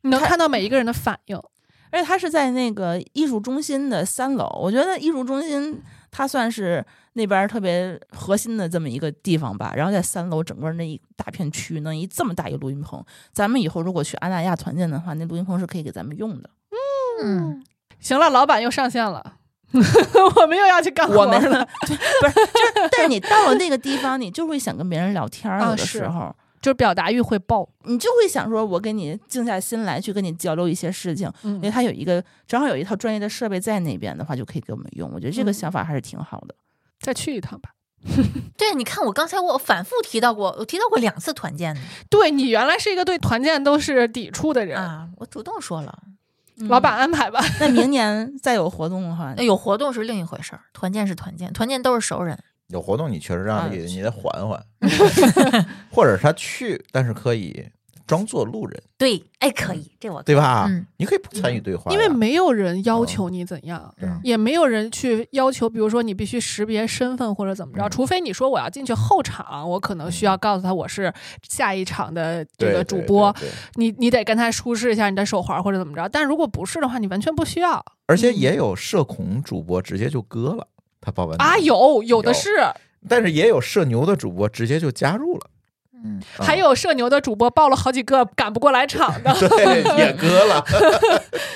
Speaker 3: 你能
Speaker 2: 它
Speaker 3: 看到每一个人的反应。
Speaker 2: 而且他是在那个艺术中心的三楼，我觉得艺术中心它算是那边儿特别核心的这么一个地方吧。然后在三楼整个那一大片区弄一这么大一录音棚，咱们以后如果去安那亚团建的话，那录音棚是可以给咱们用的。
Speaker 4: 嗯，
Speaker 3: 行了，老板又上线了， 我们又要去干活
Speaker 2: 我们
Speaker 3: 了。
Speaker 2: 不是，就是但是你到了那个地方，你就会想跟别人聊天儿，
Speaker 3: 啊
Speaker 2: 有的
Speaker 3: 是
Speaker 2: 时候。
Speaker 3: 就是表达欲会爆，
Speaker 2: 你就会想说，我给你静下心来去跟你交流一些事情，因为
Speaker 3: 嗯，
Speaker 2: 它有一个正好有一套专业的设备在那边的话，就可以给我们用。我觉得这个
Speaker 3: 嗯
Speaker 2: 想法还是挺好的。
Speaker 3: 再去一趟吧。
Speaker 4: 对，你看我刚才我反复提到过，我提到过两次团建呢
Speaker 3: 对你原来是一个对团建都是抵触的人，
Speaker 4: 啊，我主动说了，
Speaker 2: 嗯
Speaker 3: 老板，安排吧。
Speaker 2: 那明年再有活动的话，
Speaker 4: 有活动是另一回事儿，团建是团建，团建都是熟人。
Speaker 1: 有活动，你确实让
Speaker 2: 啊
Speaker 1: 你你得缓 缓，或者是他去，但是可以装作路人，
Speaker 4: 对，哎，可以，这我
Speaker 1: 对吧
Speaker 4: 嗯？
Speaker 1: 你可以不参与对话呀，
Speaker 3: 因为没有人要求你怎样，
Speaker 1: 嗯
Speaker 3: 也没有人去要求，比如说你必须识别身份或者怎么着，
Speaker 1: 嗯
Speaker 3: 除非你说我要进去候场，我可能需要告诉他我是下一场的这
Speaker 1: 对
Speaker 3: 个
Speaker 1: 对
Speaker 3: 主播，
Speaker 1: 对对
Speaker 3: 你你得跟他出示一下你的手环或者怎么着，但如果不是的话，你完全不需要
Speaker 1: 而且也有社恐主播直接就割了，他报完
Speaker 3: 啊，
Speaker 1: 名，
Speaker 3: 有有的
Speaker 1: 嗯有
Speaker 3: 是，
Speaker 1: 但是也有社牛的主播直接就加 入了，
Speaker 4: 嗯，
Speaker 1: 啊，
Speaker 3: 还有社牛的主播报了好几个赶不过来场的
Speaker 1: 对也割了，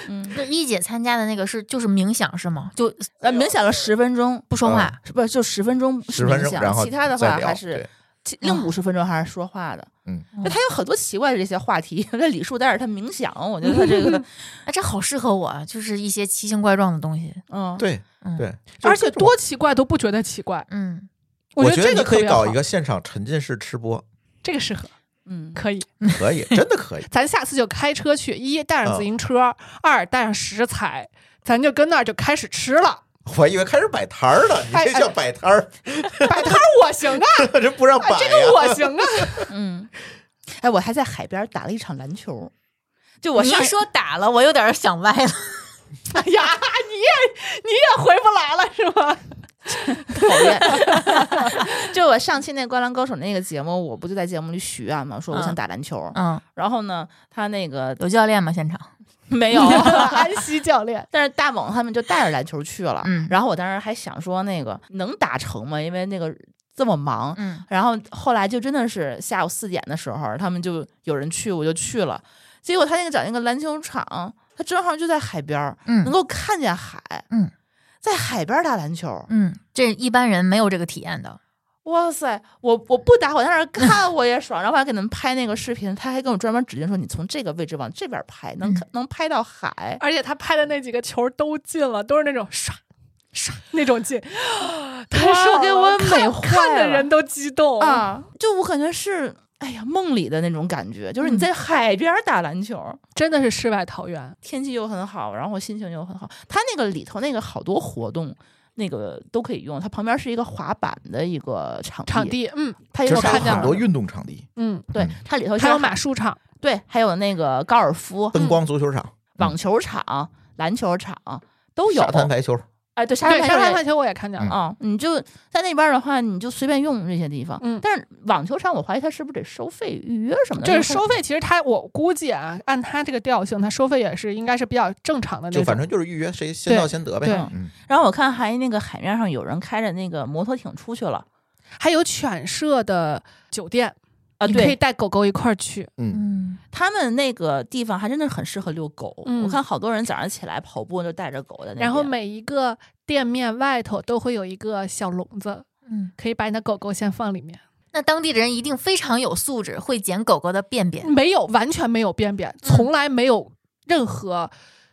Speaker 2: 嗯，
Speaker 4: 那一姐参加的那个是就是冥想是吗？就
Speaker 2: 呃，冥想了十分钟，
Speaker 4: 不说话，
Speaker 2: 是不就十分钟是
Speaker 1: 十分
Speaker 2: 冥
Speaker 1: 钟，
Speaker 2: 想
Speaker 1: 然后
Speaker 2: 其他的
Speaker 1: 再
Speaker 2: 话
Speaker 1: 聊
Speaker 2: 还是嗯
Speaker 1: 对
Speaker 2: 其另五十分钟还是说话的。
Speaker 1: 嗯
Speaker 2: 就他有很多奇怪的这些话题， 那李树带着他冥想，我觉得他这个，
Speaker 4: 哎，这好适合我，啊，就是一些奇形怪状的东西。
Speaker 2: 嗯，
Speaker 1: 对
Speaker 4: 嗯
Speaker 1: 对，就
Speaker 3: 而
Speaker 1: 是
Speaker 3: 且
Speaker 1: 这种
Speaker 3: 多奇怪都不觉得奇怪，
Speaker 4: 嗯，
Speaker 1: 我
Speaker 3: 觉
Speaker 1: 觉
Speaker 3: 这
Speaker 1: 你
Speaker 3: 个
Speaker 1: 可
Speaker 3: 特
Speaker 1: 以
Speaker 3: 别
Speaker 1: 搞
Speaker 3: 好
Speaker 1: 一个现场沉浸式吃播，
Speaker 3: 这个适合，
Speaker 2: 嗯，
Speaker 3: 可以。。
Speaker 1: 可以，真的可以
Speaker 3: 咱下次就开车去，一带上自行车，二带上食材，咱就跟那儿就开始吃了。
Speaker 1: 我以为开始摆摊儿了，你
Speaker 3: 哎
Speaker 1: 这叫摆摊儿，
Speaker 3: 摆摊儿我行啊，
Speaker 1: 这不让摆
Speaker 3: 哎
Speaker 1: 呀。
Speaker 3: 这个我行啊。
Speaker 2: 嗯，哎，我还在海边打了一场篮球，就我
Speaker 4: 你
Speaker 2: 上
Speaker 4: 一说打了，我有点想歪了。
Speaker 3: 哎呀， 你也你也回不来了是吗？。
Speaker 2: 讨厌， 就我上期那《灌篮高手》那个节目，我不就在节目里许愿嘛，说我想打篮球，
Speaker 4: 嗯，
Speaker 2: 然后呢，他那个
Speaker 4: 有教练吗？现场？
Speaker 2: 没有
Speaker 3: 哎 安西教练，
Speaker 2: 但是大猛他们就带着篮球去了，
Speaker 4: 嗯
Speaker 2: 然后我当时还想说那个能打成吗？因为那个这么忙，
Speaker 4: 嗯，
Speaker 2: 然后后来就真的是下午四点的时候，他们就有人去，我就去了。结果他那个找那个篮球场，他正好就在海边儿，
Speaker 4: 嗯
Speaker 2: 能够看见海，
Speaker 4: 嗯，
Speaker 2: 在海边儿打篮球，
Speaker 4: 嗯，这一般人没有这个体验的。
Speaker 2: 哇塞！我我不打，我在那儿看我也爽，然后我还给他们拍那个视频，他还给我专门指定说你从这个位置往这边拍，能
Speaker 4: 嗯
Speaker 2: 看、能拍到海。
Speaker 3: 而且他拍的那几个球都进了，都是那种唰唰那种 进，太
Speaker 2: 哇
Speaker 3: 爽了
Speaker 2: 给我
Speaker 3: 看
Speaker 2: 美坏
Speaker 3: 看的
Speaker 2: 了
Speaker 3: 人都激动。
Speaker 2: 啊，就我感觉是，哎呀，梦里的那种感觉，就是
Speaker 4: 嗯
Speaker 2: 你在海边打篮球，
Speaker 3: 真的是世外桃源，
Speaker 2: 天气又很好，然后心情又很好。它那个里头那个好多活动，那个都可以用。它旁边是一个滑板的一个场地，
Speaker 3: 场地，嗯
Speaker 2: 它也
Speaker 1: 就
Speaker 2: 有
Speaker 1: 是有
Speaker 2: 哎看见
Speaker 1: 很多
Speaker 2: 了
Speaker 1: 运动场地，
Speaker 3: 嗯，
Speaker 2: 对
Speaker 1: 嗯，
Speaker 2: 它里头
Speaker 3: 还有
Speaker 2: 马
Speaker 3: 马术场，
Speaker 2: 对，还有那个高尔夫、
Speaker 1: 灯光足球场、
Speaker 2: 网球场、篮球场都有
Speaker 1: 沙。滩排球，
Speaker 2: 哎，对，沙
Speaker 3: 对，
Speaker 2: 滩
Speaker 3: 沙滩
Speaker 2: 排
Speaker 3: 嗯排球我也看见了。
Speaker 2: 啊、你就在那边的话，你就随便用这些地方。
Speaker 3: 嗯
Speaker 2: 但是网球场，我怀疑它是不是得收费预约什么的？
Speaker 3: 就
Speaker 2: 因
Speaker 3: 是
Speaker 2: 为
Speaker 3: 收费，其实他我估计啊，按他这个调性，他收费也是应该是比较正常的那
Speaker 1: 就
Speaker 3: 种。
Speaker 1: 反正就是预约，谁先
Speaker 3: 对
Speaker 1: 到先得呗
Speaker 3: 对。
Speaker 1: 嗯，
Speaker 2: 它。然后我看还那个海面上有人开着那个摩托艇出去了
Speaker 3: 还有犬舍的酒店
Speaker 2: 啊，
Speaker 3: 你可以
Speaker 2: 对，
Speaker 3: 带狗狗一块儿去。
Speaker 4: 嗯，
Speaker 2: 他们那个地方还真的很适合遛狗。
Speaker 3: 嗯
Speaker 2: 我看好多人早上起来跑步就带着狗在那边，
Speaker 3: 然后每一个店面外头都会有一个小笼子，
Speaker 4: 嗯，
Speaker 3: 可以把你的狗狗先放里面。
Speaker 4: 那当地的人一定非常有素质，会捡狗狗的便便。
Speaker 3: 没有，完全没有便便，从来没有任何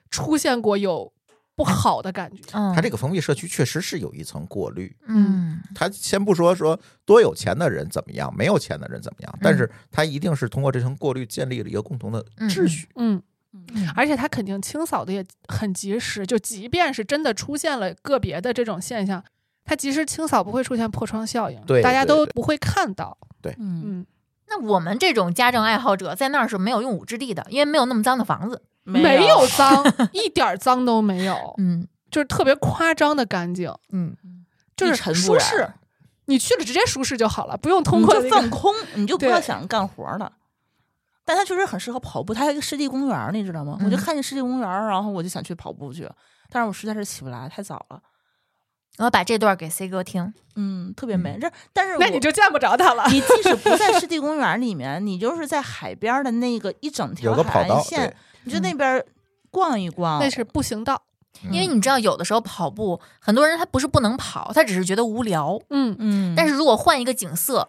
Speaker 3: 出现过有不好的感觉。
Speaker 4: 嗯，
Speaker 1: 它这个封闭社区确实是有一层过滤。
Speaker 4: 嗯
Speaker 1: 他先不说说多有钱的人怎么样，没有钱的人怎么样，但是他一定是通过这层过滤建立了一个共同的秩序。
Speaker 3: 嗯，
Speaker 2: 嗯
Speaker 3: 而且它肯定清扫的也很及时，就即便是真的出现了个别的这种现象，它及时清扫不会出现破窗效应，
Speaker 1: 对
Speaker 3: 大家
Speaker 1: 对
Speaker 3: 都
Speaker 1: 对
Speaker 3: 不会看到。
Speaker 2: 嗯，
Speaker 3: 嗯，
Speaker 4: 那我们这种家政爱好者在那儿是没有用武之地的，因为没有那么脏的房子。
Speaker 3: 没有脏，一点儿脏都没有，
Speaker 4: 嗯
Speaker 3: 就是特别夸张的干净，
Speaker 4: 嗯，
Speaker 3: 就
Speaker 2: 一
Speaker 3: 是
Speaker 2: 尘
Speaker 3: 舒
Speaker 2: 不染
Speaker 3: 适。你去了直接舒适就好了，不用通
Speaker 2: 你
Speaker 3: 过
Speaker 2: 就
Speaker 3: 那个
Speaker 2: 放空，你就不要
Speaker 3: 对
Speaker 2: 想着干活了。但它确实很适合跑步，它还有一个湿地公园儿，你知道吗？
Speaker 4: 嗯
Speaker 2: 我就看见湿地公园儿，然后我就想去跑步去，但是我实在是起不来，太早了。
Speaker 4: 我要把这段给 C 哥听。
Speaker 2: 嗯，特别美。这但是
Speaker 3: 那
Speaker 2: 我
Speaker 3: 你就见不着它了。
Speaker 2: 你即使不在湿地公园里面，你就是在海边儿的那个一整条
Speaker 1: 有个
Speaker 2: 海
Speaker 1: 跑
Speaker 2: 岸
Speaker 1: 道，
Speaker 2: 线
Speaker 1: 对，，
Speaker 2: 你就那边儿逛一逛。
Speaker 3: 嗯那是步行道，
Speaker 1: 嗯
Speaker 4: 因为你知道，有的时候跑步，很多人他不是不能跑，他只是觉得无聊。
Speaker 3: 嗯，
Speaker 2: 嗯，
Speaker 4: 但是如果换一个景色，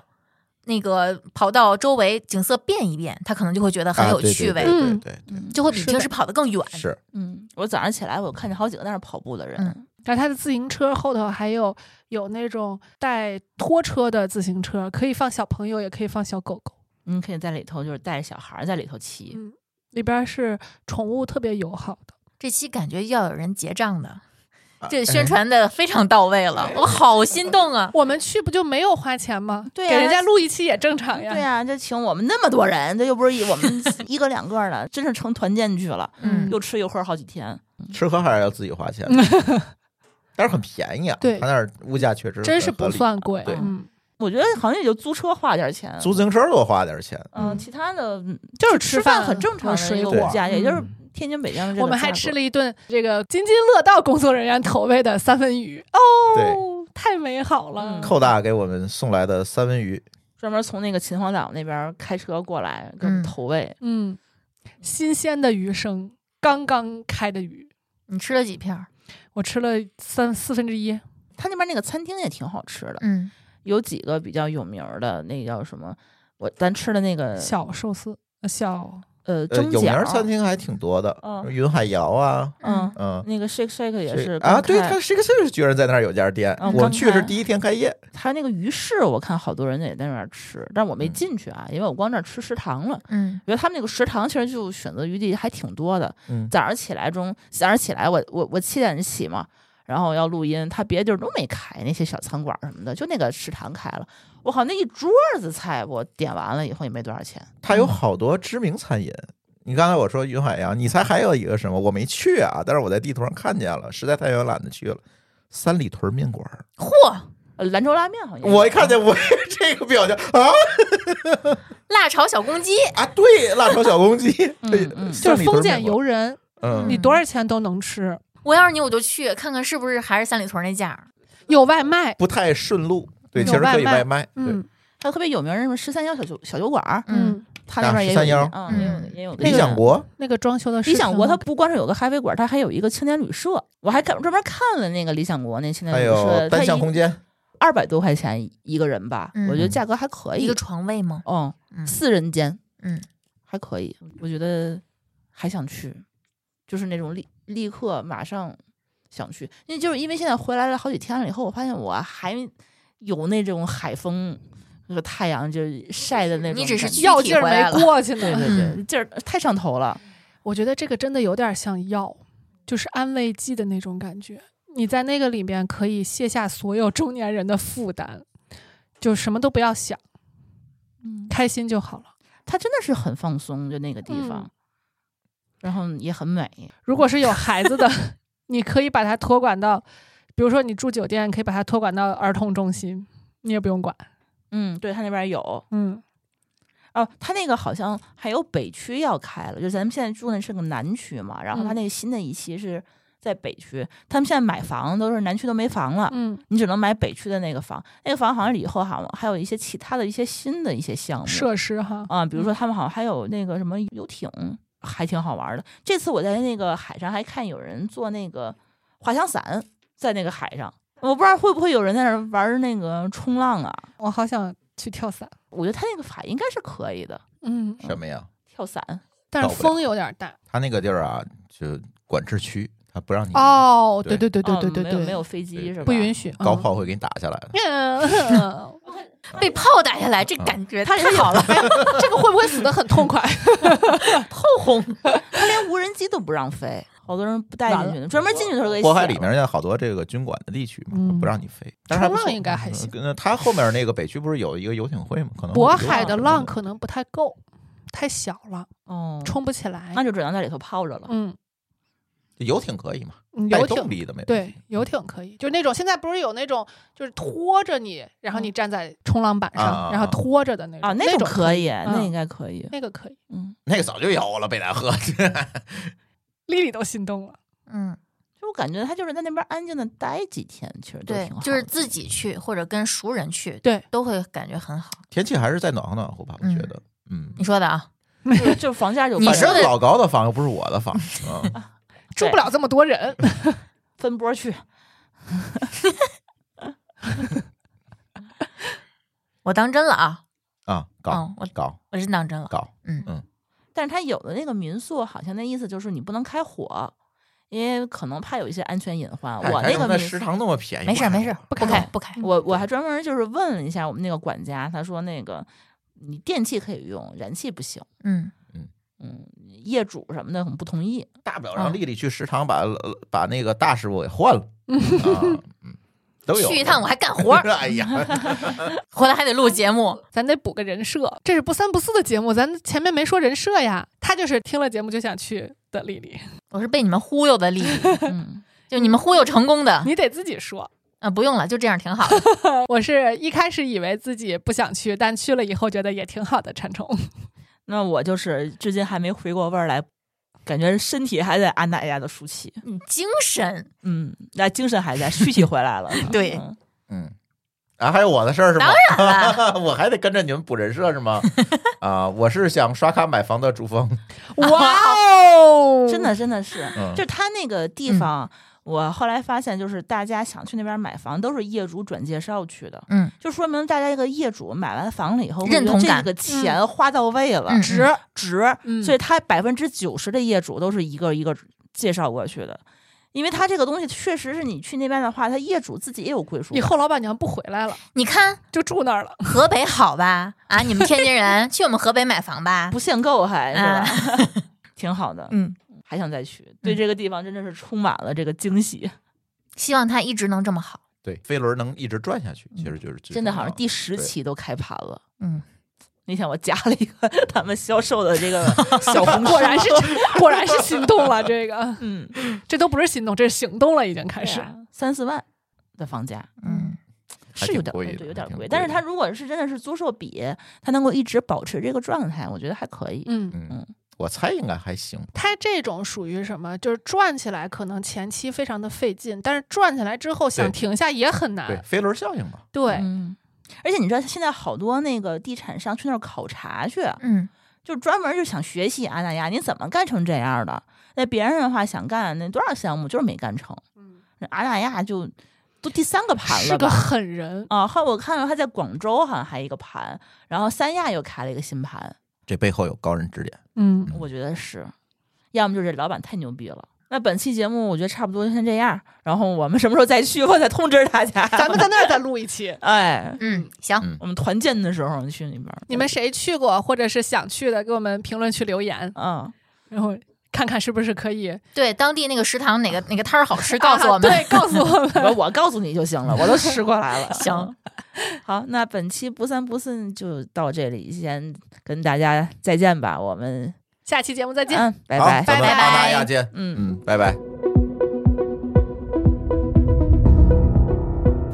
Speaker 4: 那个跑到周围景色变一变，他可能就会觉得很
Speaker 1: 啊
Speaker 4: 有
Speaker 1: 对对
Speaker 4: 趣味，
Speaker 1: 对对
Speaker 3: 嗯
Speaker 1: 对对
Speaker 2: 嗯
Speaker 4: 就会比
Speaker 3: 是的
Speaker 4: 平时跑得更远。
Speaker 1: 对，是
Speaker 2: 嗯，我早上起来我看见好几个在那儿跑步的人，
Speaker 4: 嗯
Speaker 3: 然后它的自行车后头还有有那种带拖车的自行车，可以放小朋友，也可以放小狗狗。
Speaker 2: 你可以在里头就是带着小孩儿在里头骑。
Speaker 3: 嗯，里边是宠物特别友好的。
Speaker 4: 这期感觉要有人结账的，
Speaker 1: 啊
Speaker 4: 这宣传的非常到位了，我好心动啊！
Speaker 3: 我们去不就没有花钱吗？
Speaker 2: 对
Speaker 3: 给
Speaker 2: 呀
Speaker 3: 人家录一期也正常呀。
Speaker 2: 对啊呀、这请我们那么多人，这又不是一我们一个两个的，真是成团建去了，
Speaker 4: 嗯
Speaker 2: 又吃又喝好几天。
Speaker 1: 吃喝还是要自己花钱，但是很便宜啊。
Speaker 3: 对
Speaker 1: 他那儿物价确实
Speaker 3: 真
Speaker 1: 是
Speaker 3: 是
Speaker 1: 很合
Speaker 3: 不
Speaker 1: 理
Speaker 3: 算贵。
Speaker 1: 对
Speaker 3: 嗯，
Speaker 2: 我觉得好像也就租车花点钱，啊
Speaker 1: 租自行车多花点钱，
Speaker 2: 嗯、
Speaker 3: 嗯
Speaker 2: 其他的嗯
Speaker 3: 就是
Speaker 2: 吃
Speaker 3: 饭
Speaker 2: 饭很正常
Speaker 3: 和
Speaker 2: 的
Speaker 3: 水
Speaker 2: 一个
Speaker 3: 果
Speaker 2: 物价，也就是
Speaker 4: 嗯
Speaker 2: 天津北京的这个
Speaker 3: 我们还
Speaker 2: 价格
Speaker 3: 吃了一顿这个津津乐道工作人员投喂的三文鱼哦，太美好了
Speaker 2: 嗯。
Speaker 1: 寇大给我们送来的三文鱼，
Speaker 2: 专门从那个秦皇岛那边开车过来给我们
Speaker 4: 嗯
Speaker 2: 投喂，
Speaker 3: 嗯，新鲜的鱼生，刚刚开的鱼，
Speaker 4: 你吃了几片儿？
Speaker 3: 我吃了三四分之一。
Speaker 2: 他那边那个餐厅也挺好吃的，
Speaker 4: 嗯，
Speaker 2: 有几个比较有名儿的，那叫什么？我咱吃的那个
Speaker 3: 小寿司，呃小
Speaker 2: 呃
Speaker 1: 呃，
Speaker 2: 蒸
Speaker 1: 有名
Speaker 2: 饺
Speaker 1: 儿餐厅还挺多的，
Speaker 2: 嗯
Speaker 1: 云海肴啊，
Speaker 2: 嗯，
Speaker 1: 嗯。
Speaker 2: 那个 Shake Shake 也
Speaker 1: 这
Speaker 2: 是
Speaker 1: 啊，
Speaker 2: 刚
Speaker 1: 对，
Speaker 2: 开
Speaker 1: 他 Shake Shack 居然在那儿有家店
Speaker 2: 嗯，
Speaker 1: 我
Speaker 2: 刚
Speaker 1: 去
Speaker 2: 开
Speaker 1: 是第一天开业，
Speaker 2: 还有那个鱼市，我看好多人也在那儿吃，但我没
Speaker 1: 嗯
Speaker 2: 进去啊，因为我光那儿吃食堂了。
Speaker 4: 嗯
Speaker 2: 我觉得他们那个食堂其实就选择余地还挺多的。
Speaker 1: 嗯，
Speaker 2: 早上起来中，早上起来我我我七点起嘛，然后要录音，他别的地儿都没开，那些小餐馆什么的，就那个食堂开了。我靠，那一桌子菜我点完了以后也没多少钱。
Speaker 1: 它有好多知名餐饮。你刚才我说云海肴，你猜还有一个什么？我没去啊，但是我在地图上看见了，实在太远懒得去了。三里屯面馆儿，
Speaker 4: 嚯，
Speaker 2: 呃兰州拉面好像啊
Speaker 1: 我一看见我这个表情啊
Speaker 4: 辣炒小公鸡，
Speaker 1: 啊，对，辣炒小公鸡，
Speaker 2: 嗯
Speaker 1: 对
Speaker 2: 嗯
Speaker 3: 就
Speaker 1: 三
Speaker 3: 是
Speaker 1: 里
Speaker 3: 丰
Speaker 1: 屯
Speaker 3: 俭
Speaker 1: 面馆
Speaker 3: 由
Speaker 1: 儿，
Speaker 3: 人，
Speaker 1: 嗯
Speaker 3: 你多少钱都能吃，
Speaker 4: 我要是你我就去看看是不是还是三里屯那价儿。
Speaker 3: 有外卖。
Speaker 1: 不太顺路，对，
Speaker 3: 有
Speaker 1: 其实可以
Speaker 3: 外
Speaker 1: 外卖，对，
Speaker 3: 嗯
Speaker 2: 还有特别有名儿什么十三幺小酒小酒馆儿，
Speaker 4: 嗯，
Speaker 3: 嗯，
Speaker 2: 他那边也有
Speaker 1: 啊13
Speaker 2: 嗯也有
Speaker 4: 嗯
Speaker 2: 也有
Speaker 1: 理
Speaker 2: 那个
Speaker 1: 想国
Speaker 3: 那个装修的
Speaker 2: 理想国它
Speaker 3: 它
Speaker 2: 不光是有个咖啡馆，它还有一个青年旅社。我还看专门看了那个理想国那青年
Speaker 1: 还
Speaker 2: 旅社，
Speaker 1: 有哎单
Speaker 2: 它
Speaker 1: 向
Speaker 2: 一嗯
Speaker 1: 空间，
Speaker 2: 二百多块钱一个人吧，
Speaker 4: 嗯
Speaker 2: 我觉得价格还可以。
Speaker 4: 一个床位吗？
Speaker 2: 嗯，
Speaker 4: 嗯
Speaker 2: 四人间，
Speaker 4: 嗯，
Speaker 2: 还可以。我觉得还想去，就是那种立立刻马上想去，因为就是因为现在回来了好几天了以后，我发现我还有那种海风和太阳就是晒的那种感觉，
Speaker 4: 你只是去
Speaker 3: 药劲儿没过去
Speaker 2: 对
Speaker 3: 呢。
Speaker 2: 对对，劲儿太上头了。
Speaker 3: 我觉得这个真的有点像药，就是安慰剂的那种感觉。你在那个里面可以卸下所有中年人的负担，就什么都不要想，
Speaker 2: 嗯，
Speaker 3: 开心就好了。
Speaker 2: 它真的是很放松，就那个地方，
Speaker 3: 嗯
Speaker 2: 然后也很美。
Speaker 3: 如果是有 孩子的，你可以把他托管到，比如说你住酒店，可以把他托管到儿童中心，你也不用管。
Speaker 2: 嗯，对，它那边有哦、
Speaker 3: 嗯，
Speaker 2: 它那个好像还有北区要开了，就咱们现在住的是个南区嘛，然后它
Speaker 3: 嗯
Speaker 2: 那个新的一期是在北区，他们现在买房都是南区都没房了，
Speaker 3: 嗯，
Speaker 2: 你只能买北区的那个房，那个房好像以后好像还有一些其他的一些新的一些项目
Speaker 3: 设施哈，
Speaker 2: 啊，比如说他们好像还有那个什么游艇，还挺好玩的。这次我在那个海上还看有人做那个滑翔伞，在那个海上。我不知道会不会有人在那儿玩那个冲浪啊？
Speaker 3: 我好想去跳伞。
Speaker 2: 我觉得他那个法应该是可以的，
Speaker 3: 嗯，
Speaker 1: 什么呀？
Speaker 2: 跳伞。
Speaker 3: 但是风有点大。
Speaker 1: 他那个地儿啊，就管制区，他不让你
Speaker 3: 哦，嗯对对
Speaker 1: 对
Speaker 3: 对对
Speaker 2: 哦
Speaker 3: 对对
Speaker 2: 没有
Speaker 3: 对，
Speaker 2: 没有飞机
Speaker 1: 对
Speaker 2: 是吧？
Speaker 3: 不允许
Speaker 1: 高。炮会给你打下来的。
Speaker 3: 嗯
Speaker 4: 被炮打下来，这感觉
Speaker 2: 嗯他
Speaker 4: 太
Speaker 2: 人有
Speaker 4: 好了。
Speaker 3: 这个会不会死的很痛 快？
Speaker 2: 炮轰， 他连无人机都不让飞，好多人不带进去的，专门进去的时候给
Speaker 1: 渤海
Speaker 2: 写
Speaker 1: 里面
Speaker 2: 了
Speaker 1: 现在好多这个军管的地区嘛
Speaker 3: 嗯，
Speaker 1: 不让你飞。但是还
Speaker 3: 冲
Speaker 1: 不错
Speaker 3: 浪应该还行。
Speaker 1: 嗯他后面那个北区不是有一个游艇会吗？可能
Speaker 3: 渤海的浪
Speaker 1: 可
Speaker 3: 可能不太够，太小了，
Speaker 2: 哦，
Speaker 3: 冲不起来
Speaker 2: 那。就只能在里头泡着了。
Speaker 3: 嗯，
Speaker 1: 游艇可以嘛？带
Speaker 3: 游
Speaker 1: 动
Speaker 3: 艇
Speaker 1: 力的没问
Speaker 3: 对
Speaker 1: 题。
Speaker 3: 游艇可以，就那种现在不是有那种就是拖着你，然后你站在冲浪板
Speaker 1: 啊
Speaker 3: 上，然后拖着的那种
Speaker 2: 啊，
Speaker 3: 那
Speaker 2: 种
Speaker 3: 种
Speaker 2: 可
Speaker 3: 以，
Speaker 2: 以，那
Speaker 3: 嗯
Speaker 2: 应该可以。
Speaker 3: 那个可以。
Speaker 2: 嗯，
Speaker 1: 那个早就有了，北戴河。
Speaker 3: 丽丽都心动了，
Speaker 4: 嗯，
Speaker 2: 就我感觉他就是在那边安静的待几天，其实都
Speaker 4: 对
Speaker 2: 挺好，的。
Speaker 4: 就是自己去或者跟熟人去，
Speaker 3: 对，
Speaker 4: 都会感觉很好。
Speaker 1: 天气还是再暖和暖和吧，我
Speaker 4: 嗯
Speaker 1: 觉得。嗯，
Speaker 4: 你说的啊，
Speaker 2: 就是就是房价有
Speaker 4: 你
Speaker 1: 反
Speaker 4: 说
Speaker 1: 正
Speaker 4: 的
Speaker 1: 老高的房又不是我的房，嗯，
Speaker 3: 住不了这么多人。
Speaker 2: 分波去，
Speaker 4: 我当真了啊，
Speaker 1: 啊，搞
Speaker 4: 嗯，我
Speaker 1: 搞
Speaker 4: 我真当真了。
Speaker 1: 搞，
Speaker 4: 嗯
Speaker 2: 但是他有的那个民宿好像那意思就是你不能开火，因为可能怕有一些安全隐患。
Speaker 1: 哎
Speaker 2: 我
Speaker 1: 还
Speaker 2: 那
Speaker 1: 有
Speaker 2: 个
Speaker 1: 那
Speaker 2: 民
Speaker 1: 食
Speaker 2: 宿。
Speaker 1: 堂那么便宜，
Speaker 4: 没事儿没事儿，
Speaker 3: 不
Speaker 4: 不
Speaker 3: 开
Speaker 4: 开
Speaker 3: 了
Speaker 4: 不开。
Speaker 2: 我我还专门就是问了一下我们那个管家，他说那个你电器可以用，燃气不行。
Speaker 4: 嗯，
Speaker 2: 嗯，业主什么的很不同 意。
Speaker 1: 大不了
Speaker 2: 啊
Speaker 1: 让丽丽去食堂把把那个大师傅给换了，啊嗯，都有
Speaker 4: 去一趟 我还干活儿，
Speaker 1: 哎呀，
Speaker 4: 回来还得录节目。
Speaker 3: 咱得补个人设，这是不三不四的节目，咱前面没说人设呀。她就是听了节目就想去的丽丽，
Speaker 4: 我是被你们忽悠的丽丽，
Speaker 2: 嗯，
Speaker 4: 就你们忽悠成功的。
Speaker 3: 你得自己说。
Speaker 4: 啊，不用了，就这样挺好的。
Speaker 3: 我是一开始以为自己不想去，但去了以后觉得也挺好的。馋虫，
Speaker 2: 那我就是至今还没回过味儿来，感觉身体还在阿奶家的舒淇，
Speaker 4: 你精神，。
Speaker 2: 嗯，那精神还在，蓄气回 来了
Speaker 4: 对
Speaker 2: 嗯
Speaker 1: 嗯，啊，还有我的事儿是吗？
Speaker 4: 当然 了，
Speaker 1: 我还得跟着你们补人设是吗？啊，我是想刷卡买房的朱峰，
Speaker 3: 哇哦，
Speaker 2: 真的真的是，
Speaker 1: 嗯
Speaker 2: 就他那个地方。我后来发现，就是大家想去那边买房，都是业主转介绍去的，
Speaker 4: 嗯，
Speaker 2: 就说明大家这个业主买完房了以后，
Speaker 4: 认同
Speaker 2: 会觉得
Speaker 4: 感
Speaker 2: 这个钱花到位了，
Speaker 4: 嗯
Speaker 2: 值值，
Speaker 3: 嗯
Speaker 2: 所以他百分之九十的业主都是一个一个介绍过去的，因为他这个东西确实是你去那边的话，他业主自己也有归属
Speaker 3: 以
Speaker 2: 感。
Speaker 3: 后老板娘不回来了，
Speaker 4: 你看
Speaker 3: 就住那儿 了。
Speaker 4: 河北好吧？啊，你们天津人去我们河北买房吧。
Speaker 2: 不限购还是吧？ 挺好的，
Speaker 4: 啊嗯，
Speaker 2: 还想再去，对这个地方真的是充满了这个惊喜。
Speaker 4: 希望他一直能这么好。
Speaker 1: 对，飞轮能一直转下去，其实就是最
Speaker 2: 真的
Speaker 1: 重
Speaker 2: 好
Speaker 1: 要
Speaker 2: 像第十
Speaker 1: 对
Speaker 2: 期都开盘了。
Speaker 4: 嗯，
Speaker 2: 那天我加了一个他们销售的这 个小红书
Speaker 3: 果， 然是，果然是心动 了。这个，
Speaker 2: 嗯，
Speaker 3: 这都不是心动，这是行动了，已经开
Speaker 2: 对
Speaker 3: 始。
Speaker 2: 啊三四万的房价，
Speaker 4: 嗯，
Speaker 1: 还
Speaker 2: 是有
Speaker 1: 挺
Speaker 2: 点
Speaker 1: 贵的
Speaker 2: 对，有
Speaker 1: 还
Speaker 2: 点
Speaker 1: 挺
Speaker 2: 贵。
Speaker 1: 贵
Speaker 2: 但是
Speaker 1: 的
Speaker 2: 它如果是真的是租售比，它能够一直保持这个状态，我觉得还可以。
Speaker 3: 嗯，
Speaker 1: 嗯，我猜应该还行，
Speaker 3: 他这种属于什么？就是转起来可能前期非常的费劲，但是转起来之后想
Speaker 1: 对
Speaker 3: 停下也很
Speaker 1: 对，
Speaker 3: 难。
Speaker 1: 飞轮效应嘛，
Speaker 3: 对，
Speaker 2: 嗯，而且你知道现在好多那个地产商去那儿考察去，
Speaker 4: 嗯，
Speaker 2: 就专门就想学习阿那亚，你怎么干成这样的？那别人的话想干那多少项目就是没干成，那阿那亚就都第三个盘
Speaker 3: 是
Speaker 2: 了
Speaker 3: 嗯个
Speaker 2: 吧？
Speaker 3: 狠人。
Speaker 2: 啊，后来我看到他在广州好像还有一个盘，然后三亚又开了一个新盘，
Speaker 1: 这背后有高人指点。
Speaker 3: 嗯，
Speaker 2: 我觉得是，要么就是老板太牛逼了。那本期节目我觉得差不多先这样，然后我们什么时候再去，我再通知大家。。
Speaker 3: 咱们在那儿再录一期
Speaker 2: 哎，
Speaker 4: 嗯，行，
Speaker 2: 我们团建的时候去那边，
Speaker 3: 你们谁去过或者是想去的，给我们评论区留言，
Speaker 2: 嗯，
Speaker 3: 然后看看是不是可以
Speaker 4: 对，当地那个食堂哪个哪个摊儿好吃，告诉我们。
Speaker 3: 啊对，告诉我们。
Speaker 2: 我 我告诉你就行了，我都吃过来了。
Speaker 4: 行，
Speaker 2: 好，那本期不三不四就到这里，先跟大家再见吧。我们
Speaker 3: 下期节目再见。
Speaker 2: 嗯，拜
Speaker 1: 好，
Speaker 2: 拜，
Speaker 1: 咱们
Speaker 4: 拜
Speaker 1: 阿那
Speaker 4: 拜
Speaker 1: 亚见，
Speaker 2: 嗯。
Speaker 1: 嗯，拜拜。